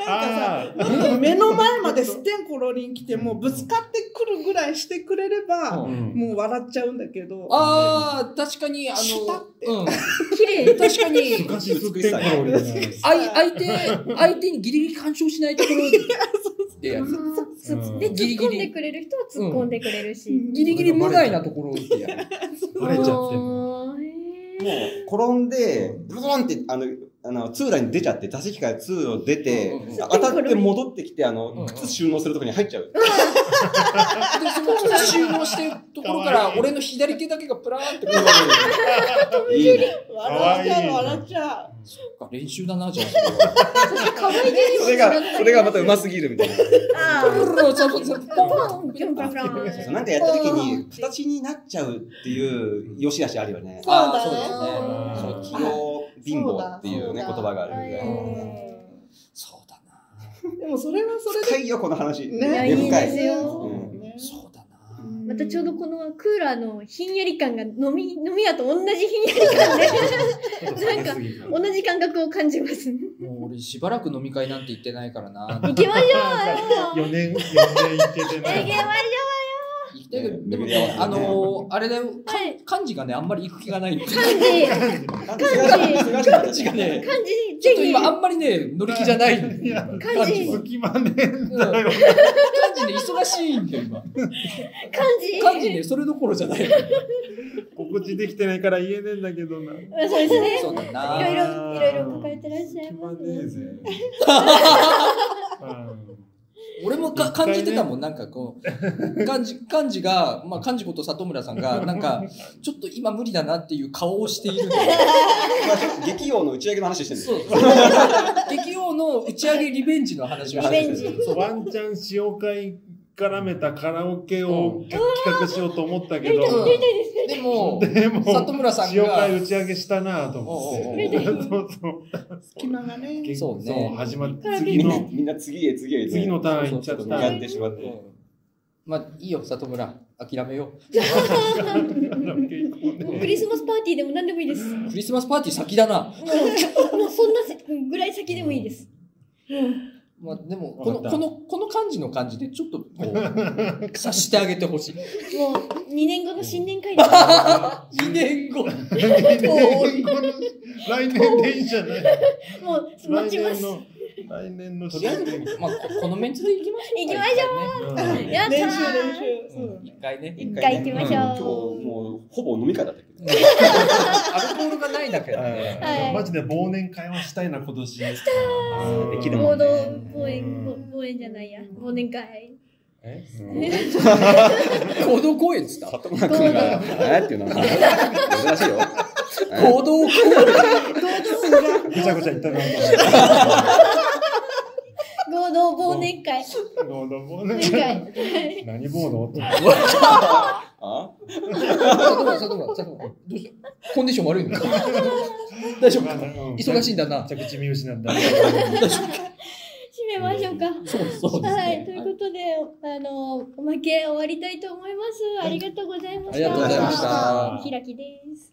[SPEAKER 4] なんかさ、もっと目の前まですってんころりん来て、もうぶつかってくるぐらいしてくれれば、
[SPEAKER 2] うん
[SPEAKER 4] もう笑っちゃうんだけど、
[SPEAKER 3] ああ、確かに、あ
[SPEAKER 4] シュタっ
[SPEAKER 3] の、うん。
[SPEAKER 1] 綺麗。
[SPEAKER 3] 確かに、
[SPEAKER 2] 昔作ってたよ俺ね
[SPEAKER 3] あい相手、相手にギリギリ干渉しないところでやる。
[SPEAKER 2] うん
[SPEAKER 1] で、
[SPEAKER 3] ギリ
[SPEAKER 1] 突
[SPEAKER 3] ギ
[SPEAKER 1] っ
[SPEAKER 3] リ
[SPEAKER 1] 込んでくれる人は突っ込んでくれるし。
[SPEAKER 3] ギリギリ無害なところでやる。
[SPEAKER 2] バレちゃってんの。
[SPEAKER 1] あーへー
[SPEAKER 5] もう、転んで、ブロンって、あの、あの、通路に出ちゃって、座席から通路出て
[SPEAKER 3] うんうんうん、
[SPEAKER 5] 当たって戻ってきて、あ
[SPEAKER 3] うんう
[SPEAKER 5] の
[SPEAKER 3] ん、
[SPEAKER 5] 靴収納するとこに入っちゃう。
[SPEAKER 3] で、その靴収納してるところから、俺の左手だけがプラーンってこう。
[SPEAKER 5] いいね。
[SPEAKER 4] 笑っち
[SPEAKER 2] かわいい
[SPEAKER 4] ゃう、笑っちゃう。
[SPEAKER 3] 練習だな、じゃあ。
[SPEAKER 1] 可愛い
[SPEAKER 5] それが、それがまたうますぎるみたいな。
[SPEAKER 1] あーポンピョンピョンピョ
[SPEAKER 5] そう
[SPEAKER 1] ン
[SPEAKER 5] なんかやった時に、形になっちゃうっていう、良し悪しあるよね。
[SPEAKER 4] あー
[SPEAKER 3] そう
[SPEAKER 4] そうだ
[SPEAKER 3] だね。
[SPEAKER 2] ー
[SPEAKER 5] その器用貧乏っていうね、言
[SPEAKER 4] そうだ
[SPEAKER 5] 葉があるぐらい。
[SPEAKER 3] そうだな。
[SPEAKER 4] でもそれはそれ
[SPEAKER 5] 深いよ、この話。
[SPEAKER 4] ね
[SPEAKER 1] いや
[SPEAKER 5] 根
[SPEAKER 1] いい
[SPEAKER 5] 深
[SPEAKER 1] ですよ
[SPEAKER 5] うん
[SPEAKER 4] ね
[SPEAKER 3] そうだな。
[SPEAKER 1] またちょうどこのクーラーのひんやり感が飲み、飲み屋と同じひんやり感で、なんか <laughs> 同じ感覚を感じます。行
[SPEAKER 3] もう俺しばらく飲み会なんて行ってないからな。
[SPEAKER 1] きましょうよ
[SPEAKER 2] 4年、4年行けてな
[SPEAKER 1] 行きま
[SPEAKER 2] い。
[SPEAKER 1] しょ
[SPEAKER 3] 行きたいけど、
[SPEAKER 5] ね
[SPEAKER 3] でも
[SPEAKER 5] 巡り合わ
[SPEAKER 3] ね
[SPEAKER 5] せ、てね
[SPEAKER 3] あのー、あれだよ、
[SPEAKER 1] うはい。
[SPEAKER 3] 漢字がね、あんまり行く気がないんで。ちょ
[SPEAKER 1] 漢字、
[SPEAKER 5] なんか違う
[SPEAKER 3] 漢字
[SPEAKER 5] 違う違う
[SPEAKER 1] 漢字、
[SPEAKER 3] っと
[SPEAKER 1] ぜひ、
[SPEAKER 3] 今あんまりね、乗り気じゃない。
[SPEAKER 2] いや
[SPEAKER 1] 漢
[SPEAKER 3] <laughs>
[SPEAKER 1] 字
[SPEAKER 3] は
[SPEAKER 2] 隙間ね。
[SPEAKER 3] うん漢字ね、忙しいんだよ、今。
[SPEAKER 1] 漢字。
[SPEAKER 3] 漢字ね、それどころじゃない。
[SPEAKER 2] 告知できてないから言えねえんだけどな。い
[SPEAKER 1] そうですね。
[SPEAKER 3] そうだ
[SPEAKER 1] いろい
[SPEAKER 3] な。
[SPEAKER 1] ろ、いろいろ抱えてらっ
[SPEAKER 2] <laughs>
[SPEAKER 1] しゃいますね。
[SPEAKER 2] ぜ。うん
[SPEAKER 3] 俺もか感じてたもん、なんかこう、漢字、漢字が、まあ漢字こと里村さんが、なんか、ちょっと今無理だなっていう顔をしているんだよ。
[SPEAKER 5] まあちょっと劇王の打ち上げの話してるんだ
[SPEAKER 3] そう
[SPEAKER 5] よ。。
[SPEAKER 3] 劇王の打ち上げリベンジの話をして
[SPEAKER 1] リベンジ
[SPEAKER 2] ワンチャン使用会絡めたカラオケを企画しようと思ったけど、
[SPEAKER 3] うん
[SPEAKER 1] やりたいです。
[SPEAKER 3] でも、
[SPEAKER 2] でも、
[SPEAKER 3] 里村さん
[SPEAKER 2] 使用
[SPEAKER 3] が
[SPEAKER 2] 会、打ち上げしたなぁと思って。
[SPEAKER 1] おうおうおう
[SPEAKER 2] そうそう。
[SPEAKER 4] 隙間がね。
[SPEAKER 2] 結
[SPEAKER 3] そう
[SPEAKER 2] 構
[SPEAKER 3] ね
[SPEAKER 2] そう、始まっ
[SPEAKER 1] カラオケ
[SPEAKER 2] 次
[SPEAKER 5] みんな
[SPEAKER 2] の、
[SPEAKER 5] みんな次へ次へ
[SPEAKER 2] 次のターン行っちゃっ
[SPEAKER 5] 向
[SPEAKER 2] た。
[SPEAKER 5] かってしまっ
[SPEAKER 3] う
[SPEAKER 5] て。
[SPEAKER 3] んまあいいよ、里村、諦めよう。
[SPEAKER 2] カラオケ行こ
[SPEAKER 1] <laughs>
[SPEAKER 2] う
[SPEAKER 1] もう
[SPEAKER 2] ね
[SPEAKER 1] クリスマスパーティーでも何でもいいです。も
[SPEAKER 3] クリスマスパーティー先だな。
[SPEAKER 1] う、もうそんなせぐらい先でもいいです。
[SPEAKER 3] まあでも、こ
[SPEAKER 2] わ
[SPEAKER 3] の、
[SPEAKER 2] かった
[SPEAKER 3] この、この感じの感じで、ちょっと、こ <laughs> う、察してあげてほしい。
[SPEAKER 1] もう、2年後の新年会です。
[SPEAKER 3] 2年
[SPEAKER 2] <laughs>
[SPEAKER 3] 後。
[SPEAKER 2] 来年でいいんじゃない
[SPEAKER 1] もう、待
[SPEAKER 2] 来
[SPEAKER 1] ちま
[SPEAKER 2] 年
[SPEAKER 1] す。行
[SPEAKER 2] の、来年の
[SPEAKER 3] と
[SPEAKER 2] 新
[SPEAKER 3] りあえず
[SPEAKER 2] 年、
[SPEAKER 3] まあ、ここのメンツで行きましょう。
[SPEAKER 1] きましょうやった
[SPEAKER 4] 練習
[SPEAKER 1] ー
[SPEAKER 4] 練習。そうだ
[SPEAKER 3] 一
[SPEAKER 4] ね。
[SPEAKER 3] 回ね。
[SPEAKER 1] 一回行きまし
[SPEAKER 5] 今日
[SPEAKER 1] ょう。
[SPEAKER 5] もうほぼ飲み会だったけど。
[SPEAKER 3] <laughs> アルコールがないだけだね。
[SPEAKER 1] はい
[SPEAKER 2] マジで忘年会をしたいな、今年。
[SPEAKER 5] ーできるも
[SPEAKER 1] 合
[SPEAKER 5] ん
[SPEAKER 1] 同
[SPEAKER 5] ね
[SPEAKER 1] 公演、こ公演じゃないや。忘年会。
[SPEAKER 2] え
[SPEAKER 3] 行動公演っつった。
[SPEAKER 5] 里村君が、えっていうのは、珍しいよ。
[SPEAKER 3] 行動公演。
[SPEAKER 2] ぐちゃぐちゃ
[SPEAKER 3] <laughs>
[SPEAKER 2] 言ったな。
[SPEAKER 1] 合同忘年会。
[SPEAKER 2] どうだ忘
[SPEAKER 1] 忘
[SPEAKER 2] 年
[SPEAKER 1] 年
[SPEAKER 2] 会。
[SPEAKER 1] 会。
[SPEAKER 2] <laughs> 何ボードって。 <laughs>
[SPEAKER 5] あ
[SPEAKER 3] 佐藤君佐藤君佐藤君どうしたコンディション悪いの <laughs> 大丈夫か忙しいんだな
[SPEAKER 2] め。ちゃくちゃ見失った。
[SPEAKER 1] 締めましょうか。
[SPEAKER 3] そうそうですね。
[SPEAKER 1] はい、ということで、あの、おまけ終わりたいと思います。ありがとうございました。
[SPEAKER 3] ありがとうございました
[SPEAKER 1] ひらきです。